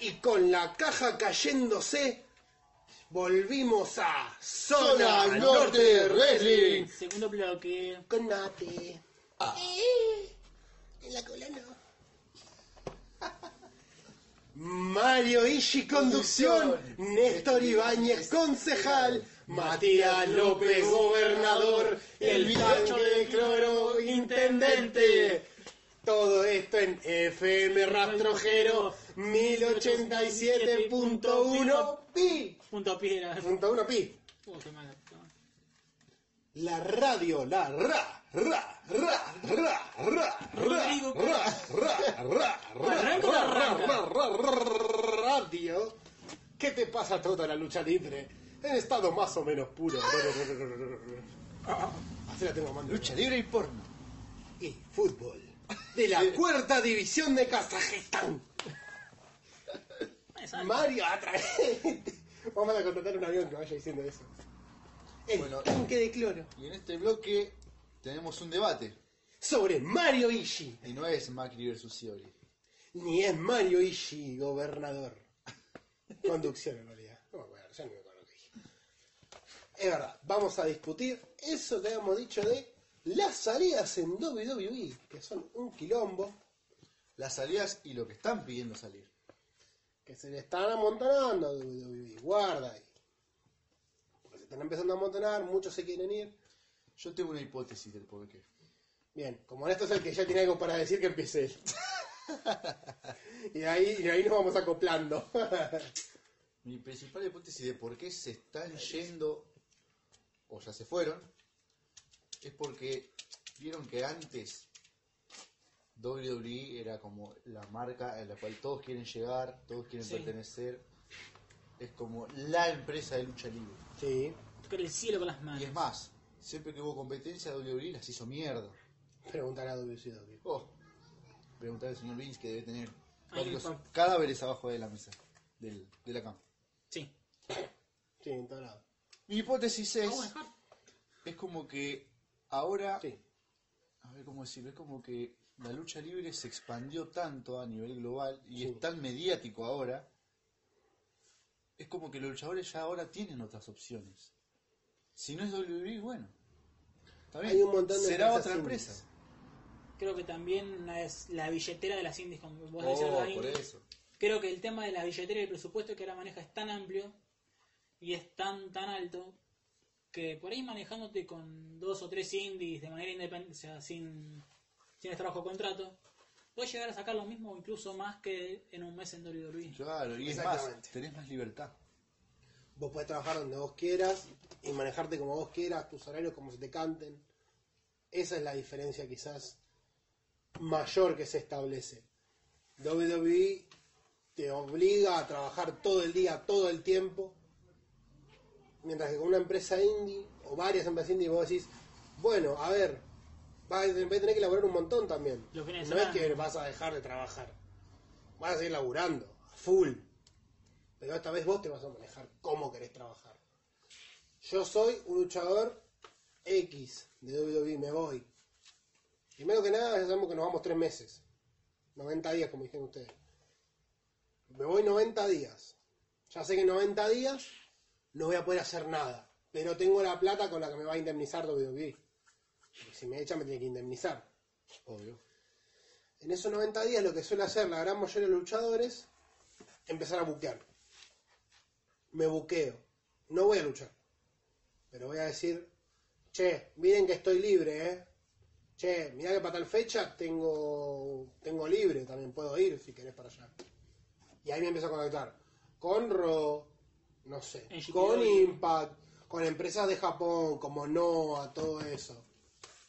[SPEAKER 3] y con la caja cayéndose, volvimos a Zona,
[SPEAKER 2] Zona
[SPEAKER 3] Norte
[SPEAKER 2] Norte
[SPEAKER 3] Wrestling.
[SPEAKER 1] Segundo bloque.
[SPEAKER 3] Con Nati. En la cola Mario Ishi, conducción. Néstor Ibáñez, concejal. Matías López, gobernador. El tanque cloro, intendente. Todo esto en FM Rastrojero 1087.1 pi.
[SPEAKER 1] Punto piedra.
[SPEAKER 3] Punto uno pi.
[SPEAKER 1] Oh, qué mala. puta.
[SPEAKER 3] La radio, la ra, ra, ra, ra, ra,
[SPEAKER 1] Rodrigo
[SPEAKER 3] ra, ra, ra, ra,
[SPEAKER 1] Arranca,
[SPEAKER 3] ra, ra,
[SPEAKER 1] arranca.
[SPEAKER 3] ra, ra, ra, radio. ¿Qué te pasa toda la lucha libre? En estado más o menos puro. Así la tengo mando.
[SPEAKER 2] Lucha libre y porno.
[SPEAKER 3] y fútbol. De la cuarta división de Kazajistán.
[SPEAKER 1] Esa-
[SPEAKER 3] Mario, atrae. Vamos a contratar un avión que vaya diciendo eso. El
[SPEAKER 2] Bueno.
[SPEAKER 3] tanque de cloro.
[SPEAKER 2] Y en este bloque tenemos un debate.
[SPEAKER 3] Sobre Mario Ishii.
[SPEAKER 2] Y no es Macri versus Scioli.
[SPEAKER 3] Ni es Mario Ishii, gobernador. Conducción en realidad. No me acuerdo, ya ni me acuerdo qué dije. Es verdad, vamos a discutir eso que habíamos dicho de las salidas en WWE, que son un quilombo,
[SPEAKER 2] Las salidas y lo que están pidiendo salir.
[SPEAKER 3] que se le están amontonando a WWE. Guarda ahí. Porque se están empezando a amontonar, muchos se quieren ir.
[SPEAKER 2] Yo tengo una hipótesis del por qué.
[SPEAKER 3] Bien, como esto es el que ya tiene algo para decir, que empiece él. y, ahí, y ahí nos vamos acoplando.
[SPEAKER 2] Mi principal hipótesis de por qué se están yendo o ya se fueron es porque vieron que antes WWE era como la marca en la cual todos quieren llegar, todos quieren
[SPEAKER 1] Sí.
[SPEAKER 2] pertenecer. Es como la empresa de lucha libre.
[SPEAKER 3] sí,
[SPEAKER 1] Tocar el cielo con las
[SPEAKER 2] Y
[SPEAKER 1] manos.
[SPEAKER 2] es más, siempre que hubo competencia, WWE las hizo mierda.
[SPEAKER 3] preguntar a WCW.
[SPEAKER 2] Oh, preguntar al señor Vince que debe tener
[SPEAKER 1] Ahí
[SPEAKER 2] varios
[SPEAKER 1] está.
[SPEAKER 2] cadáveres abajo de la mesa, del- de la cama.
[SPEAKER 1] Sí.
[SPEAKER 3] Sí, en todos lados.
[SPEAKER 2] Mi hipótesis es...
[SPEAKER 1] Vamos a dejar.
[SPEAKER 2] Es como que ahora,
[SPEAKER 3] Sí.
[SPEAKER 2] a ver cómo decirlo, es como que la lucha libre se expandió tanto a nivel global y
[SPEAKER 3] Sí.
[SPEAKER 2] es tan mediático ahora, es como que los luchadores ya ahora tienen otras opciones. Si no es WWE, bueno, está bien,
[SPEAKER 3] Hay un montón de
[SPEAKER 2] será
[SPEAKER 3] empresas
[SPEAKER 2] otra
[SPEAKER 3] indies.
[SPEAKER 2] empresa.
[SPEAKER 1] Creo que también la, es la billetera de las indies, como vos decías,
[SPEAKER 2] Oh,
[SPEAKER 1] la
[SPEAKER 2] por
[SPEAKER 1] indie.
[SPEAKER 2] eso.
[SPEAKER 1] Creo que el tema de la billetera y el presupuesto que ahora maneja es tan amplio y es tan tan alto que por ahí manejándote con dos o tres indies de manera independiente, o sea, sin, sin estar bajo contrato, puedes llegar a sacar lo mismo o incluso más que en un mes en E. WWE.
[SPEAKER 2] Claro, y es más,
[SPEAKER 3] Exactamente.
[SPEAKER 2] tenés más libertad.
[SPEAKER 3] Vos podés trabajar donde vos quieras y manejarte como vos quieras, tus horarios como se te canten. Esa es la diferencia quizás mayor que se establece. WWE te obliga a trabajar todo el día, todo el tiempo. Mientras que con una empresa indie o varias empresas indie vos decís, bueno, a ver, vas a vas a tener que laburar un montón también.
[SPEAKER 1] Los fines de
[SPEAKER 3] No es
[SPEAKER 1] semana.
[SPEAKER 3] que vas a dejar de trabajar. Vas a seguir laburando, a full. Pero esta vez vos te vas a manejar cómo querés trabajar. Yo soy un luchador X de WWE, me voy. Primero que nada, ya sabemos que nos vamos tres meses. 90 días, como dijeron ustedes. Me voy 90 días. Ya sé que en 90 días no voy a poder hacer nada. Pero tengo la plata con la que me va a indemnizar WWE. Porque si me echa, me tiene que indemnizar.
[SPEAKER 2] Obvio.
[SPEAKER 3] En esos 90 días lo que suele hacer la gran mayoría de los luchadores empezar a buquear. Me buqueo. No voy a luchar. Pero voy a decir, che, miren que estoy libre, ¿eh? Che, mirá que para tal fecha tengo, tengo libre, también puedo ir si querés para allá. Y ahí me empiezo a conectar con Ro, no sé,
[SPEAKER 1] En GPW.
[SPEAKER 3] con Impact, con empresas de Japón como Noah, todo eso.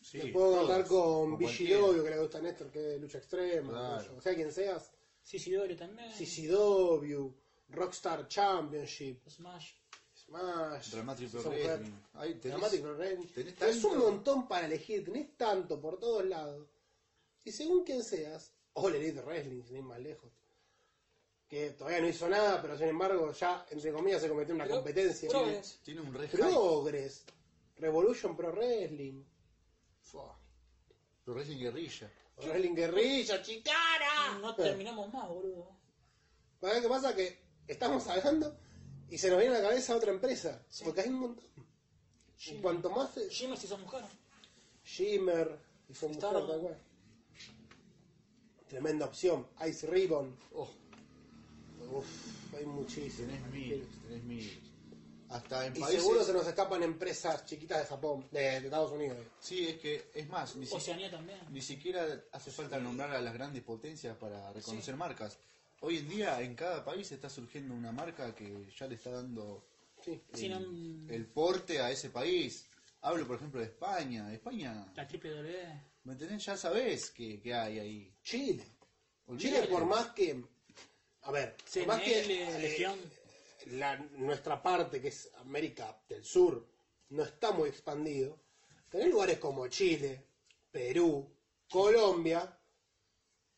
[SPEAKER 2] Sí,
[SPEAKER 3] Te puedo
[SPEAKER 2] todos,
[SPEAKER 3] contar con
[SPEAKER 2] con
[SPEAKER 3] Vigidovio, que le gusta a Néstor, que es de lucha extrema,
[SPEAKER 2] Claro.
[SPEAKER 3] todo eso. o sea, quien seas.
[SPEAKER 1] Sisidoro también.
[SPEAKER 3] CCW, Rockstar Championship,
[SPEAKER 1] Smash.
[SPEAKER 3] Smash,
[SPEAKER 2] Dramatic Pro
[SPEAKER 3] Son
[SPEAKER 2] Wrestling.
[SPEAKER 3] Juegos-
[SPEAKER 2] Ahí tenés-
[SPEAKER 3] Dramatic Pro Wrestling.
[SPEAKER 2] tenés
[SPEAKER 3] Es un
[SPEAKER 2] tanto.
[SPEAKER 3] montón para elegir, tenés tanto por todos lados. Y según quien seas, o el Elite Wrestling, sin ir más lejos, que todavía no hizo nada, pero sin embargo ya, entre comillas, se cometió una
[SPEAKER 1] Pro-
[SPEAKER 3] competencia.
[SPEAKER 1] Progress.
[SPEAKER 2] Tiene un re hype.
[SPEAKER 3] Progress, Revolution Pro Wrestling,
[SPEAKER 2] Fua. Pro Wrestling Guerrilla.
[SPEAKER 1] Ah.
[SPEAKER 2] Eh.
[SPEAKER 3] Wrestling Guerrilla, chicana.
[SPEAKER 1] No terminamos más, boludo.
[SPEAKER 3] ¿Sabés qué pasa? Que estamos hablando y se nos viene a la cabeza otra empresa.
[SPEAKER 1] Sí.
[SPEAKER 3] Porque hay un montón.
[SPEAKER 1] Shimmer.
[SPEAKER 3] Cuanto más. se-
[SPEAKER 1] Shimmer si sos mujer.
[SPEAKER 3] Shimmer. Y son
[SPEAKER 1] Star-
[SPEAKER 3] mujeres, tal cual. Tremenda opción. Ice Ribbon.
[SPEAKER 2] Oh,
[SPEAKER 3] Uf, hay muchísimos.
[SPEAKER 2] tenés miles, tenés miles. Hasta en
[SPEAKER 3] Y
[SPEAKER 2] países.
[SPEAKER 3] seguro se nos escapan empresas chiquitas de Japón, de, de Estados Unidos.
[SPEAKER 2] Sí, es que, es más, ni, si-
[SPEAKER 1] Oceanía también.
[SPEAKER 2] ni siquiera hace falta nombrar a las grandes potencias para reconocer marcas. Hoy en día en cada país está surgiendo una marca que ya le está dando
[SPEAKER 3] Sí.
[SPEAKER 2] el,
[SPEAKER 1] Sí, no-
[SPEAKER 2] el porte a ese país. Hablo, por ejemplo, de España. España,
[SPEAKER 1] La triple W.
[SPEAKER 2] ¿me entendés? Ya sabés que, que hay ahí.
[SPEAKER 3] Chile. Chile,
[SPEAKER 2] Olvídate.
[SPEAKER 3] por más que. A ver, por más que.
[SPEAKER 1] CNL,
[SPEAKER 3] eh,
[SPEAKER 1] Legión.
[SPEAKER 3] la- nuestra parte, que es América del Sur, no está muy expandido. Tenés lugares como Chile, Perú, Colombia,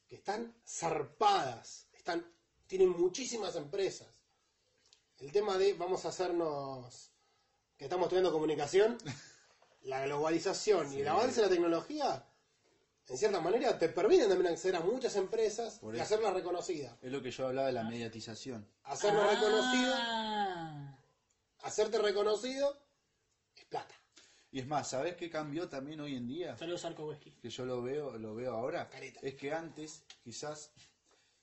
[SPEAKER 3] que están zarpadas. Están, tienen muchísimas empresas. El tema de vamos a hacernos. que estamos estudiando comunicación, la globalización y el avance de la tecnología. En cierta manera te permiten también acceder a muchas empresas
[SPEAKER 2] Por
[SPEAKER 3] y
[SPEAKER 2] eso.
[SPEAKER 3] hacerlas reconocidas.
[SPEAKER 2] Es lo que yo hablaba de la mediatización.
[SPEAKER 3] Hacerlas reconocidas
[SPEAKER 1] Ah.
[SPEAKER 3] hacerte reconocido es plata.
[SPEAKER 2] Y es más, ¿sabés qué cambió también hoy en día?
[SPEAKER 1] Saludos Arco Whisky.
[SPEAKER 2] Que yo lo veo, lo veo ahora.
[SPEAKER 3] Careta.
[SPEAKER 2] Es que antes, quizás,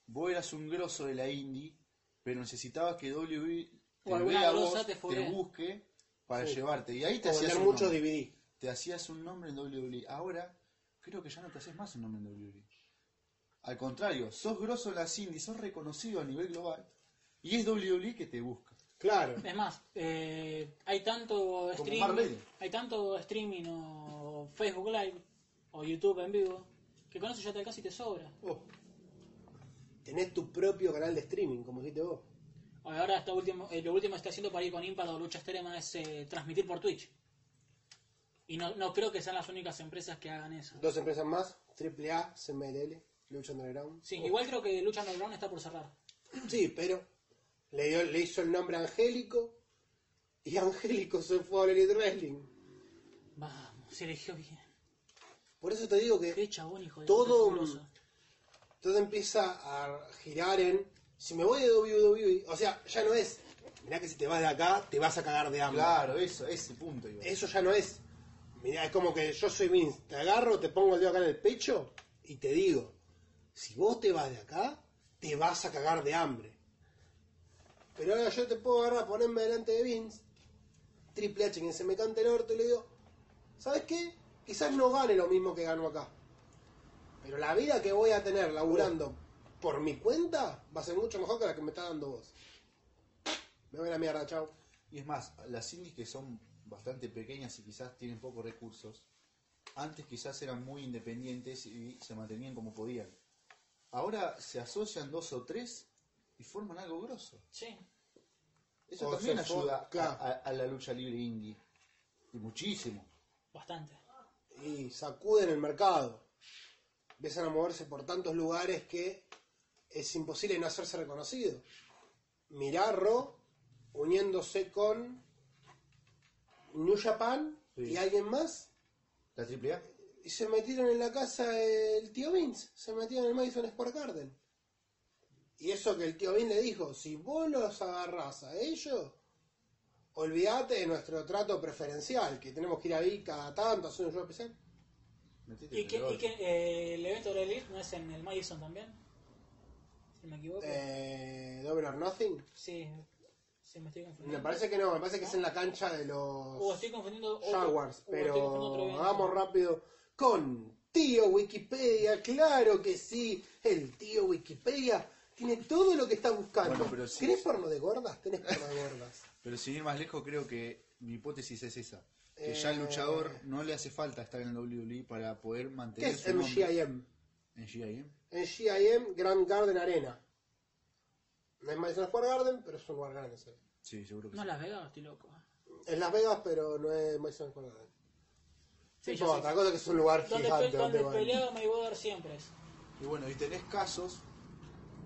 [SPEAKER 2] vos eras un grosso de la indie, pero necesitabas que W
[SPEAKER 1] O
[SPEAKER 2] te
[SPEAKER 1] alguna
[SPEAKER 2] vea a
[SPEAKER 1] grosa
[SPEAKER 2] vos,
[SPEAKER 1] te
[SPEAKER 2] te,
[SPEAKER 1] foguee.
[SPEAKER 2] busque para
[SPEAKER 3] Sí.
[SPEAKER 2] llevarte. Y ahí te
[SPEAKER 3] O
[SPEAKER 2] hacías
[SPEAKER 3] vender
[SPEAKER 2] un
[SPEAKER 3] mucho
[SPEAKER 2] nombre.
[SPEAKER 3] DVD.
[SPEAKER 2] Te hacías un nombre en WWE. Ahora, creo que ya no te haces más un nombre en WWE. Al contrario, sos grosso en las indies, sos reconocido a nivel global. Y es WWE que te busca.
[SPEAKER 3] Claro.
[SPEAKER 1] Es más, eh, hay tanto
[SPEAKER 2] Mark
[SPEAKER 1] streaming,
[SPEAKER 2] Redding.
[SPEAKER 1] hay tanto streaming o Facebook Live o YouTube en vivo que con eso ya te alcanza y te sobra.
[SPEAKER 3] Oh. Tenés tu propio canal de streaming, como dijiste vos.
[SPEAKER 1] Ahora está último, eh, lo último que está haciendo para ir con Impact o Lucha Extrema es eh, transmitir por Twitch. Y no, no creo que sean las únicas empresas que hagan eso.
[SPEAKER 3] Dos empresas más, AAA, CMLL, Lucha Underground.
[SPEAKER 1] Sí, igual creo que Lucha Underground está por cerrar.
[SPEAKER 3] Sí, pero le, dio- le hizo el nombre a Angélico y Angélico se fue a All Elite Wrestling.
[SPEAKER 1] Vamos, se eligió bien.
[SPEAKER 3] Por eso te digo que
[SPEAKER 1] Qué chabón, hijo de
[SPEAKER 3] Todo-
[SPEAKER 1] puta, sabroso.
[SPEAKER 3] todo empieza a girar en... Si me voy de WWE, o sea, ya no es... Mirá que si te vas de acá, te vas a cagar de hambre.
[SPEAKER 2] Claro, eso, ese punto. Iván.
[SPEAKER 3] Eso ya no es. Mirá, es como que yo soy Vince, te agarro, te pongo el dedo acá en el pecho y te digo, si vos te vas de acá, te vas a cagar de hambre. Pero ahora yo te puedo agarrar, ponerme delante de Vince, Triple H, quien se me cante el orto, y le digo, ¿sabes qué? Quizás no gane lo mismo que gano acá. Pero la vida que voy a tener laburando por mi cuenta va a ser mucho mejor que la que me está dando vos. Me voy a la mierda, chao.
[SPEAKER 2] Y es más, las indies que son bastante pequeñas y quizás tienen pocos recursos, antes quizás eran muy independientes y se mantenían como podían. Ahora se asocian dos o tres y forman algo grosso.
[SPEAKER 1] Sí.
[SPEAKER 2] Eso
[SPEAKER 3] O
[SPEAKER 2] también
[SPEAKER 3] se fue-
[SPEAKER 2] ayuda a-
[SPEAKER 3] claro.
[SPEAKER 2] a, a la lucha libre indie. Y muchísimo.
[SPEAKER 1] Bastante.
[SPEAKER 3] y sacuden el mercado. Empiezan a moverse por tantos lugares que es imposible no hacerse reconocido. Mirarro uniéndose con New Japan
[SPEAKER 2] Sí.
[SPEAKER 3] y alguien más.
[SPEAKER 2] La AAA.
[SPEAKER 3] Y se metieron en la casa del tío Vince. Se metieron en el Madison Square Garden. Y eso que el tío Vince le dijo, si vos los agarrás a ellos, olvídate de nuestro trato preferencial, que tenemos que ir ahí cada tanto, a hacer un show especial.
[SPEAKER 2] metete en
[SPEAKER 1] ¿Y
[SPEAKER 2] el
[SPEAKER 1] que, y
[SPEAKER 2] gol.
[SPEAKER 1] que, eh, el evento de Elite no es en el Madison también? Si me equivoco.
[SPEAKER 3] Eh, Double or Nothing.
[SPEAKER 1] Sí, sí, me estoy confundiendo.
[SPEAKER 3] Me parece que no, me parece que es en la cancha de
[SPEAKER 1] O
[SPEAKER 3] los
[SPEAKER 1] estoy confundiendo otro-
[SPEAKER 3] Jaguars.
[SPEAKER 1] o estoy confundiendo otro
[SPEAKER 3] Pero
[SPEAKER 1] evento.
[SPEAKER 3] vamos rápido con Tío Wikipedia. Claro que sí, el Tío Wikipedia tiene todo lo que está buscando.
[SPEAKER 2] Bueno, pero sí.
[SPEAKER 3] ¿Tenés porno de gordas? Tenés porno de gordas.
[SPEAKER 2] Pero sin ir más lejos, creo que mi hipótesis es esa. Que ya
[SPEAKER 3] Eh.
[SPEAKER 2] al luchador no le hace falta estar en el WWE E para poder
[SPEAKER 3] ¿Qué
[SPEAKER 2] mantener
[SPEAKER 3] es
[SPEAKER 2] su nombre.
[SPEAKER 3] MGIM?
[SPEAKER 2] En GIM.
[SPEAKER 3] MGIM Grand Garden Arena. No es Madison Square Garden, pero es un lugar grande. sí.
[SPEAKER 2] Sí, seguro que
[SPEAKER 1] No
[SPEAKER 2] sí.
[SPEAKER 1] Las Vegas, estoy loco.
[SPEAKER 3] Es Las Vegas, pero no es Madison Square Garden.
[SPEAKER 1] Sí,
[SPEAKER 3] no
[SPEAKER 1] ya
[SPEAKER 3] importa,
[SPEAKER 1] sé.
[SPEAKER 3] la cosa es que es un lugar
[SPEAKER 1] Donde,
[SPEAKER 3] gigante.
[SPEAKER 1] pe- donde
[SPEAKER 3] van.
[SPEAKER 1] peleaba Mayweather siempre es.
[SPEAKER 2] Y bueno, y tenés casos,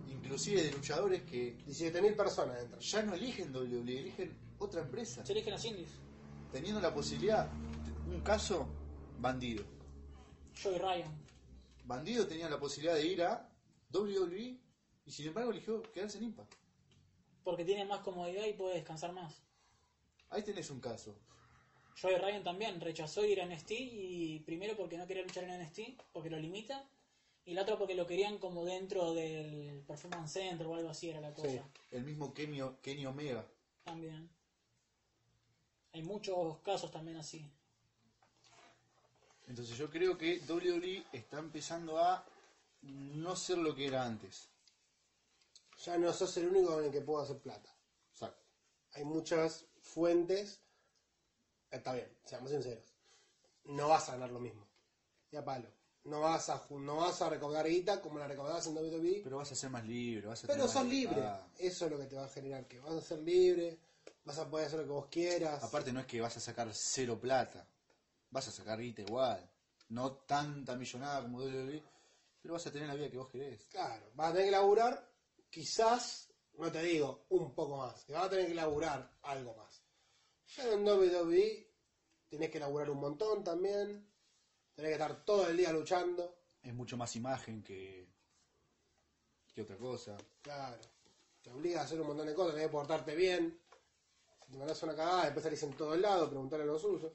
[SPEAKER 2] inclusive de luchadores que
[SPEAKER 3] 17.000 personas entran.
[SPEAKER 2] ya no eligen WWE, eligen otra empresa,
[SPEAKER 1] Se eligen las indies.
[SPEAKER 2] teniendo la posibilidad, un caso, Bandido.
[SPEAKER 1] Joey Ryan.
[SPEAKER 2] Bandido tenía la posibilidad de ir a WWE E Y sin embargo eligió quedarse en Impact.
[SPEAKER 1] Porque tiene más comodidad y puede descansar más.
[SPEAKER 2] Ahí tenés un caso.
[SPEAKER 1] Joey Ryan también rechazó ir a NXT y primero porque no quería luchar en NXT, porque lo limita, y la otra porque lo querían como dentro del Performance Center o algo así era la cosa.
[SPEAKER 2] Sí, El mismo Kenny, O- Kenny Omega.
[SPEAKER 1] También. Hay muchos casos también así.
[SPEAKER 2] Entonces yo creo que WWE está empezando a no ser lo que era antes.
[SPEAKER 3] Ya no sos el único con el que puedo hacer plata.
[SPEAKER 2] Exacto.
[SPEAKER 3] Hay muchas fuentes. Está bien, seamos sinceros. No vas a ganar lo mismo. Ya palo. No vas a, ju- no vas a recaudar guita como la recaudabas en WWE.
[SPEAKER 2] Pero vas a ser más libre, vas a
[SPEAKER 3] Pero
[SPEAKER 2] tener
[SPEAKER 3] sos
[SPEAKER 2] más
[SPEAKER 3] libre.
[SPEAKER 2] libertad.
[SPEAKER 3] Eso es lo que te va a generar. Que vas a ser libre. Vas a poder hacer lo que vos quieras.
[SPEAKER 2] Aparte no es que vas a sacar cero plata. Vas a sacar guita igual. No tanta millonada como WWE, pero vas a tener la vida que vos querés.
[SPEAKER 3] Claro, vas a tener que laburar, quizás, no te digo, un poco más, que vas a tener que laburar algo más. Pero en WWE tenés que laburar un montón también, tenés que estar todo el día luchando,
[SPEAKER 2] Es mucho más imagen que, que otra cosa.
[SPEAKER 3] claro, te obliga a hacer un montón de cosas, tenés que portarte bien, si te mandás una cagada, después salís en todos lados, preguntarle a los usos,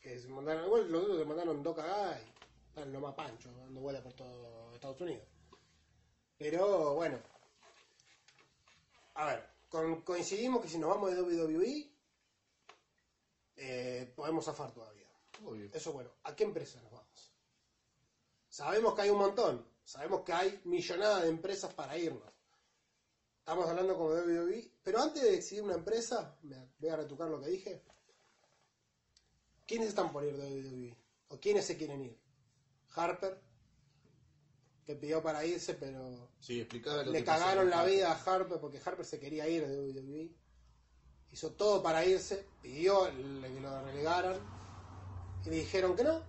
[SPEAKER 3] que se mandaron, bueno, los usos te mandaron dos cagadas y están lo más pancho, dando vuelta por todo Estados Unidos. Pero bueno, A ver, con- coincidimos que si nos vamos de WWE, eh, podemos zafar todavía.
[SPEAKER 2] Obvio.
[SPEAKER 3] Eso bueno, ¿a qué empresa nos vamos? Sabemos que hay un montón, sabemos que hay millonadas de empresas para irnos. Estamos hablando como de WWE, pero antes de decidir una empresa, me voy a retocar lo que dije. ¿Quiénes están por ir de WWE? ¿O quiénes se quieren ir? Harper, que pidió para irse, pero
[SPEAKER 2] Sí, explicaba lo
[SPEAKER 3] le
[SPEAKER 2] que pasó
[SPEAKER 3] cagaron
[SPEAKER 2] con
[SPEAKER 3] la
[SPEAKER 2] Harper.
[SPEAKER 3] vida a Harper porque Harper se quería ir de WWE. Hizo todo para irse, pidió el- que lo relegaran y le dijeron que no.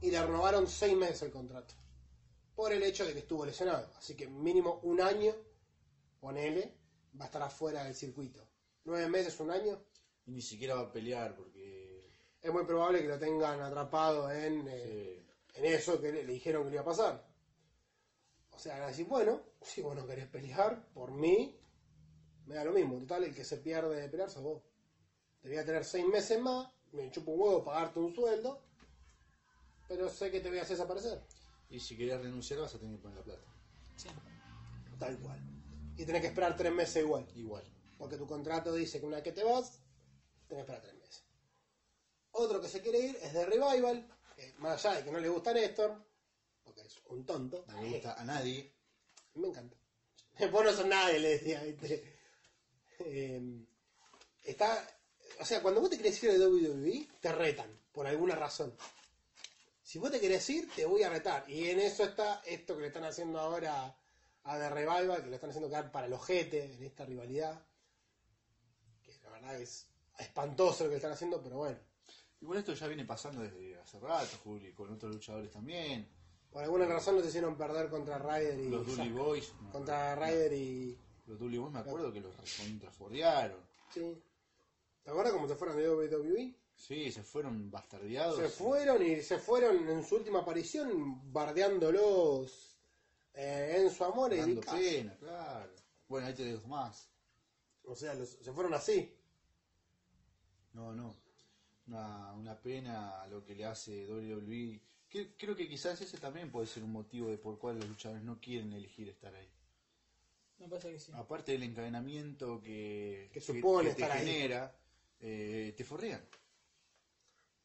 [SPEAKER 3] Y le renovaron seis meses el contrato por el hecho de que estuvo lesionado. Así que mínimo un año, ponele, va a estar afuera del circuito. Nueve meses, un año,
[SPEAKER 2] Y ni siquiera va a pelear porque...
[SPEAKER 3] es muy probable que lo tengan atrapado en, eh, en eso que le, le dijeron que le iba a pasar. O sea, van a decir, bueno, si vos no querés pelear por mí, me da lo mismo. Total, el que se pierde de pelear sos vos. Te voy a tener seis meses más, me chupo un huevo pagarte un sueldo, pero sé que te voy a hacer desaparecer.
[SPEAKER 2] Y si querés renunciar vas a tener que poner la plata.
[SPEAKER 1] Sí.
[SPEAKER 3] Tal cual. Y tenés que esperar tres meses igual.
[SPEAKER 2] Igual.
[SPEAKER 3] Porque tu contrato dice que una vez que te vas, tenés para tres meses. Otro que se quiere ir es de Revival, que más allá de que no le gusta a Néstor, porque es un tonto,
[SPEAKER 2] No le gusta a nadie.
[SPEAKER 3] me encanta. Vos no sos nadie, le decía, ¿viste? Eh, está. O sea, cuando vos te querés ir de WWE, te retan, por alguna razón. Si vos te querés ir, te voy a retar. Y en eso está esto que le están haciendo ahora a The Revival, que lo están haciendo quedar para el ojete en esta rivalidad. Que la verdad es espantoso lo que le están haciendo, pero bueno.
[SPEAKER 2] Igual esto ya viene pasando desde hace rato, Juli, con otros luchadores también.
[SPEAKER 3] Por alguna razón los hicieron perder contra Ryder y.
[SPEAKER 2] Los Dully
[SPEAKER 3] Jack.
[SPEAKER 2] Boys.
[SPEAKER 3] Contra Ryder y.
[SPEAKER 2] Los Dully Boys me acuerdo que los recontrafordearon.
[SPEAKER 3] Sí. ¿Te acuerdas cómo se fueron de WWE?
[SPEAKER 2] Sí, se fueron bastardeados.
[SPEAKER 3] Se fueron y se fueron en su última aparición bardeándolos eh, en su amor y
[SPEAKER 2] Dando
[SPEAKER 3] Dicas.
[SPEAKER 2] pena, claro. Bueno, ahí tenés dos más.
[SPEAKER 3] O sea, los- se fueron así.
[SPEAKER 2] No, no. Una, una pena lo que le hace WWE. Que- creo que quizás ese también puede ser un motivo de por cual los luchadores no quieren elegir estar ahí.
[SPEAKER 1] Me parece que
[SPEAKER 3] Ah.
[SPEAKER 1] sí.
[SPEAKER 2] Aparte del encadenamiento que,
[SPEAKER 3] Que supone
[SPEAKER 2] te
[SPEAKER 3] estar ahí.
[SPEAKER 2] genera, eh, te forrean.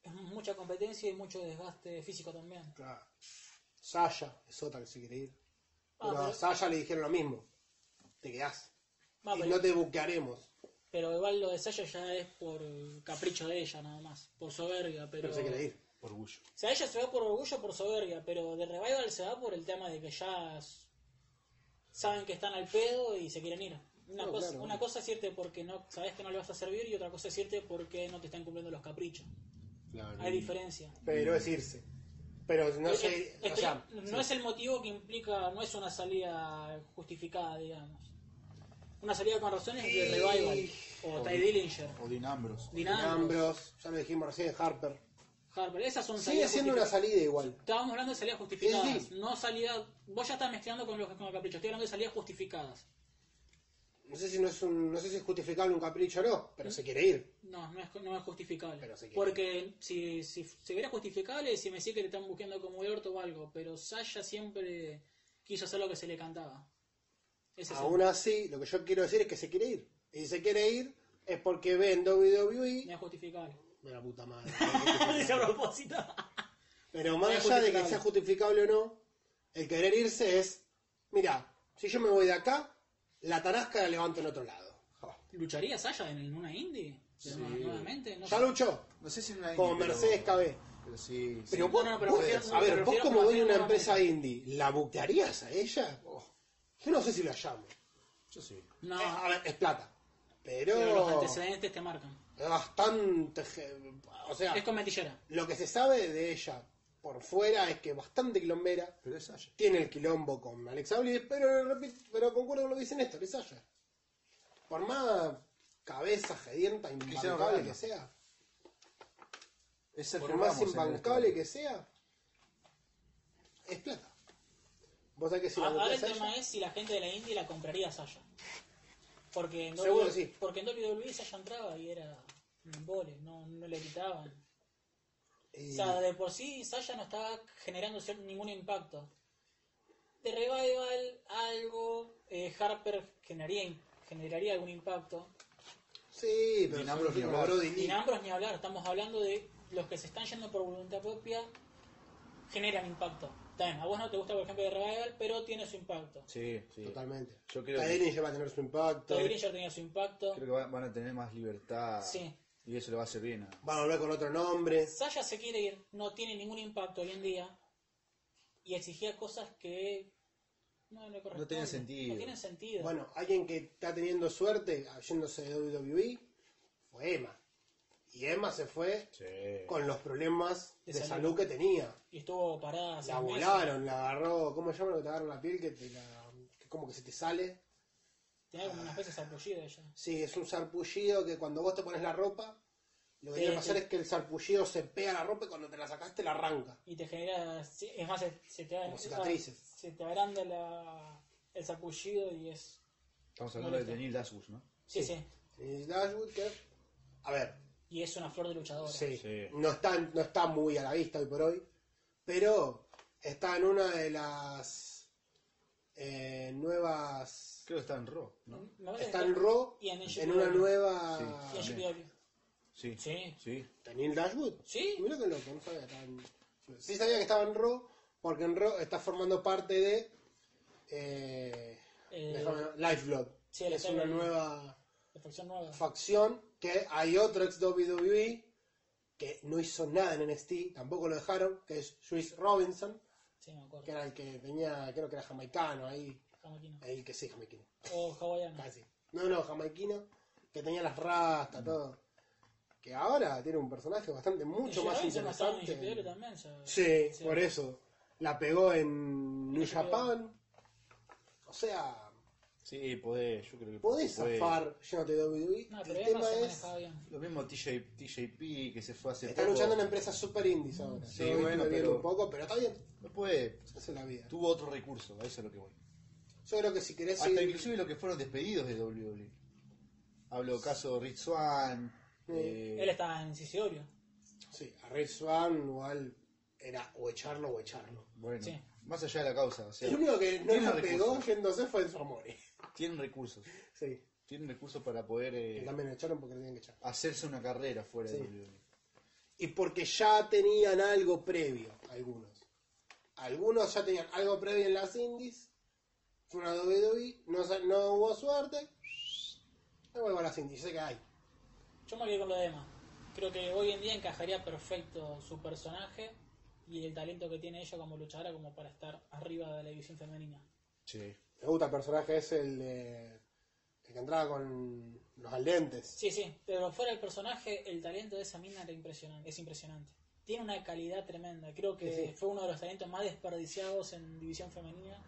[SPEAKER 1] Es mucha competencia y mucho desgaste físico también.
[SPEAKER 3] Claro. Sasha es otra que se quiere ir.
[SPEAKER 1] Ah,
[SPEAKER 3] Pero a
[SPEAKER 1] pero-
[SPEAKER 3] Sasha le dijeron lo mismo. Te quedás.
[SPEAKER 1] Va,
[SPEAKER 3] y
[SPEAKER 1] Ah, pero,
[SPEAKER 3] no te buquearemos.
[SPEAKER 1] pero igual lo de Sasha ya es por capricho de ella nada más, por soberbia, pero...
[SPEAKER 3] Pero se quiere ir.
[SPEAKER 2] Orgullo.
[SPEAKER 1] O sea, ella se va por orgullo, por soberbia, pero de Revival se va por el tema de que ya s- saben que están al pedo y se quieren ir. Una,
[SPEAKER 3] No,
[SPEAKER 1] cosa,
[SPEAKER 3] claro.
[SPEAKER 1] una cosa es irte porque no sabes que no le vas a servir y otra cosa es irte porque no te están cumpliendo los caprichos.
[SPEAKER 2] Claro.
[SPEAKER 1] Hay
[SPEAKER 2] Y-
[SPEAKER 1] diferencia.
[SPEAKER 3] Pero es irse. Pero no
[SPEAKER 1] Es-
[SPEAKER 3] sé.
[SPEAKER 1] es-
[SPEAKER 3] o sea,
[SPEAKER 1] Este, no es el motivo que implica, no es una salida justificada, digamos. Una salida con razones de
[SPEAKER 3] Y-
[SPEAKER 1] Revival o Ty Dillinger.
[SPEAKER 2] O Dean Ambrose.
[SPEAKER 1] Dean
[SPEAKER 3] Dean
[SPEAKER 1] Ambrose.
[SPEAKER 3] Ambrose, ya lo dijimos recién, Harper.
[SPEAKER 1] Harper. Esas son
[SPEAKER 3] Sigue siendo una
[SPEAKER 1] justificadas.
[SPEAKER 3] salida igual.
[SPEAKER 1] Estábamos hablando de salidas justificadas,
[SPEAKER 3] Sí,
[SPEAKER 1] no salidas... Vos ya estás mezclando con los con el capricho, estoy hablando de salidas justificadas.
[SPEAKER 3] No sé si no es un, no sé si es justificable un capricho o no, pero se quiere ir.
[SPEAKER 1] No, no es, no es justificable.
[SPEAKER 3] Pero se quiere.
[SPEAKER 1] Porque si, si, si hubiera justificable, si me decís que te están buscando como el orto o algo, pero Sasha siempre quiso hacer lo que se le cantaba. Ese es el-
[SPEAKER 3] Aún así, lo que yo quiero decir es que se quiere ir. Y si se quiere ir es porque ve en WWE.
[SPEAKER 1] No es justificable.
[SPEAKER 3] Me la puta madre.
[SPEAKER 1] Ah, Dice a propósito.
[SPEAKER 3] Pero más
[SPEAKER 1] No es
[SPEAKER 3] allá de que
[SPEAKER 1] justificable.
[SPEAKER 3] sea justificable o no, el querer irse es, mira, si yo me voy de acá, la tarasca la levanto en otro lado. Ja.
[SPEAKER 1] ¿Lucharía Sasha en una indie? Pero
[SPEAKER 2] Sí.
[SPEAKER 1] no- Nuevamente, no
[SPEAKER 3] Ya
[SPEAKER 1] sé.
[SPEAKER 3] luchó
[SPEAKER 2] No sé si en una
[SPEAKER 3] con
[SPEAKER 2] indie, pero-
[SPEAKER 3] Mercedes KB.
[SPEAKER 2] Pero sí. sí.
[SPEAKER 3] Pero vos,
[SPEAKER 1] no, no, pero
[SPEAKER 3] vos-
[SPEAKER 1] prefiero-
[SPEAKER 3] a ver, vos
[SPEAKER 1] prefiero
[SPEAKER 3] como
[SPEAKER 1] como
[SPEAKER 3] dueño de una
[SPEAKER 1] hacer
[SPEAKER 3] empresa indie, ¿la buquearías a ella? Oh, Yo no sé si la llamo.
[SPEAKER 2] Yo sí.
[SPEAKER 1] No,
[SPEAKER 3] Eh, a ver, es plata.
[SPEAKER 1] pero los
[SPEAKER 3] Pero
[SPEAKER 1] antecedentes te marcan.
[SPEAKER 3] es bastante... ge- O sea,
[SPEAKER 1] Es con metillera.
[SPEAKER 3] lo que se sabe de ella por fuera es que es bastante quilombera.
[SPEAKER 2] Pero es Sasha.
[SPEAKER 3] tiene el quilombo con Alexa Bliss, pero, repito, pero concuerdo con lo que dice Néstor, es Sasha. Por más cabeza gedienta, imbancable
[SPEAKER 2] Orlando.
[SPEAKER 3] que sea,
[SPEAKER 2] Es
[SPEAKER 3] por
[SPEAKER 2] Sergio
[SPEAKER 3] más
[SPEAKER 2] Ramos en este el
[SPEAKER 3] imbancable
[SPEAKER 2] estudio.
[SPEAKER 3] que sea, es plata. Vos sabés que si la
[SPEAKER 1] Ah, Ahora el
[SPEAKER 3] buscas a
[SPEAKER 1] tema
[SPEAKER 3] ella,
[SPEAKER 1] es si la gente de la indie la compraría a Sasha. Porque en
[SPEAKER 3] Seguro
[SPEAKER 1] WWE,
[SPEAKER 3] sí.
[SPEAKER 1] porque en WWE Sasha entraba y era un embole, no, no le quitaban.
[SPEAKER 3] eh,
[SPEAKER 1] O sea, de por sí Sasha no estaba generando cier- ningún impacto. De Revival, algo, eh, Harper generaría, generaría algún impacto.
[SPEAKER 3] sí, pero
[SPEAKER 2] Ni Nambros
[SPEAKER 3] son
[SPEAKER 2] ni
[SPEAKER 3] como
[SPEAKER 2] hablar.
[SPEAKER 3] Brody
[SPEAKER 1] Ni
[SPEAKER 3] Lee.
[SPEAKER 1] Ambrose ni hablar, estamos hablando de los que se están yendo por voluntad propia, generan impacto. También, a vos no te gusta, por ejemplo, de Revival, pero tiene su impacto.
[SPEAKER 2] Sí, sí.
[SPEAKER 3] Totalmente.
[SPEAKER 2] Yo creo que-
[SPEAKER 3] Tadini va a tener su impacto.
[SPEAKER 1] Todd Green ya tenía su impacto.
[SPEAKER 2] Creo que van, van a tener más libertad.
[SPEAKER 1] Sí.
[SPEAKER 2] Y eso le va a hacer bien. a-
[SPEAKER 3] Va a volver con otro nombre.
[SPEAKER 1] Sasha se quiere ir, no tiene ningún impacto hoy en día y exigía cosas que no le corresponden.
[SPEAKER 2] tienen sentido.
[SPEAKER 1] No tienen sentido.
[SPEAKER 3] Bueno, alguien que está teniendo suerte yéndose de WWE fue Emma. Y Emma se fue
[SPEAKER 2] Sí.
[SPEAKER 3] con los problemas de,
[SPEAKER 1] De
[SPEAKER 3] salud.
[SPEAKER 1] salud
[SPEAKER 3] que tenía.
[SPEAKER 1] y estuvo parada seis
[SPEAKER 3] La
[SPEAKER 1] meses.
[SPEAKER 3] volaron, la agarró, ¿cómo se llama lo que te agarra la piel que te la que como que se te sale?
[SPEAKER 1] Tenía como una especie de sarpullido ella.
[SPEAKER 3] Sí, es un sarpullido que cuando vos te pones la ropa, lo que
[SPEAKER 1] Sí,
[SPEAKER 3] tiene que pasar
[SPEAKER 1] sí.
[SPEAKER 3] es que el sarpullido se pega la ropa y cuando te la sacaste la arranca.
[SPEAKER 1] Y te genera. sí, Es más, se, se te
[SPEAKER 3] Como cicatrices.
[SPEAKER 1] Se te agranda la- el sarpullido y es.
[SPEAKER 2] Estamos hablando de Neil Dasus, ¿no?
[SPEAKER 1] Sí, sí.
[SPEAKER 3] Y Dashwood que- a ver,
[SPEAKER 1] Y es una flor de luchadora.
[SPEAKER 3] sí,
[SPEAKER 2] Sí.
[SPEAKER 3] No, está, no está muy a la vista hoy por hoy, pero está en una de las eh, nuevas...
[SPEAKER 2] Creo que está en Raw, ¿no?
[SPEAKER 1] Me parece
[SPEAKER 3] Está
[SPEAKER 1] que
[SPEAKER 3] en Raw,
[SPEAKER 1] y en
[SPEAKER 3] en
[SPEAKER 1] NJPW.
[SPEAKER 3] una nueva...
[SPEAKER 2] Sí.
[SPEAKER 1] Y en GPW.
[SPEAKER 2] Sí.
[SPEAKER 1] Sí.
[SPEAKER 2] Sí.
[SPEAKER 3] ¿Está Neil Dashwood?
[SPEAKER 1] Sí.
[SPEAKER 3] Mira que loco, no sabía que estaba en... Sí sabía que estaba en Raw, porque en Raw está formando parte de... Eh,
[SPEAKER 1] Eh,
[SPEAKER 3] déjame- Lifeblood.
[SPEAKER 1] sí,
[SPEAKER 3] es
[SPEAKER 1] el-
[SPEAKER 3] una nueva
[SPEAKER 1] La facción nueva.
[SPEAKER 3] facción que hay otro ex WWE que no hizo nada en NXT, tampoco lo dejaron, que es Juice Robinson,
[SPEAKER 1] Sí, me
[SPEAKER 3] que
[SPEAKER 1] acuerdo.
[SPEAKER 3] era el que tenía, creo que era jamaicano ahí,
[SPEAKER 1] Jamaquino.
[SPEAKER 3] ahí que sí, jamaiquino.
[SPEAKER 1] O hawaiano.
[SPEAKER 3] Casi. No, no, jamaiquino, que tenía las rastas, todo. Que ahora tiene un personaje bastante mucho
[SPEAKER 1] Y
[SPEAKER 3] más
[SPEAKER 1] Robinson la estaba en
[SPEAKER 3] interesante.
[SPEAKER 1] GPW también, ya.
[SPEAKER 3] Sí,
[SPEAKER 1] Sí.
[SPEAKER 3] por eso. La pegó en New
[SPEAKER 1] Sí, pegó.
[SPEAKER 3] Japan. O sea,
[SPEAKER 2] Sí, podés, yo creo que
[SPEAKER 3] podés
[SPEAKER 2] podés.
[SPEAKER 3] zafar yéndote de WWE.
[SPEAKER 1] No, pero Emma
[SPEAKER 3] el tema
[SPEAKER 1] se
[SPEAKER 3] es.
[SPEAKER 1] manejaba bien.
[SPEAKER 2] Lo mismo TJ, TJP que se fue hace
[SPEAKER 3] Está
[SPEAKER 2] poco.
[SPEAKER 3] luchando en empresas super indies ahora.
[SPEAKER 2] Sí,
[SPEAKER 3] Yo hoy
[SPEAKER 2] bueno,
[SPEAKER 3] estoy viendo
[SPEAKER 2] pero-
[SPEAKER 3] un poco, pero está bien.
[SPEAKER 2] No puede.
[SPEAKER 3] Se hace la vida.
[SPEAKER 2] Tuvo otro recurso, a eso es lo que voy.
[SPEAKER 3] Yo creo que si querés
[SPEAKER 2] Hasta
[SPEAKER 3] seguir-
[SPEAKER 2] inclusive los que fueron despedidos de WWE. Hablo caso Rich Swan.
[SPEAKER 3] Sí.
[SPEAKER 2] eh,
[SPEAKER 1] Él estaba en Cisiorio.
[SPEAKER 3] Sí, a Red Swan igual era o echarlo o echarlo.
[SPEAKER 2] Bueno,
[SPEAKER 1] Sí.
[SPEAKER 2] más allá de la causa. O sea,
[SPEAKER 3] El único que no
[SPEAKER 2] tienen
[SPEAKER 3] la pegó
[SPEAKER 2] recursos.
[SPEAKER 3] yéndose fue el Amore.
[SPEAKER 2] Tienen recursos.
[SPEAKER 3] Sí.
[SPEAKER 2] Tienen recursos para poder eh,
[SPEAKER 3] Que también lo echaron porque lo tenían que echar.
[SPEAKER 2] hacerse una carrera fuera
[SPEAKER 3] Sí.
[SPEAKER 2] de E. WWE.
[SPEAKER 3] y porque ya tenían algo previo, algunos. Algunos ya tenían algo previo en las indies, fueron a WWE, E, no, sa- no hubo suerte, me vuelvo a las indies, sé que hay.
[SPEAKER 1] Yo me quedé con lo demás. Creo que hoy en día encajaría perfecto su personaje y el talento que tiene ella como luchadora como para estar arriba de la división femenina.
[SPEAKER 2] Sí.
[SPEAKER 3] Me gusta el personaje ese, el, de- el que entraba con los aldentes.
[SPEAKER 1] Sí, sí, pero fuera el personaje, el talento de esa mina era impresionante, es impresionante. Tiene una calidad tremenda. Creo que
[SPEAKER 3] Sí, sí.
[SPEAKER 1] fue uno de los talentos más desperdiciados en división femenina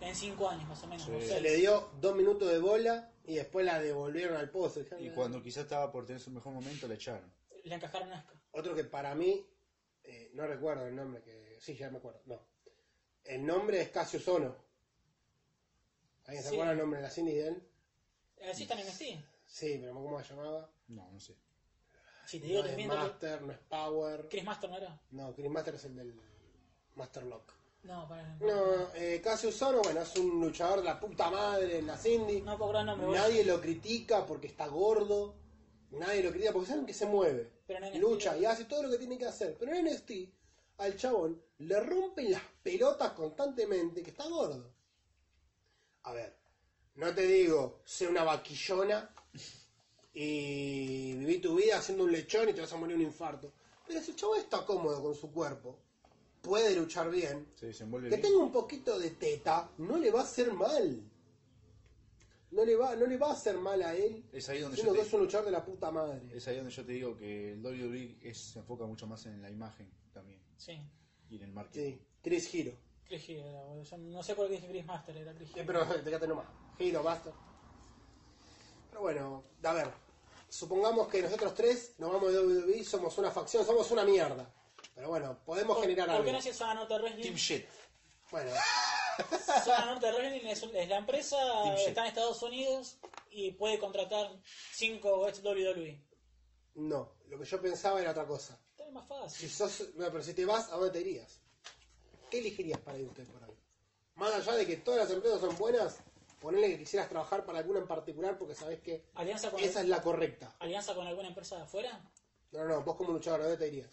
[SPEAKER 1] en cinco años más o menos.
[SPEAKER 2] Sí.
[SPEAKER 1] o
[SPEAKER 3] Se
[SPEAKER 1] seis.
[SPEAKER 3] le dio dos minutos de bola y después la devolvieron al pozo.
[SPEAKER 2] Y cuando quizás estaba por tener su mejor momento, la echaron.
[SPEAKER 1] Le encajaron asco.
[SPEAKER 3] Otro que para mí, eh, no recuerdo el nombre, que sí, ya me acuerdo, no. El nombre es Casio Sono. ¿Alguien se
[SPEAKER 1] Sí.
[SPEAKER 3] acuerda el nombre de la Cindy de él?
[SPEAKER 1] Así también así.
[SPEAKER 3] Sí, pero ¿cómo se llamaba?
[SPEAKER 2] No, no sé.
[SPEAKER 1] Si te digo,
[SPEAKER 3] No
[SPEAKER 1] te
[SPEAKER 3] es
[SPEAKER 1] miento que-
[SPEAKER 3] Master, no es Power.
[SPEAKER 1] Chris Master no era.
[SPEAKER 3] No, Chris Master es el del Master Lock.
[SPEAKER 1] No, para. No,
[SPEAKER 3] No, eh, Casio Sono, bueno, es un luchador de la puta madre en la Cindy.
[SPEAKER 1] no puedo acordar el nombre.
[SPEAKER 3] Nadie lo critica porque está gordo. Nadie lo critica porque saben que se mueve.
[SPEAKER 1] Pero en NXT
[SPEAKER 3] Lucha y hace todo lo que tiene que hacer. Pero en NXT, al chabón le rompen las pelotas constantemente que está gordo. A ver, no te digo, sé una vaquillona y viví tu vida haciendo un lechón y te vas a morir de un infarto. Pero si el chabón está cómodo con su cuerpo, puede luchar bien,
[SPEAKER 2] Se desenvuelve
[SPEAKER 3] que
[SPEAKER 2] bien.
[SPEAKER 3] tenga un poquito de teta no le va a hacer mal. No le va, no le va a hacer mal a él.
[SPEAKER 2] Es ahí donde yo
[SPEAKER 3] Siendo que
[SPEAKER 2] te-
[SPEAKER 3] es un luchador de la puta madre.
[SPEAKER 2] Es ahí donde yo te digo que el WWE es- se enfoca mucho más en la imagen también
[SPEAKER 1] Sí,
[SPEAKER 2] y en el marketing.
[SPEAKER 3] Sí, Chris Hero.
[SPEAKER 1] Chris Hill era, boludo. Yo no sé por qué dije Chris Master, era Chris
[SPEAKER 3] Eh,
[SPEAKER 1] Hill.
[SPEAKER 3] pero déjate nomás. Hero, basta. Pero bueno, a ver. Supongamos que nosotros tres nos vamos de WWE, somos una facción, somos una mierda. Pero bueno, podemos generar
[SPEAKER 1] ¿Por
[SPEAKER 3] algo.
[SPEAKER 1] qué no es Zona Norte Wrestling?
[SPEAKER 2] Team Shit.
[SPEAKER 3] Bueno,
[SPEAKER 1] Zona Norte Wrestling es, un- es la empresa,
[SPEAKER 2] Team Shit.
[SPEAKER 1] está en Estados Unidos y puede contratar 5 ex WWE.
[SPEAKER 3] no. Lo que yo pensaba era otra cosa.
[SPEAKER 1] E. Está más
[SPEAKER 3] Si
[SPEAKER 1] fácil.
[SPEAKER 3] sos, no, pero si te vas, ¿a dónde te irías? ¿Qué elegirías para ir usted por ahí? Más allá de que todas las empresas son buenas, ponele que quisieras trabajar para alguna en particular porque sabés que
[SPEAKER 1] ¿Alianza con,
[SPEAKER 3] esa es la correcta.
[SPEAKER 1] ¿Alianza con alguna empresa de afuera?
[SPEAKER 3] No, no, no, vos como luchador, ¿a dónde te irías?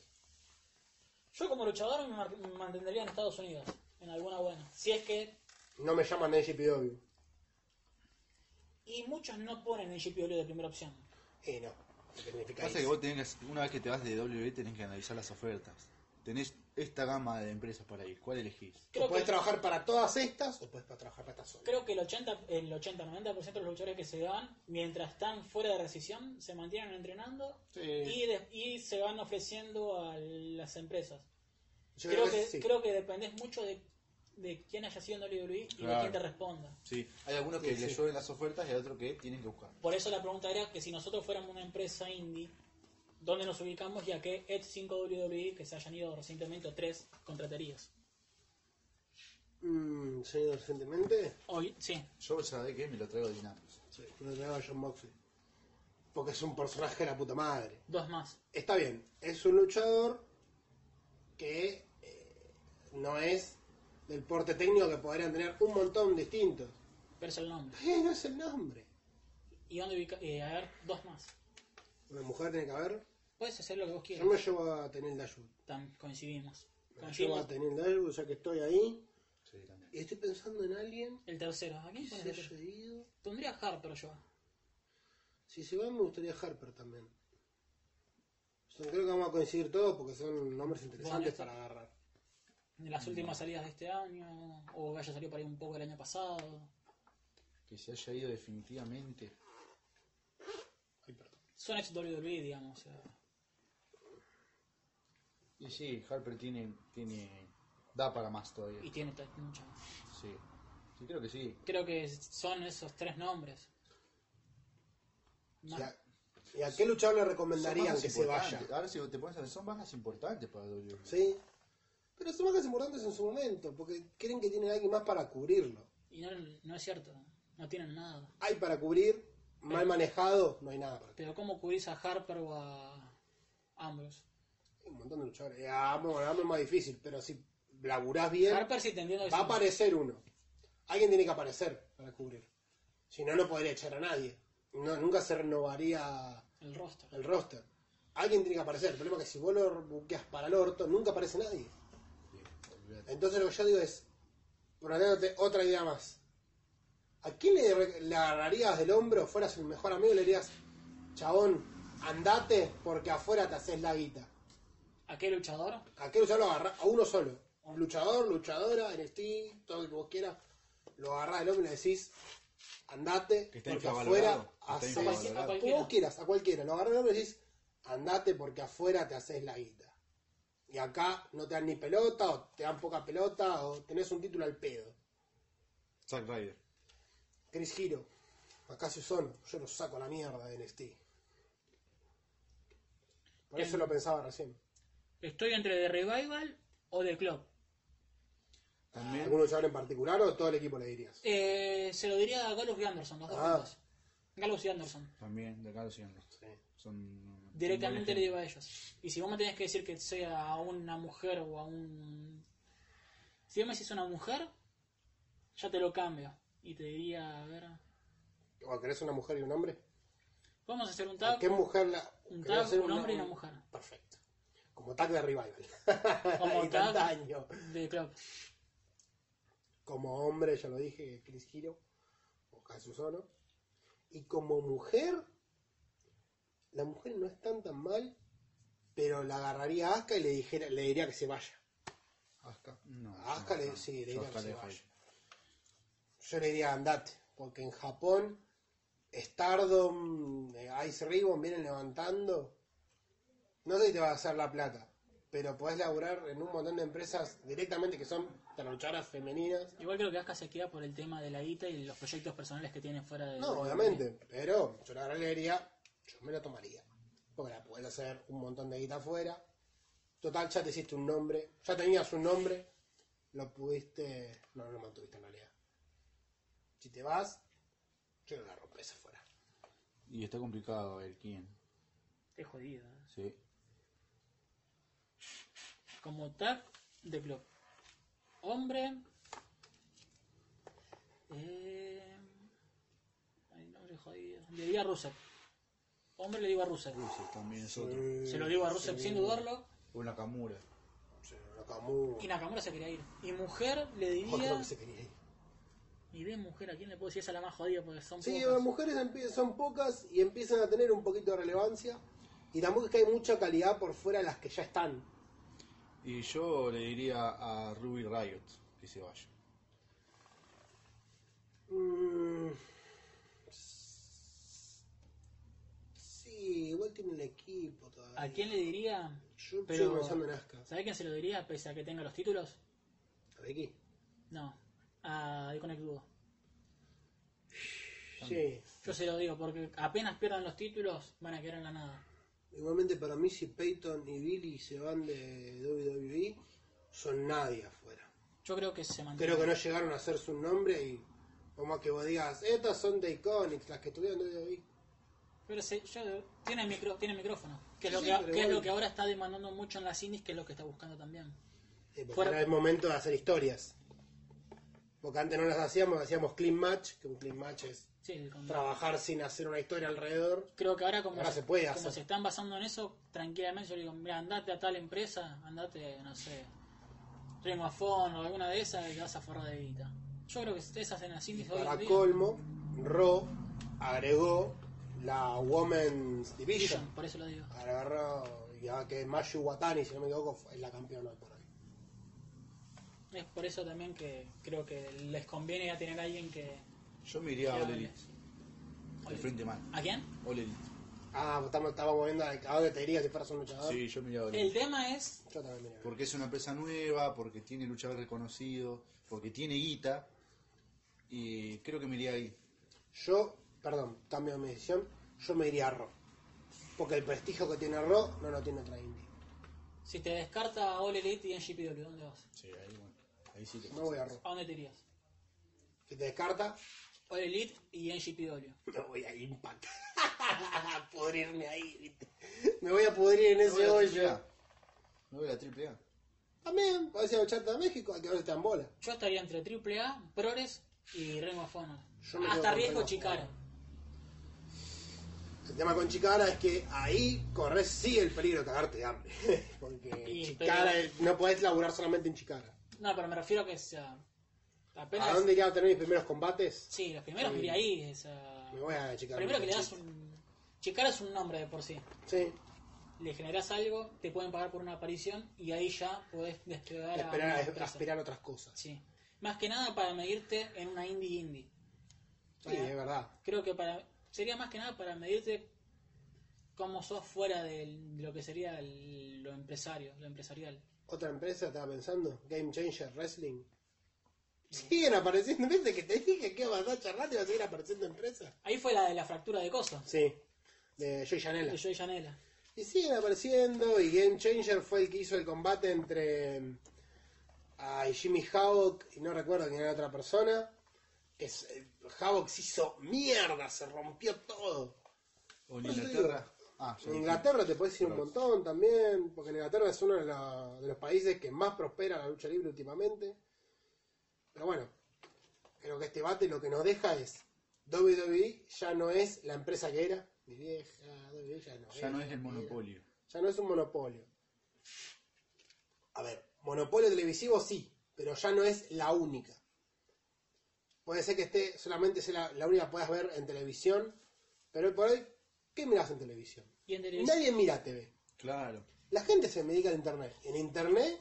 [SPEAKER 1] Yo como luchador me, mar- me mantendría en Estados Unidos, en alguna buena. Si es que...
[SPEAKER 3] No me llaman de NGPW.
[SPEAKER 1] Y muchos no ponen el GPW de primera opción.
[SPEAKER 3] Eh, no. porque significa
[SPEAKER 2] Pasa
[SPEAKER 3] eso.
[SPEAKER 2] que vos tenés que, una vez que te vas de WWE tenés que analizar las ofertas. Tenés esta gama de empresas para ir. ¿Cuál elegís?
[SPEAKER 3] O
[SPEAKER 1] Creo
[SPEAKER 3] podés
[SPEAKER 1] que,
[SPEAKER 3] trabajar para todas estas o podés para trabajar para estas sola.
[SPEAKER 1] creo que el 80, el 80, 90% de los luchadores que se van, mientras están fuera de rescisión, se mantienen entrenando y, de- y se van ofreciendo a las empresas.
[SPEAKER 3] Yo
[SPEAKER 1] creo, que,
[SPEAKER 3] sí.
[SPEAKER 1] creo que dependés mucho de, de quién haya sido en WWE y de
[SPEAKER 2] Claro.
[SPEAKER 1] quién te responda.
[SPEAKER 2] Sí, hay algunos que
[SPEAKER 3] Sí, sí.
[SPEAKER 2] le llueven las ofertas y hay otros que tienen que buscar.
[SPEAKER 1] Por eso la pregunta era que si nosotros fuéramos una empresa indie, ¿dónde nos ubicamos y a qué Edge 5 WWE que se hayan ido recientemente o tres contratarías?
[SPEAKER 3] Mm, ¿Se ha ido recientemente?
[SPEAKER 1] Hoy, sí.
[SPEAKER 2] Yo, ¿sabés qué? Me lo traigo de Dinamis.
[SPEAKER 3] Sí, me lo traigo a John Moxley. Porque es un personaje de la puta madre.
[SPEAKER 1] Dos más.
[SPEAKER 3] está bien, es un luchador que eh, no es del porte técnico que podrían tener un montón distintos.
[SPEAKER 1] Pero es el nombre.
[SPEAKER 3] Pero es el nombre.
[SPEAKER 1] ¿Y dónde ubica? eh, a ver, dos más.
[SPEAKER 3] Una mujer tiene que haber.
[SPEAKER 1] Puedes hacer lo que vos
[SPEAKER 3] Yo
[SPEAKER 1] quieras.
[SPEAKER 3] me llevo a tener Dashwood.
[SPEAKER 1] Tan- coincidimos.
[SPEAKER 3] Me llevo a
[SPEAKER 1] Coincidimos.
[SPEAKER 3] tener Dashwood, ya que estoy ahí.
[SPEAKER 2] Sí, también.
[SPEAKER 3] Y estoy pensando en alguien
[SPEAKER 1] El tercero. ¿A
[SPEAKER 3] que
[SPEAKER 1] quién
[SPEAKER 3] se
[SPEAKER 1] pones de
[SPEAKER 3] haya
[SPEAKER 1] tercero?
[SPEAKER 3] ido.
[SPEAKER 1] Pondría a Harper yo.
[SPEAKER 3] Si se va, me gustaría Harper también. Son- creo que vamos a coincidir todos porque son nombres interesantes
[SPEAKER 1] está.
[SPEAKER 3] para agarrar.
[SPEAKER 1] De las últimas salidas de este año. O que haya salido para ahí un poco el año pasado.
[SPEAKER 2] Que se haya ido definitivamente.
[SPEAKER 3] Ay, perdón.
[SPEAKER 1] Son ex WWE, digamos. o sea.
[SPEAKER 2] Y sí, Harper tiene, tiene, da para más todavía.
[SPEAKER 1] y tiene ta- mucha.
[SPEAKER 2] Sí, sí creo que sí.
[SPEAKER 1] Creo que son esos tres nombres. Más-
[SPEAKER 3] ¿Y a, y a qué luchador le
[SPEAKER 2] Son
[SPEAKER 3] recomendarían
[SPEAKER 2] bajas
[SPEAKER 3] que se
[SPEAKER 2] importantes.
[SPEAKER 3] vaya?
[SPEAKER 2] Ahora si te pones a pensar, son bajas importantes para WWE.
[SPEAKER 3] ¿sí? Pero son bajas importantes en su momento, porque creen que tienen alguien más para cubrirlo.
[SPEAKER 1] Y no, no es cierto. No tienen nada.
[SPEAKER 3] Hay para cubrir, mal manejado, no hay nada para cubrir.
[SPEAKER 1] Pero ¿cómo cubrís a Harper o a Ambrose?
[SPEAKER 3] Hay un montón de luchadores. Eh, Amo, amo es más difícil, pero si laburás bien,
[SPEAKER 1] Harper sí te entiendo que
[SPEAKER 3] va a
[SPEAKER 1] es un-
[SPEAKER 3] aparecer uno. Alguien tiene que aparecer para cubrir. Si no, no podría echar a nadie. No, nunca se renovaría
[SPEAKER 1] el rostro.
[SPEAKER 3] el roster. Alguien tiene que aparecer. El problema es que si vos lo buqueas para el orto, nunca aparece nadie. Entonces lo que yo digo es, planteándote otra idea más. ¿A quién le, re- le agarrarías del hombro, fueras el mejor amigo y le dirías, chabón, andate porque afuera te haces la guita?
[SPEAKER 1] ¿A qué luchador?
[SPEAKER 3] ¿A qué luchador lo agarrás? A uno solo. Un luchador, luchadora, NXT, todo lo que vos quieras. Lo agarrás del hombro y le decís, andate
[SPEAKER 2] Que esté
[SPEAKER 3] porque
[SPEAKER 2] infravalorado,
[SPEAKER 3] afuera
[SPEAKER 2] que
[SPEAKER 3] haces
[SPEAKER 2] esté
[SPEAKER 3] la
[SPEAKER 1] infravalorado. A
[SPEAKER 3] guita.
[SPEAKER 1] cualquiera.
[SPEAKER 3] Vos quieras, a cualquiera. Lo agarrás del hombro y le decís, andate porque afuera te haces la guita. Y acá no te dan ni pelota, o te dan poca pelota, o tenés un título al pedo.
[SPEAKER 2] Zack Ryder.
[SPEAKER 3] Chris Hero, Acá Sono, yo lo saco a la mierda de NXT. Por eso lo pensaba recién.
[SPEAKER 1] Estoy entre The Revival o The Club.
[SPEAKER 2] También.
[SPEAKER 3] ¿Algún luchador en particular o todo el equipo le dirías?
[SPEAKER 1] Eh, se lo diría a Gallows y Anderson, los dos
[SPEAKER 3] Ah.
[SPEAKER 1] juntos. Gallows y Anderson.
[SPEAKER 2] También, de Carlos y Andrés.
[SPEAKER 3] Sí.
[SPEAKER 2] Son.
[SPEAKER 1] Directamente
[SPEAKER 2] son
[SPEAKER 1] le digo a ellos. Y si vos me tenés que decir que sea a una mujer o a un... Si vos me decís una mujer, ya te lo cambio. Y te diría, a ver...
[SPEAKER 3] ¿O querés una mujer y un hombre?
[SPEAKER 1] Vamos a hacer un
[SPEAKER 3] ¿A
[SPEAKER 1] tag,
[SPEAKER 3] ¿Qué mujer la.?
[SPEAKER 1] un,
[SPEAKER 3] querés
[SPEAKER 1] tag,
[SPEAKER 3] hacer
[SPEAKER 1] un
[SPEAKER 3] una-
[SPEAKER 1] hombre y una mujer.
[SPEAKER 3] Perfecto. Como tag de revival.
[SPEAKER 1] Como
[SPEAKER 3] y tanto
[SPEAKER 1] tag.
[SPEAKER 3] año.
[SPEAKER 1] De club.
[SPEAKER 3] Como hombre, ya lo dije, Chris Hero o Casusano. Y como mujer, la mujer no es tan tan mal, pero la agarraría a Asuka y le, dijera, le diría que se vaya.
[SPEAKER 2] Aska. No.
[SPEAKER 3] A Asuka le, sí, le
[SPEAKER 2] Yo
[SPEAKER 3] diría que
[SPEAKER 2] Aska
[SPEAKER 3] se
[SPEAKER 2] le dejo
[SPEAKER 3] vaya.
[SPEAKER 2] ahí.
[SPEAKER 3] Yo le diría andate, porque en Japón Stardom, eh, Ice Ribbon vienen levantando. No sé si te va a hacer la plata, pero podés laburar en un montón de empresas directamente que son de luchadoras femeninas.
[SPEAKER 1] Igual creo que Aska se queda por el tema de la guita y los proyectos personales que tiene fuera de...
[SPEAKER 3] No, obviamente, pero yo la verdad le diría, yo me la tomaría. Porque la podés hacer un montón de guita afuera. Total, ya te hiciste un nombre, ya tenías un nombre, lo pudiste. No, no lo mantuviste en realidad. Si te vas, yo no la rompes afuera.
[SPEAKER 2] Y está complicado a ver quién.
[SPEAKER 1] Qué jodido. ¿eh?
[SPEAKER 2] Sí.
[SPEAKER 1] Como tag de club. Hombre. Eh... Ay, nombre jodido. Le digo a Rusev. Hombre le digo a Rusev.
[SPEAKER 2] Rusev también es otro.
[SPEAKER 1] Se lo digo a Rusev sin dudarlo.
[SPEAKER 2] Una Kamura.
[SPEAKER 3] Se lo nota muy-
[SPEAKER 1] Y Nakamura se quería ir. Y mujer le
[SPEAKER 3] Otro
[SPEAKER 1] diría.
[SPEAKER 3] que se quería ir.
[SPEAKER 1] Y de mujer, ¿a quién le puedo decir? Esa es la más jodida porque son
[SPEAKER 3] Sí,
[SPEAKER 1] pocas.
[SPEAKER 3] las mujeres empie- son pocas y empiezan a tener un poquito de relevancia. Y tampoco es que hay mucha calidad por fuera de las que ya están.
[SPEAKER 2] Y yo le diría a Ruby Riot que se vaya.
[SPEAKER 3] Mm. Sí, igual tiene el equipo todavía.
[SPEAKER 1] ¿A quién le diría?
[SPEAKER 3] Yo
[SPEAKER 1] Pero-
[SPEAKER 3] sigo pensando en Asuka.
[SPEAKER 1] ¿Sabés quién se lo diría pese a que tenga los títulos?
[SPEAKER 3] ¿A Becky?
[SPEAKER 1] No. A Iconic Duo.
[SPEAKER 3] Sí.
[SPEAKER 1] Yo se lo digo porque apenas pierdan los títulos van a quedar en la nada.
[SPEAKER 3] Igualmente para mí si Peyton y Billy se van de WWE, son nadie afuera.
[SPEAKER 1] Yo creo que se mantiene.
[SPEAKER 3] Creo que no llegaron a hacerse un nombre y como que vos digas, estas son de Iconics, las que tuvieron de WWE.
[SPEAKER 1] Pero se, yo- tiene, micro, tiene micrófono. Que, es lo
[SPEAKER 3] Sí, sí,
[SPEAKER 1] que, que
[SPEAKER 3] pero
[SPEAKER 1] es
[SPEAKER 3] igual.
[SPEAKER 1] lo que ahora está demandando mucho en las indies, que es lo que está buscando también.
[SPEAKER 3] Sí, porque
[SPEAKER 1] Fuera-
[SPEAKER 3] era el momento de hacer historias. Porque antes no las hacíamos, hacíamos clean match, que un clean match es
[SPEAKER 1] Sí, con-
[SPEAKER 3] trabajar sin hacer una historia alrededor.
[SPEAKER 1] creo que ahora como,
[SPEAKER 3] Ahora se puede
[SPEAKER 1] como
[SPEAKER 3] hacer.
[SPEAKER 1] se están basando en eso, tranquilamente yo le digo, mira, andate a tal empresa, andate, no sé, Ring of Honor o alguna de esas y te vas a forrar de guita. Yo creo que esas en las indies hoy en
[SPEAKER 3] Para
[SPEAKER 1] día-
[SPEAKER 3] colmo, Raw agregó la Women's Division.
[SPEAKER 1] Vision, por eso lo digo.
[SPEAKER 3] Agarró ya que Mayu Watani, si no me equivoco, fue- es la campeona hoy por hoy.
[SPEAKER 1] Es por eso también que creo que les conviene ya tener a alguien que...
[SPEAKER 2] Yo me iría a
[SPEAKER 1] que
[SPEAKER 2] All
[SPEAKER 1] hable.
[SPEAKER 2] Elite. De frente mal.
[SPEAKER 1] ¿A quién?
[SPEAKER 2] All Elite.
[SPEAKER 3] Ah, estamos, estábamos viendo a dónde te irías si fueras un luchador.
[SPEAKER 2] Sí, yo me iría a All Elite.
[SPEAKER 1] El tema es...
[SPEAKER 3] Yo también miré.
[SPEAKER 2] Porque es una empresa nueva, porque tiene luchadores reconocidos, porque tiene guita. Y creo que me iría ahí.
[SPEAKER 3] Yo, perdón, cambio de mi decisión, yo me iría a Raw. Porque el prestigio que tiene Raw no lo tiene otra indie.
[SPEAKER 1] Si te descarta All Elite y NGPW, ¿dónde vas?
[SPEAKER 2] Sí, ahí bueno. Ahí sí te
[SPEAKER 3] No voy a Raw.
[SPEAKER 1] ¿A dónde te irías?
[SPEAKER 3] Si te descarta,
[SPEAKER 1] All Elite y NGPW.
[SPEAKER 3] no voy a Impact. a pudrirme ahí, ¿viste? Me voy a pudrir en ese hoyo.
[SPEAKER 2] No voy a la triple A.
[SPEAKER 3] También, vas a echarte a México, a que ahora está en bola.
[SPEAKER 1] Yo estaría entre AAA, Prores y Ring of Honor.
[SPEAKER 3] Yo me quedo
[SPEAKER 1] Hasta
[SPEAKER 3] con
[SPEAKER 1] riesgo
[SPEAKER 3] Ring of
[SPEAKER 1] Chicaro.
[SPEAKER 3] El tema con Chicara es que ahí corres sí el peligro de cagarte de hambre. Porque
[SPEAKER 1] Y
[SPEAKER 3] Chicara,
[SPEAKER 1] pero-
[SPEAKER 3] no podés laburar solamente en Chicara.
[SPEAKER 1] No, pero me refiero a que sea... Apenas...
[SPEAKER 3] ¿A dónde iría a tener mis primeros combates?
[SPEAKER 1] Sí, los primeros
[SPEAKER 3] Sí.
[SPEAKER 1] que iría ahí. o sea,
[SPEAKER 3] Me voy a Chicara.
[SPEAKER 1] Primero que le das un... Chicaro es un nombre de por sí.
[SPEAKER 3] Sí,
[SPEAKER 1] Le generas algo, te pueden pagar por una aparición y ahí ya podés despegar a
[SPEAKER 3] esperar,
[SPEAKER 1] una
[SPEAKER 3] a-
[SPEAKER 1] empresa.
[SPEAKER 3] aspirar a otras cosas. Sí,
[SPEAKER 1] Sí. Más que nada para medirte en una indie indie. Para-
[SPEAKER 3] es verdad.
[SPEAKER 1] Creo que para sería más que nada para medirte cómo sos fuera del- de lo que sería el- lo empresario, lo empresarial.
[SPEAKER 3] Otra empresa estaba pensando, Game Changer Wrestling. Siguen apareciendo, ¿viste que te dije que ibas a estar charlando y vas a seguir apareciendo empresas?
[SPEAKER 1] Ahí fue la de la fractura de cosas
[SPEAKER 3] Sí, de Joy Janela.
[SPEAKER 1] de Joey Janela.
[SPEAKER 3] Y siguen apareciendo. Y Game Changer fue el que hizo el combate entre mm, ay, Jimmy Havoc y no recuerdo quién era la otra persona. Que es- eh, Havoc se hizo mierda, se rompió todo.
[SPEAKER 2] O en Inglaterra. Ah,
[SPEAKER 3] En Pues Inglaterra te puedes ir un montón también, porque en Inglaterra es uno de, la- de los países que más prospera la lucha libre últimamente. Pero bueno, creo que este bate lo que nos deja es WWE ya no es la empresa que era, mi vieja, WWE ya no,
[SPEAKER 2] Ya no
[SPEAKER 3] la
[SPEAKER 2] es el
[SPEAKER 3] que era.
[SPEAKER 2] monopolio.
[SPEAKER 3] Ya no es un monopolio. A ver, monopolio televisivo sí, pero ya no es la única. Puede ser que esté solamente sea la, la única que puedas ver en televisión, pero hoy por hoy, ¿qué miras en televisión?
[SPEAKER 1] Y en televisión.
[SPEAKER 3] Nadie mira TV.
[SPEAKER 2] Claro.
[SPEAKER 3] La gente se dedica al internet. En internet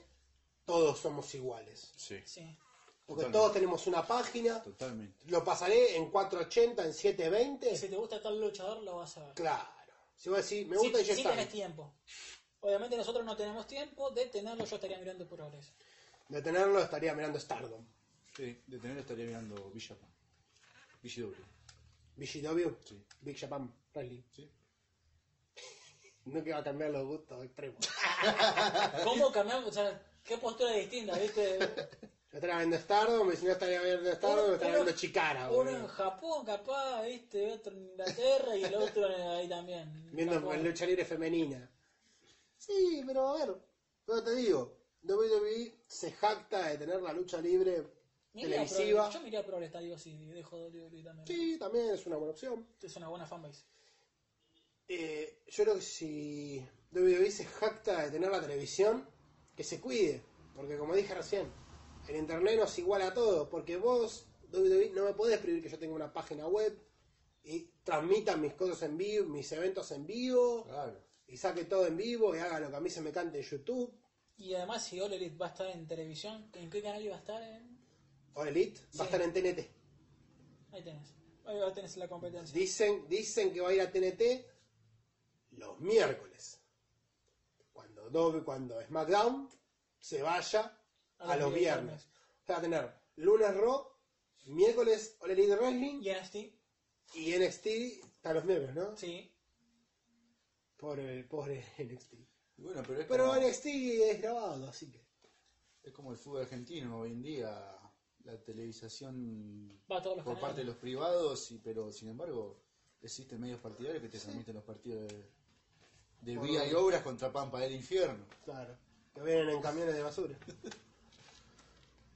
[SPEAKER 3] todos somos iguales.
[SPEAKER 2] Sí.
[SPEAKER 1] Sí.
[SPEAKER 3] Porque
[SPEAKER 2] Totalmente.
[SPEAKER 3] todos tenemos una página.
[SPEAKER 2] Totalmente.
[SPEAKER 3] Lo pasaré en 480, en 720.
[SPEAKER 1] Si te gusta tal luchador, lo vas a ver.
[SPEAKER 3] Claro. Si vos decís, me gusta
[SPEAKER 1] si,
[SPEAKER 3] y ya
[SPEAKER 1] si
[SPEAKER 3] está.
[SPEAKER 1] tenés tiempo. Obviamente nosotros no tenemos tiempo de tenerlo, yo estaría mirando progreso.
[SPEAKER 3] De tenerlo estaría mirando Stardom.
[SPEAKER 2] Sí, de tener estaría mirando Villapa. VGW.
[SPEAKER 3] BGW.
[SPEAKER 2] Sí.
[SPEAKER 3] Big Japan Rally.
[SPEAKER 2] Sí.
[SPEAKER 3] No que va a cambiar los gustos extremos.
[SPEAKER 1] ¿Cómo cambiamos? O sea, qué postura distinta, ¿viste?
[SPEAKER 3] Yo estaría viendo Stardom, y si no estaría viendo Stardom,
[SPEAKER 1] Uno-
[SPEAKER 3] estaría
[SPEAKER 1] uno-
[SPEAKER 3] viendo Chikara,
[SPEAKER 1] Uno en
[SPEAKER 3] boludo.
[SPEAKER 1] Japón, capaz, ¿viste? Otro en Inglaterra y el otro en- ahí también.
[SPEAKER 3] Viendo
[SPEAKER 1] Japón.
[SPEAKER 3] el lucha libre femenina. Sí, pero a ver, pero te digo, WWE se jacta de tener la lucha libre
[SPEAKER 1] Mirá Progress,
[SPEAKER 3] televisiva.
[SPEAKER 1] Yo miraría Progress, digo, si dejo WWE también.
[SPEAKER 3] Sí, también es una buena opción.
[SPEAKER 1] Es una buena fanbase.
[SPEAKER 3] Eh, yo creo que si WWE se jacta de tener la televisión, que se cuide. Porque como dije recién, el internet nos iguala a todos. Porque vos, WWE, no me podés escribir que yo tenga una página web y transmita mis cosas en vivo, mis eventos en vivo,
[SPEAKER 2] Claro.
[SPEAKER 3] y saque todo en vivo y haga lo que a mí se me cante en YouTube.
[SPEAKER 1] Y además, si All Elite va a estar en televisión, ¿en qué canal iba a estar? En?
[SPEAKER 3] O Elite, va a
[SPEAKER 1] Sí.
[SPEAKER 3] estar en TNT.
[SPEAKER 1] Ahí tenés. Ahí tenés la competencia.
[SPEAKER 3] Dicen, dicen que va a ir a TNT los miércoles. Cuando Dove, cuando SmackDown se vaya a,
[SPEAKER 1] A los
[SPEAKER 3] los viernes.
[SPEAKER 1] viernes.
[SPEAKER 3] O sea, va a tener lunes Raw, miércoles All Elite Wrestling
[SPEAKER 1] Y NXT,
[SPEAKER 3] y NXT hasta los miércoles, ¿no?
[SPEAKER 1] sí.
[SPEAKER 3] Pobre, pobre NXT.
[SPEAKER 2] Bueno, pero es,
[SPEAKER 3] Pero
[SPEAKER 2] como,
[SPEAKER 3] NXT es grabado, así que.
[SPEAKER 2] es como el fútbol argentino hoy en día. La televisación
[SPEAKER 1] Va a todos los
[SPEAKER 2] por
[SPEAKER 1] canales.
[SPEAKER 2] parte de los privados, y, pero sin embargo existen medios partidarios que te transmiten los partidos de, de
[SPEAKER 3] Por-
[SPEAKER 2] Vía y Obras contra Pampa del Infierno.
[SPEAKER 3] Claro. Que vienen en camiones de basura.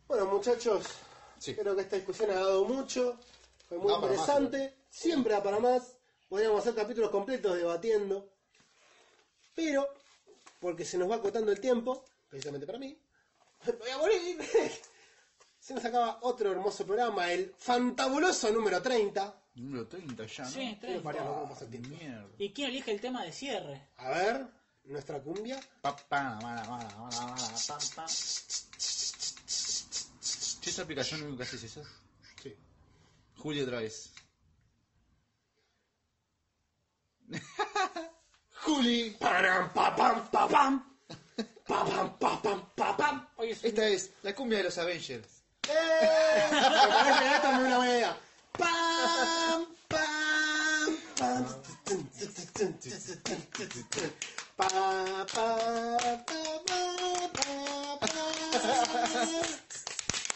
[SPEAKER 3] Bueno, muchachos,
[SPEAKER 2] Sí.
[SPEAKER 3] creo que esta discusión ha dado mucho. Fue muy
[SPEAKER 2] Da para más,
[SPEAKER 3] interesante. Siempre da para más. Podríamos hacer capítulos completos debatiendo. Pero, porque se nos va acotando el tiempo, precisamente para mí, me voy a morir. Se nos acaba otro hermoso programa, el fantabuloso número 30.
[SPEAKER 2] Número 30 ya, ¿no?
[SPEAKER 1] Sí,
[SPEAKER 3] Quiero
[SPEAKER 1] 30.
[SPEAKER 3] variarlo, como
[SPEAKER 2] Ah,
[SPEAKER 3] pasa el tiempo.
[SPEAKER 2] mierda.
[SPEAKER 1] ¿Y quién elige el tema de cierre?
[SPEAKER 3] A ver, nuestra cumbia.
[SPEAKER 2] Pa, pa, mala, mala, mala, mala, pa, pa. Che, esa aplicación nunca haces eso.
[SPEAKER 3] Sí.
[SPEAKER 2] Julio otra vez. Juli.
[SPEAKER 3] Param, papam, papam. Papam, papam, papam.
[SPEAKER 1] Hoy es un-
[SPEAKER 2] Esta es la cumbia de los Avengers.
[SPEAKER 3] ¡Eh! Me parece que esta es una buena idea. ¡Pam! ¡Pam! ¡Pam! Pa, pa, pa, pa, pa, pa.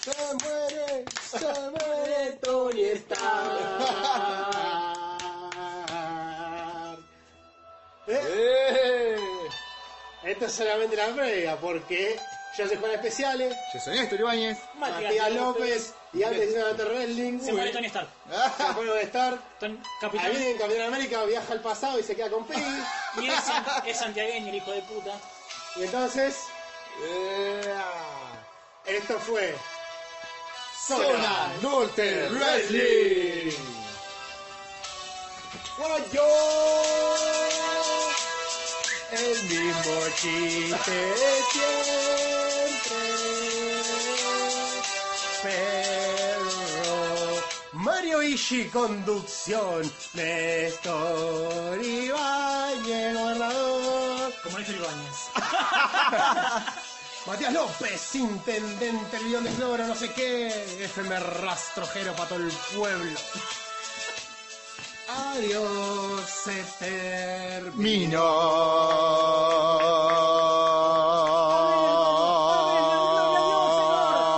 [SPEAKER 3] Se muere, se muere Tony Stark. ¿Eh?
[SPEAKER 2] ¡Eh!
[SPEAKER 3] Esta es solamente la previa porque ya se juegan especiales.
[SPEAKER 2] Jason Néstor Ibáñez.
[SPEAKER 1] Matías
[SPEAKER 3] Matías López y antes de Jonathan Wrestling.
[SPEAKER 1] Se muere Tony Stark.
[SPEAKER 3] Se pone a estar.
[SPEAKER 1] Ton-
[SPEAKER 3] Ahí
[SPEAKER 1] Capitán.
[SPEAKER 3] viene el Capitán América, viaja al pasado y se queda con Peggy.
[SPEAKER 1] Y es, san- es santiagueño, el hijo de puta.
[SPEAKER 3] Y entonces, esto fue.
[SPEAKER 2] Zona Norte Wrestling.
[SPEAKER 3] ¡Guayo! El mismo chiste de siempre. Pero Mario Ishii, conducción. Néstor Ibañez, gobernador.
[SPEAKER 1] Como Néstor Ibáñez.
[SPEAKER 3] Matías López, intendente, el bidón de cloro, no sé qué. FM rastrojero para todo el pueblo.
[SPEAKER 2] Adiós, se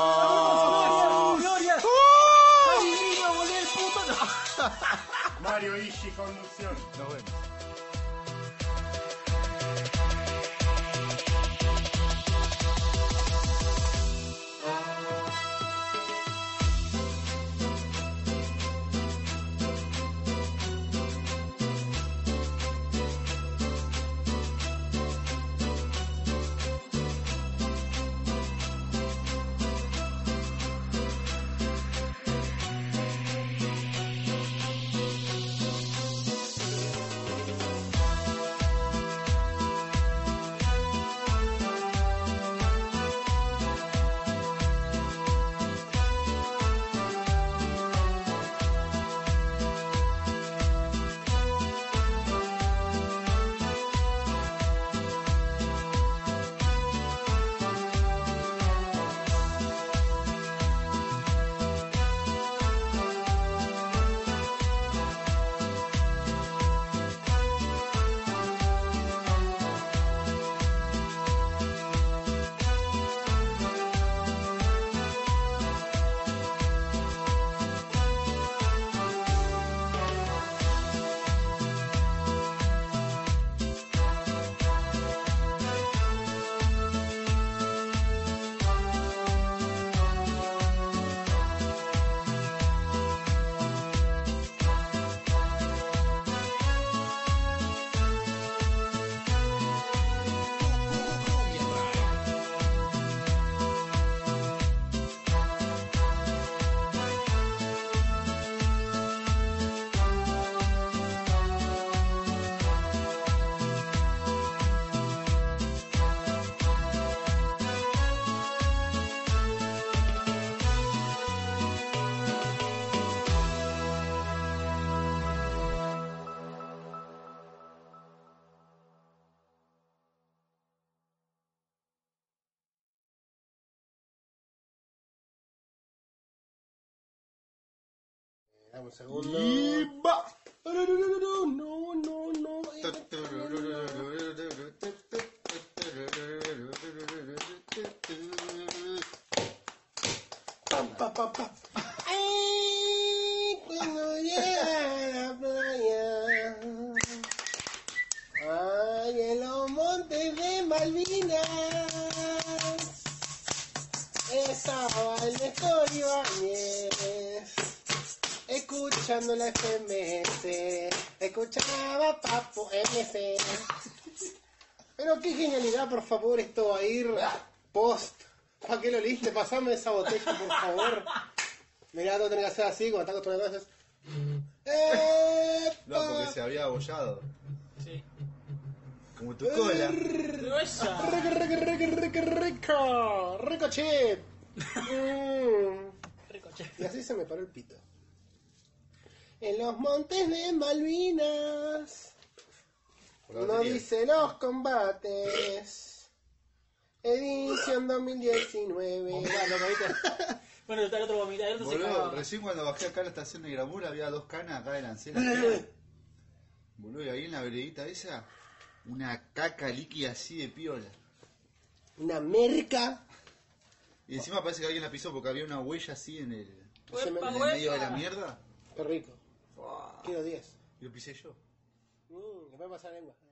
[SPEAKER 2] terminó.
[SPEAKER 1] ¡Gloria!
[SPEAKER 5] Mario Ishii Conducción.
[SPEAKER 2] Nos vemos.
[SPEAKER 3] Dame un segundo.
[SPEAKER 2] va.
[SPEAKER 3] No, no, no, no, no, no, no, no. Pam, pam, pam, pam. Ay, cuando llega la playa. Ay, en los montes de Malvinas. Estaba el Néstor Ibáñez. Escuchando la FMS. Escuchaba Papo MC. Pero qué genialidad, por favor, esto va a ir post. ¿Para qué lo liste? Pasame esa botella, por favor. Mirá, tú tenés que hacer así, cuando estás acostumbrado a hacer-
[SPEAKER 2] No, porque
[SPEAKER 3] ¡Epa!
[SPEAKER 2] se había abollado.
[SPEAKER 1] Sí.
[SPEAKER 2] Como tu cola.
[SPEAKER 1] Gruesa.
[SPEAKER 3] Rico, rico, rico, rico, rico. Rico chip. Mm.
[SPEAKER 1] Rico, che.
[SPEAKER 3] Y así se me paró el pito. En los montes de Malvinas
[SPEAKER 2] Por la
[SPEAKER 3] no
[SPEAKER 2] batería.
[SPEAKER 3] dice los combates. Edición 2019.
[SPEAKER 1] Bueno, el otro vomitaba, el otro se
[SPEAKER 2] Boludo,
[SPEAKER 1] cagaba.
[SPEAKER 2] recién cuando bajé acá a la estación de Gramura había dos canas acá de la
[SPEAKER 3] Eh.
[SPEAKER 2] ancela. Boludo, y ahí en la veredita esa, una caca líquida así de piola.
[SPEAKER 3] Una merca.
[SPEAKER 2] Y encima parece que alguien la pisó porque había una huella así en el, en
[SPEAKER 3] se me-
[SPEAKER 1] Uepa,
[SPEAKER 2] el
[SPEAKER 1] uepa.
[SPEAKER 2] medio de la mierda.
[SPEAKER 3] Qué rico. Quiero 10.
[SPEAKER 2] Y lo pisé yo.
[SPEAKER 3] Mm, le voy a pasar la lengua.